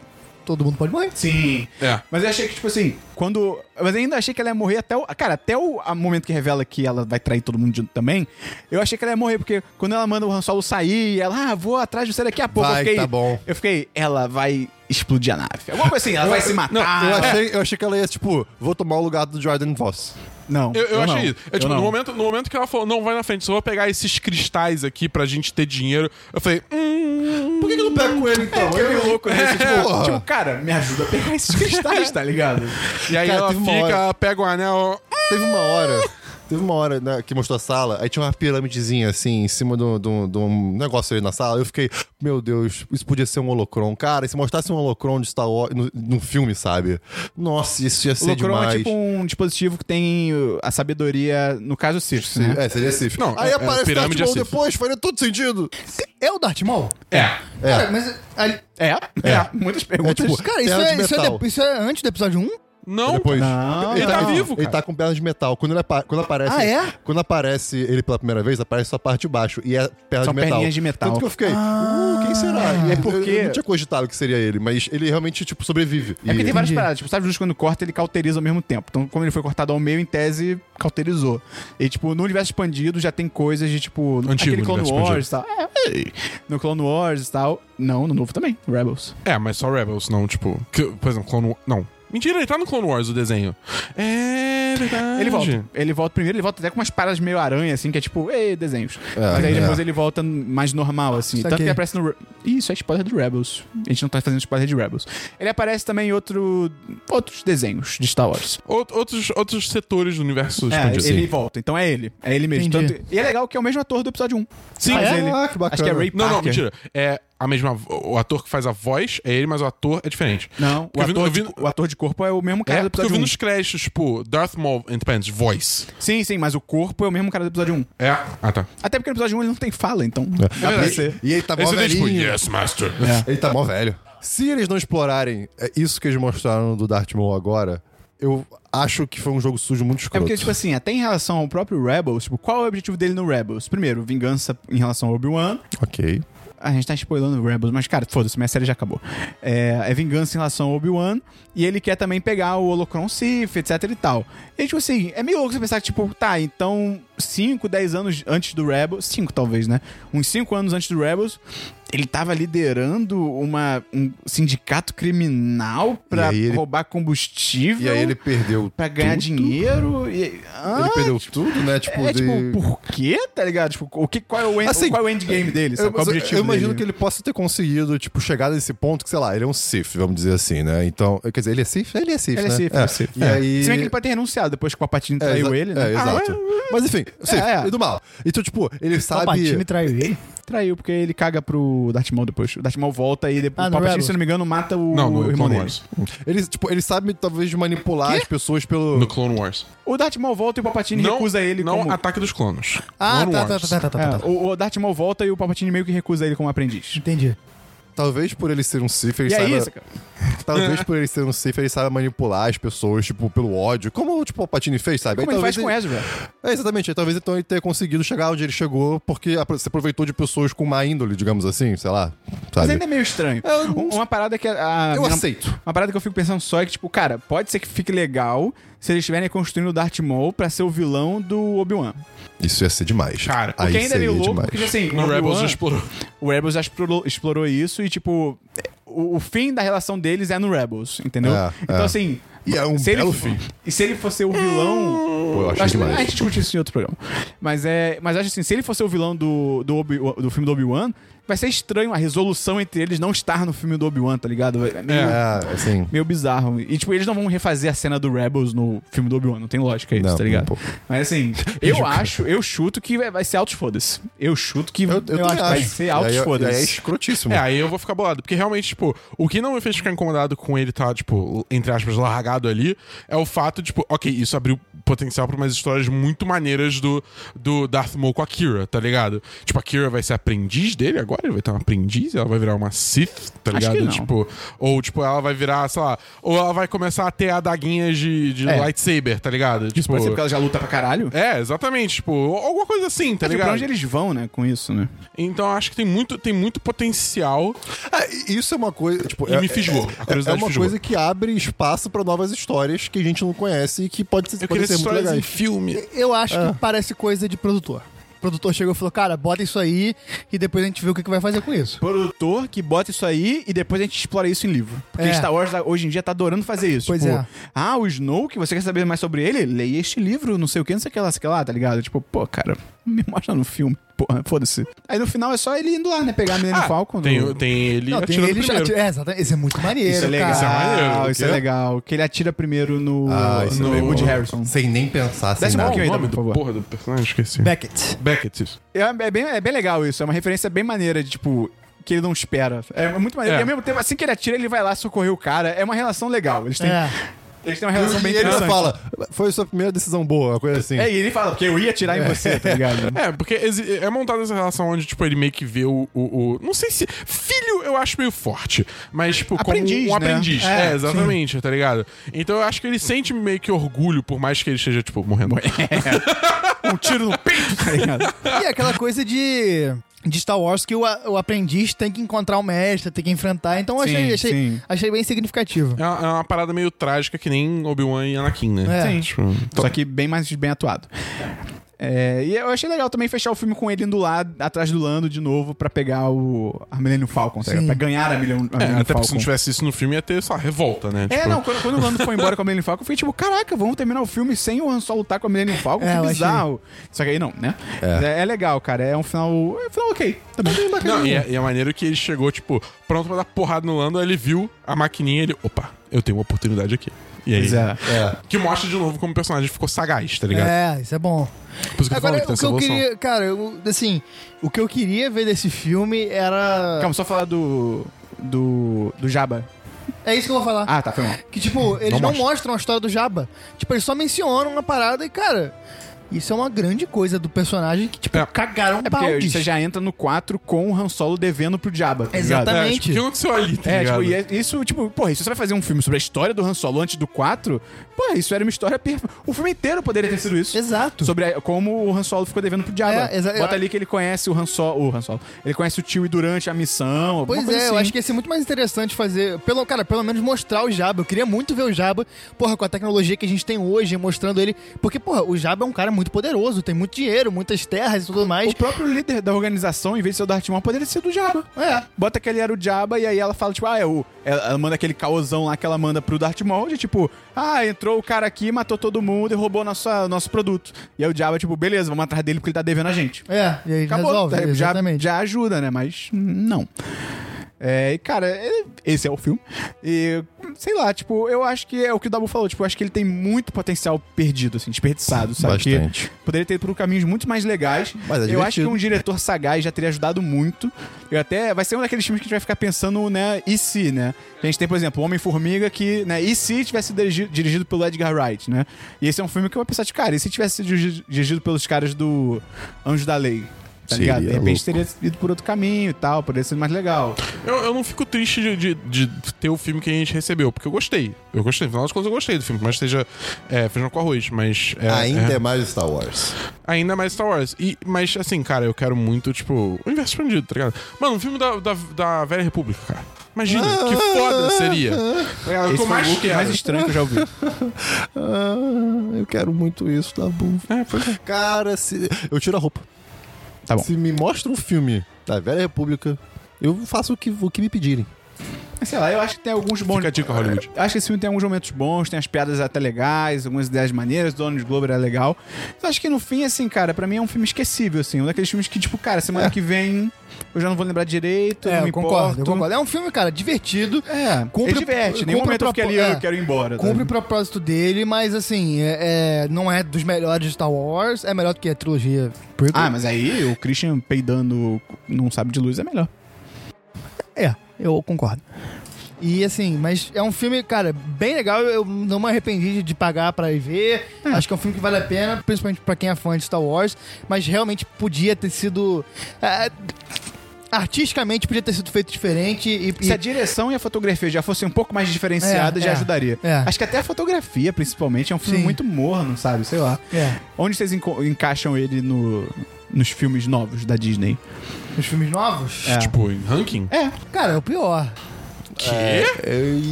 Speaker 6: todo mundo pode morrer.
Speaker 3: Sim.
Speaker 4: É.
Speaker 3: Mas eu achei que, tipo assim, quando. Mas ainda achei que ela ia morrer até o. Cara, até o a momento que revela que ela vai trair todo mundo junto também. Eu achei que ela ia morrer, porque quando ela manda o Han Solo sair, e ela, ah, vou atrás de você daqui a pouco.
Speaker 5: Vai,
Speaker 3: eu fiquei,
Speaker 5: tá bom.
Speaker 3: Eu fiquei, ela vai explodir a nave. Alguma coisa assim, ela vai se matar.
Speaker 5: eu, achei, eu achei que ela ia, tipo, vou tomar o lugar do Jordan Voss.
Speaker 3: Não.
Speaker 4: Eu, eu achei
Speaker 3: não.
Speaker 4: isso. É, tipo,
Speaker 3: Eu
Speaker 4: no
Speaker 3: não.
Speaker 4: momento, no momento que ela falou, não, vai na frente, só vou pegar esses cristais aqui pra gente ter dinheiro, eu falei, hum.
Speaker 5: Por que, que eu não pego com ele então?
Speaker 3: Fiquei meio louco nesse, tipo,
Speaker 5: Porra.
Speaker 3: tipo, cara, me ajuda a pegar esses cristais, tá ligado?
Speaker 4: E aí
Speaker 5: Cara,
Speaker 4: ela
Speaker 5: teve uma
Speaker 4: fica,
Speaker 5: hora-
Speaker 4: pega o anel.
Speaker 5: Teve uma hora Teve uma hora né, que mostrou a sala, aí tinha uma pirâmidezinha assim, em cima de um- de um de um negócio ali na sala. Eu fiquei, meu Deus, isso podia ser um holocron. Cara, e se mostrasse um holocron de Star Wars no, num filme, sabe? Nossa, isso ia ser
Speaker 3: O Locron
Speaker 5: demais.
Speaker 3: é tipo um dispositivo que tem uh, a sabedoria, no caso, o Sith, né?
Speaker 5: É, seria Sif.
Speaker 4: Não,
Speaker 5: aí
Speaker 4: é- é
Speaker 5: aparece o Darth
Speaker 4: pirâmide é
Speaker 5: Maul
Speaker 4: Sif.
Speaker 5: depois, faria todo sentido.
Speaker 6: É o Darth Maul?
Speaker 5: É.
Speaker 6: Cara, mas... ali-
Speaker 3: É, é. Muitas perguntas.
Speaker 5: É, tipo,
Speaker 6: Cara, isso
Speaker 5: Terra de
Speaker 6: é, isso, é
Speaker 5: metal.
Speaker 6: de- isso é antes do episódio 1?
Speaker 4: Não,
Speaker 5: Depois.
Speaker 3: Não,
Speaker 4: ele tá
Speaker 5: com-
Speaker 4: vivo,
Speaker 5: Ele
Speaker 4: cara.
Speaker 5: tá com pernas de metal. Quando, ele apa- quando aparece.
Speaker 6: Ah, é?
Speaker 5: Quando aparece ele pela primeira vez, aparece só a parte de baixo. E é perna
Speaker 3: São
Speaker 5: de metal.
Speaker 3: perninhas de metal.
Speaker 5: Tanto que eu fiquei, uh,
Speaker 3: Ah.
Speaker 5: quem será? E é
Speaker 3: porque-
Speaker 5: Eu, eu não tinha cogitado que seria ele, mas ele realmente, tipo, sobrevive.
Speaker 3: É porque
Speaker 5: E-
Speaker 3: tem várias paradas. Tipo, sabe, justo quando corta, ele cauteriza ao mesmo tempo. Então, como ele foi cortado ao meio, em tese, cauterizou. E, tipo, no universo expandido já tem coisas de, tipo, no-
Speaker 4: Antigo
Speaker 3: aquele Clone
Speaker 4: universo
Speaker 3: Wars e tal. É, é. no Clone Wars e tal. Não, no novo também, Rebels.
Speaker 4: É, mas só Rebels, não, tipo. que- por exemplo, Clone Wars. Não. Mentira, ele tá no Clone Wars o desenho. É verdade.
Speaker 3: Ele volta. Ele volta primeiro, ele volta até com umas paradas meio aranha, assim, que é tipo, ei, desenhos. Mas aí
Speaker 5: é.
Speaker 3: depois ele volta mais normal, assim.
Speaker 6: Saquei.
Speaker 3: Tanto que ele aparece no. Re- Ih, Isso é spoiler do Rebels. A gente não tá fazendo spoiler de Rebels. Ele aparece também em outro, outros desenhos de Star Wars.
Speaker 4: Out- Outros, outros setores do universo
Speaker 3: É,
Speaker 4: expandido.
Speaker 3: ele volta. Então é ele. É ele mesmo.
Speaker 6: Entendi.
Speaker 3: Tanto- E é legal que é o mesmo ator do episódio 1.
Speaker 4: Sim.
Speaker 3: Faz
Speaker 4: Ah, é?
Speaker 3: ele.
Speaker 5: Ah, que bacana.
Speaker 3: Acho que é Ray
Speaker 4: Não, não,
Speaker 3: Parker.
Speaker 4: mentira. É a mesma. O ator que faz a voz é ele, mas o ator é diferente.
Speaker 3: Não,
Speaker 4: Porque
Speaker 3: o
Speaker 4: eu vi
Speaker 3: ator,
Speaker 4: no- eu vi
Speaker 3: de,
Speaker 4: no-
Speaker 3: o ator de corpo é o mesmo cara
Speaker 4: É,
Speaker 3: do
Speaker 4: porque eu
Speaker 3: episódio
Speaker 4: vi
Speaker 3: 1.
Speaker 4: nos créditos, tipo, Darth Maul, and Pants, voice.
Speaker 3: Sim, sim, mas o corpo é o mesmo cara do episódio 1.
Speaker 4: É. Ah, tá.
Speaker 3: Até porque no episódio 1 ele não tem fala, então.
Speaker 5: É verdade. E ele tá mó
Speaker 4: Esse daí, tipo,
Speaker 5: velhinho.
Speaker 4: yes, master.
Speaker 3: É,
Speaker 5: Ele tá mó velho. Se eles não explorarem é isso que eles mostraram do Darth Maul agora, eu acho que foi um jogo sujo muito
Speaker 3: É
Speaker 5: escroto.
Speaker 3: porque, tipo assim, até em relação ao próprio Rebels, tipo, qual é o objetivo dele no Rebels? Primeiro, vingança em relação ao Obi-Wan.
Speaker 5: Ok.
Speaker 3: A gente tá spoilando o Rebels, mas, cara, foda-se, minha série já acabou. É, é vingança em relação ao Obi-Wan. E ele quer também pegar o Holocron Sif, etc e tal. E, tipo assim, é meio louco você pensar que, tipo, tá, então, 5, 10 anos antes do Rebels. 5, talvez, né? Uns 5 anos antes do Rebels. Ele tava liderando uma, um sindicato criminal pra
Speaker 5: E aí ele-
Speaker 3: roubar combustível.
Speaker 5: E aí ele perdeu.
Speaker 3: Pra ganhar
Speaker 5: tudo.
Speaker 3: dinheiro e. Ah,
Speaker 5: Ele perdeu tudo, né? Tipo,
Speaker 3: é,
Speaker 5: de-
Speaker 3: tipo, por quê, tá ligado? Tipo, o que, qual, é o end,
Speaker 5: Assim,
Speaker 3: qual é o endgame dele?
Speaker 5: Eu,
Speaker 3: sabe? Qual é o
Speaker 5: eu-
Speaker 3: objetivo
Speaker 5: eu imagino
Speaker 3: dele?
Speaker 5: que ele possa ter conseguido, tipo, chegar nesse ponto que, sei lá, ele é um Sith, vamos dizer assim, né? Então, quer dizer, ele é Sith? Ele é Sith,
Speaker 3: Ele é
Speaker 5: né?
Speaker 3: Sith, ele é Sith.
Speaker 5: E aí...
Speaker 3: Se bem que ele pode ter renunciado depois que o Palpatine
Speaker 5: É,
Speaker 3: traiu
Speaker 5: exa-
Speaker 3: ele, né?
Speaker 5: É,
Speaker 3: Ah,
Speaker 5: exato. Mas enfim, Sith,
Speaker 3: é. Tá
Speaker 5: e do mal. Então, tipo, ele
Speaker 3: Ah,
Speaker 6: O Patini
Speaker 5: sabe...
Speaker 6: traiu ele.
Speaker 3: traiu, porque ele caga pro Darth Maul depois. O Darth Maul volta e depois
Speaker 6: Ah,
Speaker 3: o
Speaker 6: no
Speaker 3: Palpatine,
Speaker 6: Rebels.
Speaker 3: se não me engano, mata o,
Speaker 4: Não, no
Speaker 3: o irmão
Speaker 4: Clone
Speaker 3: dele.
Speaker 4: Wars.
Speaker 5: Ele, tipo, ele sabe, talvez, manipular as pessoas pelo...
Speaker 4: No Clone Wars.
Speaker 3: O Darth Maul volta e o Palpatine recusa ele
Speaker 4: não
Speaker 3: como...
Speaker 4: Ataque dos Clones.
Speaker 6: Ah,
Speaker 4: Clone
Speaker 6: tá, tá,
Speaker 4: Wars.
Speaker 6: tá, tá, tá, tá,
Speaker 3: É,
Speaker 6: tá.
Speaker 3: o, o Darth Maul volta e o Palpatine meio que recusa ele como aprendiz.
Speaker 6: Entendi.
Speaker 5: Talvez por ele ser um Sith, ele
Speaker 3: E é
Speaker 5: saiba...
Speaker 3: isso, cara.
Speaker 5: Talvez por ele ser um Sith, ele saiba manipular as pessoas, tipo, pelo ódio. Como, tipo, o Patini fez, sabe?
Speaker 3: Como
Speaker 5: Aí
Speaker 3: ele faz
Speaker 5: talvez
Speaker 3: com Ezra?
Speaker 5: É, exatamente. Aí Talvez então ele tenha conseguido chegar onde ele chegou porque apro- se aproveitou de pessoas com má índole, digamos assim, sei lá.
Speaker 3: Mas
Speaker 5: Sabe?
Speaker 3: ainda é meio estranho.
Speaker 5: Eu não-
Speaker 3: Um- Uma parada que a. a
Speaker 5: Eu
Speaker 3: minha-
Speaker 5: aceito.
Speaker 3: Uma parada que eu fico pensando só é que, tipo, cara, pode ser que fique legal se eles estiverem construindo o Darth Maul pra ser o vilão do Obi-Wan.
Speaker 5: Isso ia ser demais.
Speaker 4: Cara,
Speaker 3: O
Speaker 5: Aí
Speaker 3: que ainda é meio
Speaker 5: seria
Speaker 3: louco,
Speaker 5: demais.
Speaker 3: porque assim,
Speaker 4: No
Speaker 3: o
Speaker 4: Rebels
Speaker 3: Obi-Wan-
Speaker 4: já explorou.
Speaker 3: o Rebels já explorou, explorou isso e, tipo, o, o fim da relação deles é no Rebels, entendeu?
Speaker 5: É,
Speaker 3: então,
Speaker 5: é.
Speaker 3: assim.
Speaker 5: E é um
Speaker 3: se ele
Speaker 5: belo
Speaker 3: fo-
Speaker 5: fim.
Speaker 3: E se ele fosse o vilão.
Speaker 5: Pô, eu achei
Speaker 3: acho que
Speaker 5: demais.
Speaker 3: a gente discute isso em outro programa. Mas é. Mas eu acho assim, se ele fosse o vilão do, do, Obi- do filme do Obi-Wan, vai ser estranho a resolução entre eles não estar no filme do Obi-Wan, tá ligado? É meio,
Speaker 5: É, assim.
Speaker 3: meio bizarro. E, tipo, eles não vão refazer a cena do Rebels no filme do Obi-Wan. Não tem lógica isso,
Speaker 5: Não,
Speaker 3: tá ligado?
Speaker 5: um pouco.
Speaker 3: Mas, assim, eu acho, eu chuto que vai- vai ser altos foda-se. Eu chuto que
Speaker 5: Eu, também
Speaker 3: acho que vai ser altos
Speaker 5: Aí-
Speaker 3: foda-se.
Speaker 5: aí É escrotíssimo.
Speaker 4: É, aí eu vou ficar bolado. Porque realmente, tipo, o que não me fez ficar incomodado com ele tá, tipo, entre aspas, largado ali, é o fato, tipo, ok, isso abriu potencial pra umas histórias muito maneiras do, do Darth Maul com a Kira, tá ligado? Tipo, a Kira vai ser aprendiz dele agora, ele vai ter uma aprendiz, ela vai virar uma Sith, tá
Speaker 3: Acho
Speaker 4: ligado?
Speaker 3: que não.
Speaker 4: Tipo, ou, tipo, ela vai virar, sei lá, ou ela vai começar a ter adaguinhas de, de
Speaker 3: É.
Speaker 4: lightsaber, tá ligado?
Speaker 3: Isso
Speaker 4: tipo,
Speaker 3: pode ser porque ela já luta pra
Speaker 5: tá
Speaker 3: caralho.
Speaker 4: é, exatamente, tipo, alguma coisa assim, tá
Speaker 3: Mas, tipo, pra
Speaker 4: ligado?
Speaker 3: onde eles vão, né, com isso, né?
Speaker 4: Então eu acho que tem muito, tem muito potencial
Speaker 5: Ah, e- isso é uma coisa. Tipo,
Speaker 4: e
Speaker 5: é,
Speaker 4: me fisgou.
Speaker 5: é-
Speaker 4: A curiosidade
Speaker 5: é uma
Speaker 4: fisgou.
Speaker 5: coisa que abre espaço pra novas histórias que a gente não conhece e que pode ser,
Speaker 4: Eu
Speaker 5: pode
Speaker 4: queria
Speaker 5: ser muito
Speaker 4: histórias em
Speaker 5: legais.
Speaker 4: filme.
Speaker 6: Eu acho que parece coisa de produtor. O produtor chegou e falou, cara, bota isso aí e depois a gente vê o que, que vai fazer com isso.
Speaker 3: Produtor que bota isso aí e depois a gente explora isso em livro. Porque
Speaker 6: É.
Speaker 3: Star Wars hoje em dia tá adorando fazer isso.
Speaker 6: Pois
Speaker 3: tipo,
Speaker 6: é.
Speaker 3: Ah, o Snow, que você quer saber mais sobre ele? Leia este livro, não sei o que, não sei o que lá, não sei o que lá, tá ligado? Tipo, pô, cara, me mostra no filme. Porra, foda-se. Aí no final é só ele indo lá, né? Pegar a menina
Speaker 4: Ah,
Speaker 3: do Falcon.
Speaker 4: tem,
Speaker 3: do-
Speaker 4: tem ele
Speaker 6: Não, tem
Speaker 4: atirando
Speaker 6: ele já.
Speaker 4: primeiro.
Speaker 6: É, exatamente. Esse é muito maneiro,
Speaker 3: Isso é legal.
Speaker 4: Isso é
Speaker 6: cara.
Speaker 4: maneiro,
Speaker 3: isso
Speaker 4: o
Speaker 3: é
Speaker 4: quê?
Speaker 3: legal. Que ele atira primeiro no,
Speaker 5: Ah, isso é
Speaker 3: no
Speaker 4: legal.
Speaker 3: Woody Harrison.
Speaker 5: Sem nem pensar, sem
Speaker 3: Desce um
Speaker 5: nada.
Speaker 3: pouquinho aí,
Speaker 4: O nome
Speaker 3: também, por
Speaker 4: do
Speaker 3: favor.
Speaker 4: porra do personagem, esqueci.
Speaker 6: Beckett.
Speaker 4: Beckett, isso.
Speaker 3: É, é bem, é bem legal isso. É uma referência bem maneira de, tipo, que ele não espera. É muito maneiro.
Speaker 4: É.
Speaker 3: E ao mesmo tempo, assim que ele atira, ele vai lá socorrer o cara. É uma relação legal. Eles têm,
Speaker 6: É.
Speaker 3: eles têm uma relação bem
Speaker 5: E ele
Speaker 3: interessante.
Speaker 5: fala, foi a sua primeira decisão boa, uma coisa assim.
Speaker 3: É, e ele fala, porque eu ia atirar em você, tá ligado?
Speaker 4: É, porque exi- é montada essa relação onde, tipo, ele meio que vê o, o, o- Não sei se. Filho eu acho meio forte. Mas, tipo,
Speaker 3: Aprendiz,
Speaker 4: como um
Speaker 3: né?
Speaker 4: aprendiz.
Speaker 3: É,
Speaker 4: É, exatamente, tá ligado? Então eu acho que ele sente meio que orgulho, por mais que ele esteja, tipo, morrendo.
Speaker 3: Um tiro no peito, tá ligado?
Speaker 6: E é aquela coisa de. De Star Wars que o, a- o aprendiz tem que encontrar o mestre, tem que enfrentar. Então eu achei,
Speaker 3: Sim,
Speaker 6: achei,
Speaker 3: sim.
Speaker 6: achei bem significativo.
Speaker 4: É uma, é uma parada meio trágica que nem Obi-Wan e Anakin, né?
Speaker 6: É. Sim.
Speaker 4: Tipo,
Speaker 3: Só que bem mais bem atuado. É, e eu achei legal também fechar o filme com ele indo lá atrás do Lando de novo pra pegar o a Millennium Falcon, tá ligado? Pra ganhar a Millennium, a
Speaker 4: é,
Speaker 3: Millennium
Speaker 4: até porque se
Speaker 3: Falcon.
Speaker 4: não tivesse isso no filme ia ter só revolta, né?
Speaker 3: É,
Speaker 4: Tipo,
Speaker 3: não, quando, quando o Lando foi embora com a Millennium Falcon, eu fiquei tipo, caraca, vamos terminar o filme sem o Han Solo lutar com a Millennium Falcon?
Speaker 6: É, eu
Speaker 3: que
Speaker 6: achei.
Speaker 3: bizarro. Só que aí não, né? Mas É. é legal, cara. É um final. É um final ok. Tá bom, bem bacana.
Speaker 4: Não, e é, e é maneiro que ele chegou, tipo, pronto pra dar porrada no Lando, aí ele viu a maquininha e ele. Opa, eu tenho uma oportunidade aqui. E aí.
Speaker 3: Pois é.
Speaker 4: Que mostra de novo como o personagem ficou sagaz, tá ligado? Tipo,
Speaker 6: É, isso é bom.
Speaker 4: Por isso que eu tô falando
Speaker 6: Agora,
Speaker 4: que tem
Speaker 6: o que
Speaker 4: essa
Speaker 6: eu
Speaker 4: evolução.
Speaker 6: queria. Cara, eu- assim, o que eu queria ver desse filme era.
Speaker 3: Calma, só falar do. Do. Do Jabba.
Speaker 6: É isso que eu vou falar.
Speaker 3: Ah, tá, foi mal.
Speaker 6: Que, tipo, eles
Speaker 4: Não
Speaker 6: não,
Speaker 4: mostra.
Speaker 6: mostram a história do Jabba. Tipo, eles só mencionam uma parada e, cara, isso é uma grande coisa do personagem que, tipo,
Speaker 4: É.
Speaker 6: cagaram
Speaker 3: É porque
Speaker 6: baldes.
Speaker 3: você já entra no 4 com o Han Solo devendo pro Jabba. tá ligado?
Speaker 6: Exatamente.
Speaker 4: É, tipo, o que aconteceu ali, tá
Speaker 3: É,
Speaker 4: ligado?
Speaker 3: tipo, e é- isso, tipo, porra, e se você vai fazer um filme sobre a história do Han Solo antes do 4, porra, isso era uma história perfeita. O filme inteiro poderia ter sido isso.
Speaker 6: Exato.
Speaker 3: Sobre a- como o Han Solo ficou devendo pro Jabba.
Speaker 6: É, exa-
Speaker 3: Bota ali que ele conhece o Han Solo, o Han Solo. Ele conhece o tio e durante a missão, alguma
Speaker 6: Pois é,
Speaker 3: coisa assim.
Speaker 6: eu acho que ia ser muito mais interessante fazer. Pelo, cara, pelo menos mostrar o Jabba. Eu queria muito ver o Jabba, porra, com a tecnologia que a gente tem hoje, mostrando ele. Porque, porra, o Jabba é um cara muito poderoso, tem muito dinheiro, muitas terras e tudo mais.
Speaker 3: O próprio líder da organização, em vez de ser o Darth Maul, poderia ser do Jabba.
Speaker 6: É.
Speaker 3: Bota que ele era o Jabba e aí ela fala, tipo, ah, é o... Ela, ela manda aquele caosão lá que ela manda pro Darth Maul, de tipo, ah, entrou o cara aqui, matou todo mundo e roubou nossa, nosso produto. E aí o Jabba, tipo, beleza, vamos atrás dele porque ele tá devendo a gente.
Speaker 6: É, e aí
Speaker 3: Acabou,
Speaker 6: resolve.
Speaker 3: tá? já,
Speaker 6: exatamente.
Speaker 3: já ajuda, né? Mas não. É, e, cara, é- esse é o filme. E, sei lá, tipo, eu acho que é o que o Dabu falou, tipo, eu acho que ele tem muito potencial perdido, assim, desperdiçado, sabe?
Speaker 5: Bastante.
Speaker 3: Que poderia ter ido por caminhos muito mais legais.
Speaker 5: Mas é
Speaker 3: eu acho que
Speaker 5: divertido.
Speaker 3: um diretor sagaz já teria ajudado muito. Eu até. Vai ser um daqueles filmes que a gente vai ficar pensando, né? E se, né? A gente tem, por exemplo, Homem-Formiga, que, né? E se tivesse dirigi- dirigido pelo Edgar Wright, né? E esse é um filme que eu vou pensar, de cara, e se tivesse sido dirigi- dirigido pelos caras do Anjo da Lei? Tá
Speaker 5: Seria
Speaker 3: ligado? De repente
Speaker 5: louco.
Speaker 3: teria ido por outro caminho e tal, poderia ser mais legal.
Speaker 4: Eu, eu não fico triste de, de- de ter o filme que a gente recebeu, porque eu gostei. Eu gostei, no final das contas eu gostei do filme, mas seja é, feijão com arroz, mas. é-
Speaker 5: Ainda é.
Speaker 4: é-
Speaker 5: mais Star Wars.
Speaker 4: ainda mais Star Wars. E, mas assim, cara, eu quero muito, tipo, universo expandido, tá ligado? Mano, um filme da, da, da Velha República, cara. Imagina, que foda seria. Tá ligado?
Speaker 3: Esse foi
Speaker 4: Eu
Speaker 3: o look
Speaker 4: quero.
Speaker 3: É mais estranho que eu já ouvi.
Speaker 5: Ah, eu quero muito isso, tá bom.
Speaker 4: É, pois é.
Speaker 5: Cara, se... eu tiro a roupa.
Speaker 3: Tá bom.
Speaker 5: Se me mostra um filme da Velha República, eu faço o que, o que me pedirem.
Speaker 3: Mas sei lá, eu acho que tem alguns bons.
Speaker 4: Fica a dica, Hollywood.
Speaker 3: Eu acho que esse filme tem alguns momentos bons, tem as piadas até legais, algumas ideias maneiras, Donald Glover é legal. Mas eu acho que no fim, assim, cara, pra mim é um filme esquecível, assim. Um daqueles filmes que, tipo, cara, semana que vem eu já não vou lembrar direito,
Speaker 6: É,
Speaker 3: não
Speaker 6: eu
Speaker 3: me
Speaker 6: concordo, eu
Speaker 3: importo.
Speaker 6: concordo. É um filme, cara, divertido.
Speaker 3: É,
Speaker 6: Cumpre-
Speaker 3: ele diverte. Em nenhum
Speaker 6: cumpre
Speaker 3: momento eu fiquei ali,
Speaker 6: propo-
Speaker 3: ah,
Speaker 6: é.
Speaker 3: eu quero ir embora. sabe?
Speaker 6: Cumpre o propósito dele, mas assim, é, é- não é dos melhores de Star Wars, é melhor do que a trilogia. prequel.
Speaker 3: Ah, mas aí o Christian peidando num sábio de luz é melhor.
Speaker 6: É, eu concordo. E assim, mas é um filme, cara, bem legal. Eu não me arrependi de pagar pra ir ver. Acho que é um filme que vale a pena, principalmente pra quem é fã de Star Wars. Mas realmente podia ter sido. ah, artisticamente podia ter sido feito diferente. E,
Speaker 3: Se a
Speaker 6: e-
Speaker 3: direção e a fotografia já fossem um pouco mais diferenciadas,
Speaker 6: É,
Speaker 3: já
Speaker 6: é,
Speaker 3: ajudaria.
Speaker 6: é.
Speaker 3: Acho que até a fotografia, principalmente, é um filme
Speaker 6: Sim.
Speaker 3: muito morno, sabe? Sei lá.
Speaker 6: É,
Speaker 3: Onde vocês enco- encaixam ele no- nos filmes novos da Disney?
Speaker 6: os filmes novos?
Speaker 3: É.
Speaker 4: Tipo, em ranking?
Speaker 3: É,
Speaker 6: Cara, é o pior.
Speaker 4: Quê?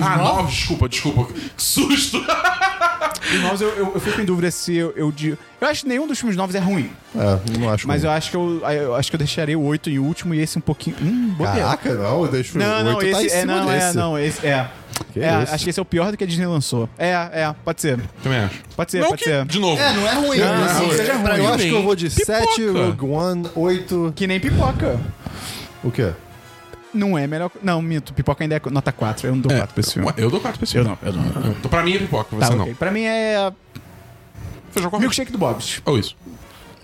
Speaker 4: ah, novos? Desculpa, desculpa. Que susto!
Speaker 3: Os novos eu, eu, eu fico em dúvida se eu, eu digo. Eu acho que nenhum dos filmes novos é ruim.
Speaker 5: É, não acho.
Speaker 3: Mas
Speaker 5: ruim.
Speaker 3: eu acho que eu, eu acho que eu deixaria o 8 em último e esse um pouquinho. Hum, boa piada.
Speaker 5: Caraca, não, deixa
Speaker 3: Não,
Speaker 5: o
Speaker 3: não,
Speaker 5: oito tá
Speaker 3: esse
Speaker 5: em
Speaker 3: é,
Speaker 5: cima
Speaker 3: não, é,
Speaker 5: desse.
Speaker 3: não, esse é.
Speaker 5: Que
Speaker 3: é,
Speaker 5: isso?
Speaker 3: acho que esse é o pior do que a Disney lançou. É, é, pode ser.
Speaker 4: Também acho.
Speaker 3: Pode ser,
Speaker 4: não
Speaker 3: pode
Speaker 4: que,
Speaker 3: ser.
Speaker 4: de novo,
Speaker 6: É, não é ruim. né?
Speaker 3: não,
Speaker 6: Assim,
Speaker 3: seja
Speaker 6: pra
Speaker 3: ruim.
Speaker 5: Eu
Speaker 6: mim-
Speaker 5: acho que eu vou de um,
Speaker 4: Pipoca.
Speaker 5: 7, Rogue One, 8.
Speaker 3: Que nem pipoca.
Speaker 5: O quê?
Speaker 3: Não é melhor. Não, minto. Pipoca ainda é nota 4. Eu não dou 4 pra esse filme.
Speaker 4: Ué, eu dou 4 pra esse
Speaker 3: Eu
Speaker 4: filme.
Speaker 3: não, eu não.
Speaker 4: Então, pra mim é pipoca,
Speaker 3: Tá,
Speaker 4: você
Speaker 3: ok. Pra mim é.
Speaker 4: não. Feijão com arroz.
Speaker 3: Milkshake do Bob's.
Speaker 4: Ou isso.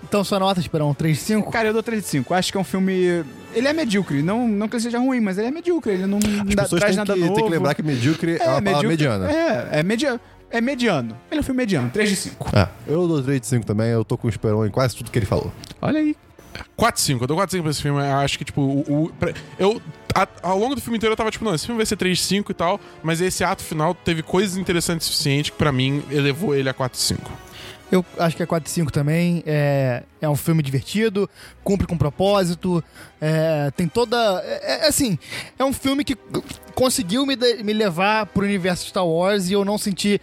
Speaker 6: Então sua nota, Esperão, 3 de 5?
Speaker 3: Cara, eu dou 3 de 5. Acho que é um filme. Ele é medíocre. Não, não que ele seja ruim, mas ele é medíocre. Ele não
Speaker 5: As
Speaker 3: dá-
Speaker 5: pessoas
Speaker 3: traz
Speaker 5: têm
Speaker 3: nada
Speaker 5: que,
Speaker 3: novo.
Speaker 5: têm que lembrar que medíocre é, uma palavra
Speaker 3: medíocre-
Speaker 5: mediana.
Speaker 3: É, é, media, é mediano. Ele é um filme mediano. 3 de 5.
Speaker 5: É, eu dou 3 de 5 também, eu tô com o Esperon em quase tudo que ele falou.
Speaker 3: Olha aí.
Speaker 4: 4 5, eu dou 4 5 pra esse filme. Eu acho que, tipo, o. o- pra- eu. a- ao longo do filme inteiro eu tava tipo, não, esse filme vai ser 3 5 e tal, mas esse ato final teve coisas interessantes o suficiente que pra mim elevou ele a 4 5.
Speaker 6: Eu acho que é 4 de 5 também. É, é um filme divertido, cumpre com propósito, é, tem toda. É, é, assim, é um filme que conseguiu me, de- me levar pro universo Star Wars e eu não senti.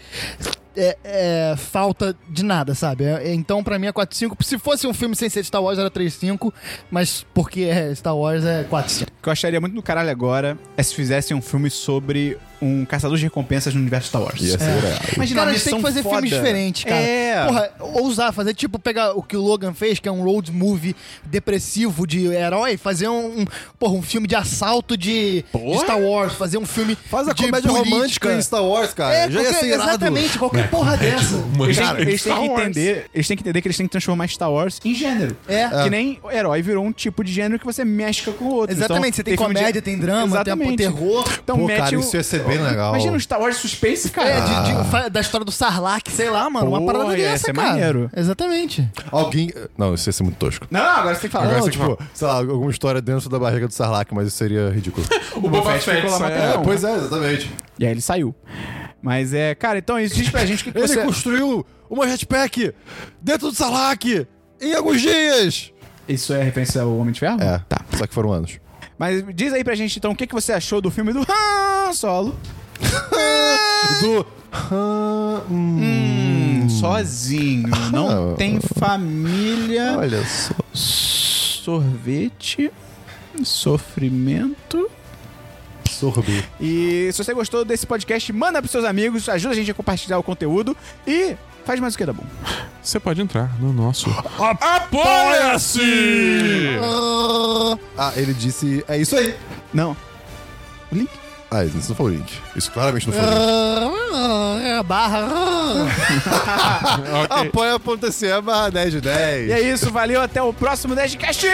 Speaker 6: é, é, falta de nada, sabe? É, é, então, pra mim é 4-5. Se fosse um filme sem ser Star Wars, era 3-5. Mas porque é Star Wars, é 4-5.
Speaker 3: O que eu acharia muito do caralho agora é se fizessem um filme sobre um caçador de recompensas no universo Star Wars. É.
Speaker 5: Ia ser irado.
Speaker 3: Imagina, uma
Speaker 6: Cara, a gente tem que
Speaker 3: missão
Speaker 6: fazer
Speaker 3: foda.
Speaker 6: filmes diferentes, cara.
Speaker 3: É.
Speaker 6: Porra, ousar, fazer tipo pegar o que o Logan fez, que é um road movie depressivo de herói, fazer um, um porra, um filme de assalto de, de Star Wars, fazer um filme
Speaker 5: Faz a
Speaker 6: de
Speaker 5: comédia
Speaker 6: política.
Speaker 5: romântica em Star Wars, cara.
Speaker 6: É,
Speaker 5: Já ia
Speaker 6: qualquer,
Speaker 5: ser irado. É
Speaker 6: exatamente, qualquer porra dessa.
Speaker 3: Eles têm,
Speaker 4: Cara,
Speaker 3: eles têm
Speaker 4: Star
Speaker 3: que
Speaker 4: Wars.
Speaker 3: entender, eles têm que entender que eles têm que transformar Star Wars em gênero.
Speaker 6: É.
Speaker 3: Que nem o herói virou um tipo de gênero que você mescla com o outro.
Speaker 6: Exatamente,
Speaker 3: Então,
Speaker 6: você tem
Speaker 3: filme de-
Speaker 6: comédia, tem drama, tem
Speaker 3: Exatamente.
Speaker 6: terror.
Speaker 3: Então
Speaker 5: Pô,
Speaker 3: mete
Speaker 5: cara,
Speaker 3: o-
Speaker 5: isso ia ser bem legal.
Speaker 3: Imagina um Star Wars suspense, cara.
Speaker 6: É, de-
Speaker 5: Ah.
Speaker 6: de- fa- da história do Sarlacc, sei lá, mano. uma
Speaker 3: Porra,
Speaker 6: parada
Speaker 3: ia
Speaker 6: dessa,
Speaker 3: ser
Speaker 6: cara.
Speaker 3: maneiro.
Speaker 6: Exatamente.
Speaker 5: Alguém. Não, isso ia ser muito tosco.
Speaker 3: Não, agora você tem que falar.
Speaker 5: Agora,
Speaker 3: Não,
Speaker 5: sei
Speaker 3: tipo,
Speaker 5: tipo, sei lá, alguma história dentro da barriga do Sarlacc, mas isso seria ridículo.
Speaker 4: O Boba Fett
Speaker 3: ficou lá
Speaker 4: saiu.
Speaker 3: matando-
Speaker 5: é, pois é, exatamente.
Speaker 3: E aí ele saiu. Mas é, cara, então isso diz pra gente o que, que
Speaker 5: Ele
Speaker 3: você...
Speaker 5: construiu uma jetpack dentro do Sarlacc em alguns dias.
Speaker 3: Isso é referência ao Homem de Ferro?
Speaker 5: É, tá. Só que foram anos.
Speaker 3: Mas diz aí pra gente, então, o que, que você achou do filme do Han Solo?
Speaker 5: Do. Ah, hum,
Speaker 3: Sozinho, não
Speaker 5: Ah.
Speaker 3: tem família...
Speaker 5: olha só.
Speaker 3: sorvete, sofrimento.
Speaker 5: Sorbi.
Speaker 3: E se você gostou desse podcast, manda pros seus amigos, ajuda a gente a compartilhar o conteúdo e faz mais o que dá bom.
Speaker 4: Você pode entrar no nosso. Apoia-se!
Speaker 5: Ah, ele disse. É isso aí.
Speaker 3: Não. O link?
Speaker 5: Ah, isso não foi o link. Isso claramente não foi o link.
Speaker 6: Ah, Barra.
Speaker 4: Ok.
Speaker 5: Apoia.se barra 10 de 10.
Speaker 3: E é isso, valeu, até o próximo 10 de cast!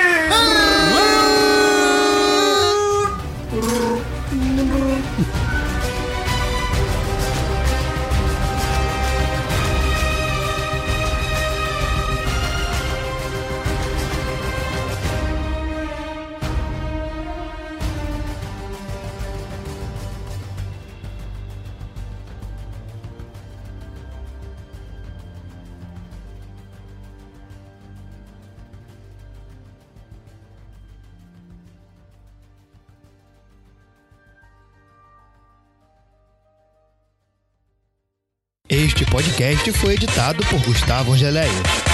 Speaker 6: Este podcast foi editado por Gustavo Angeléia.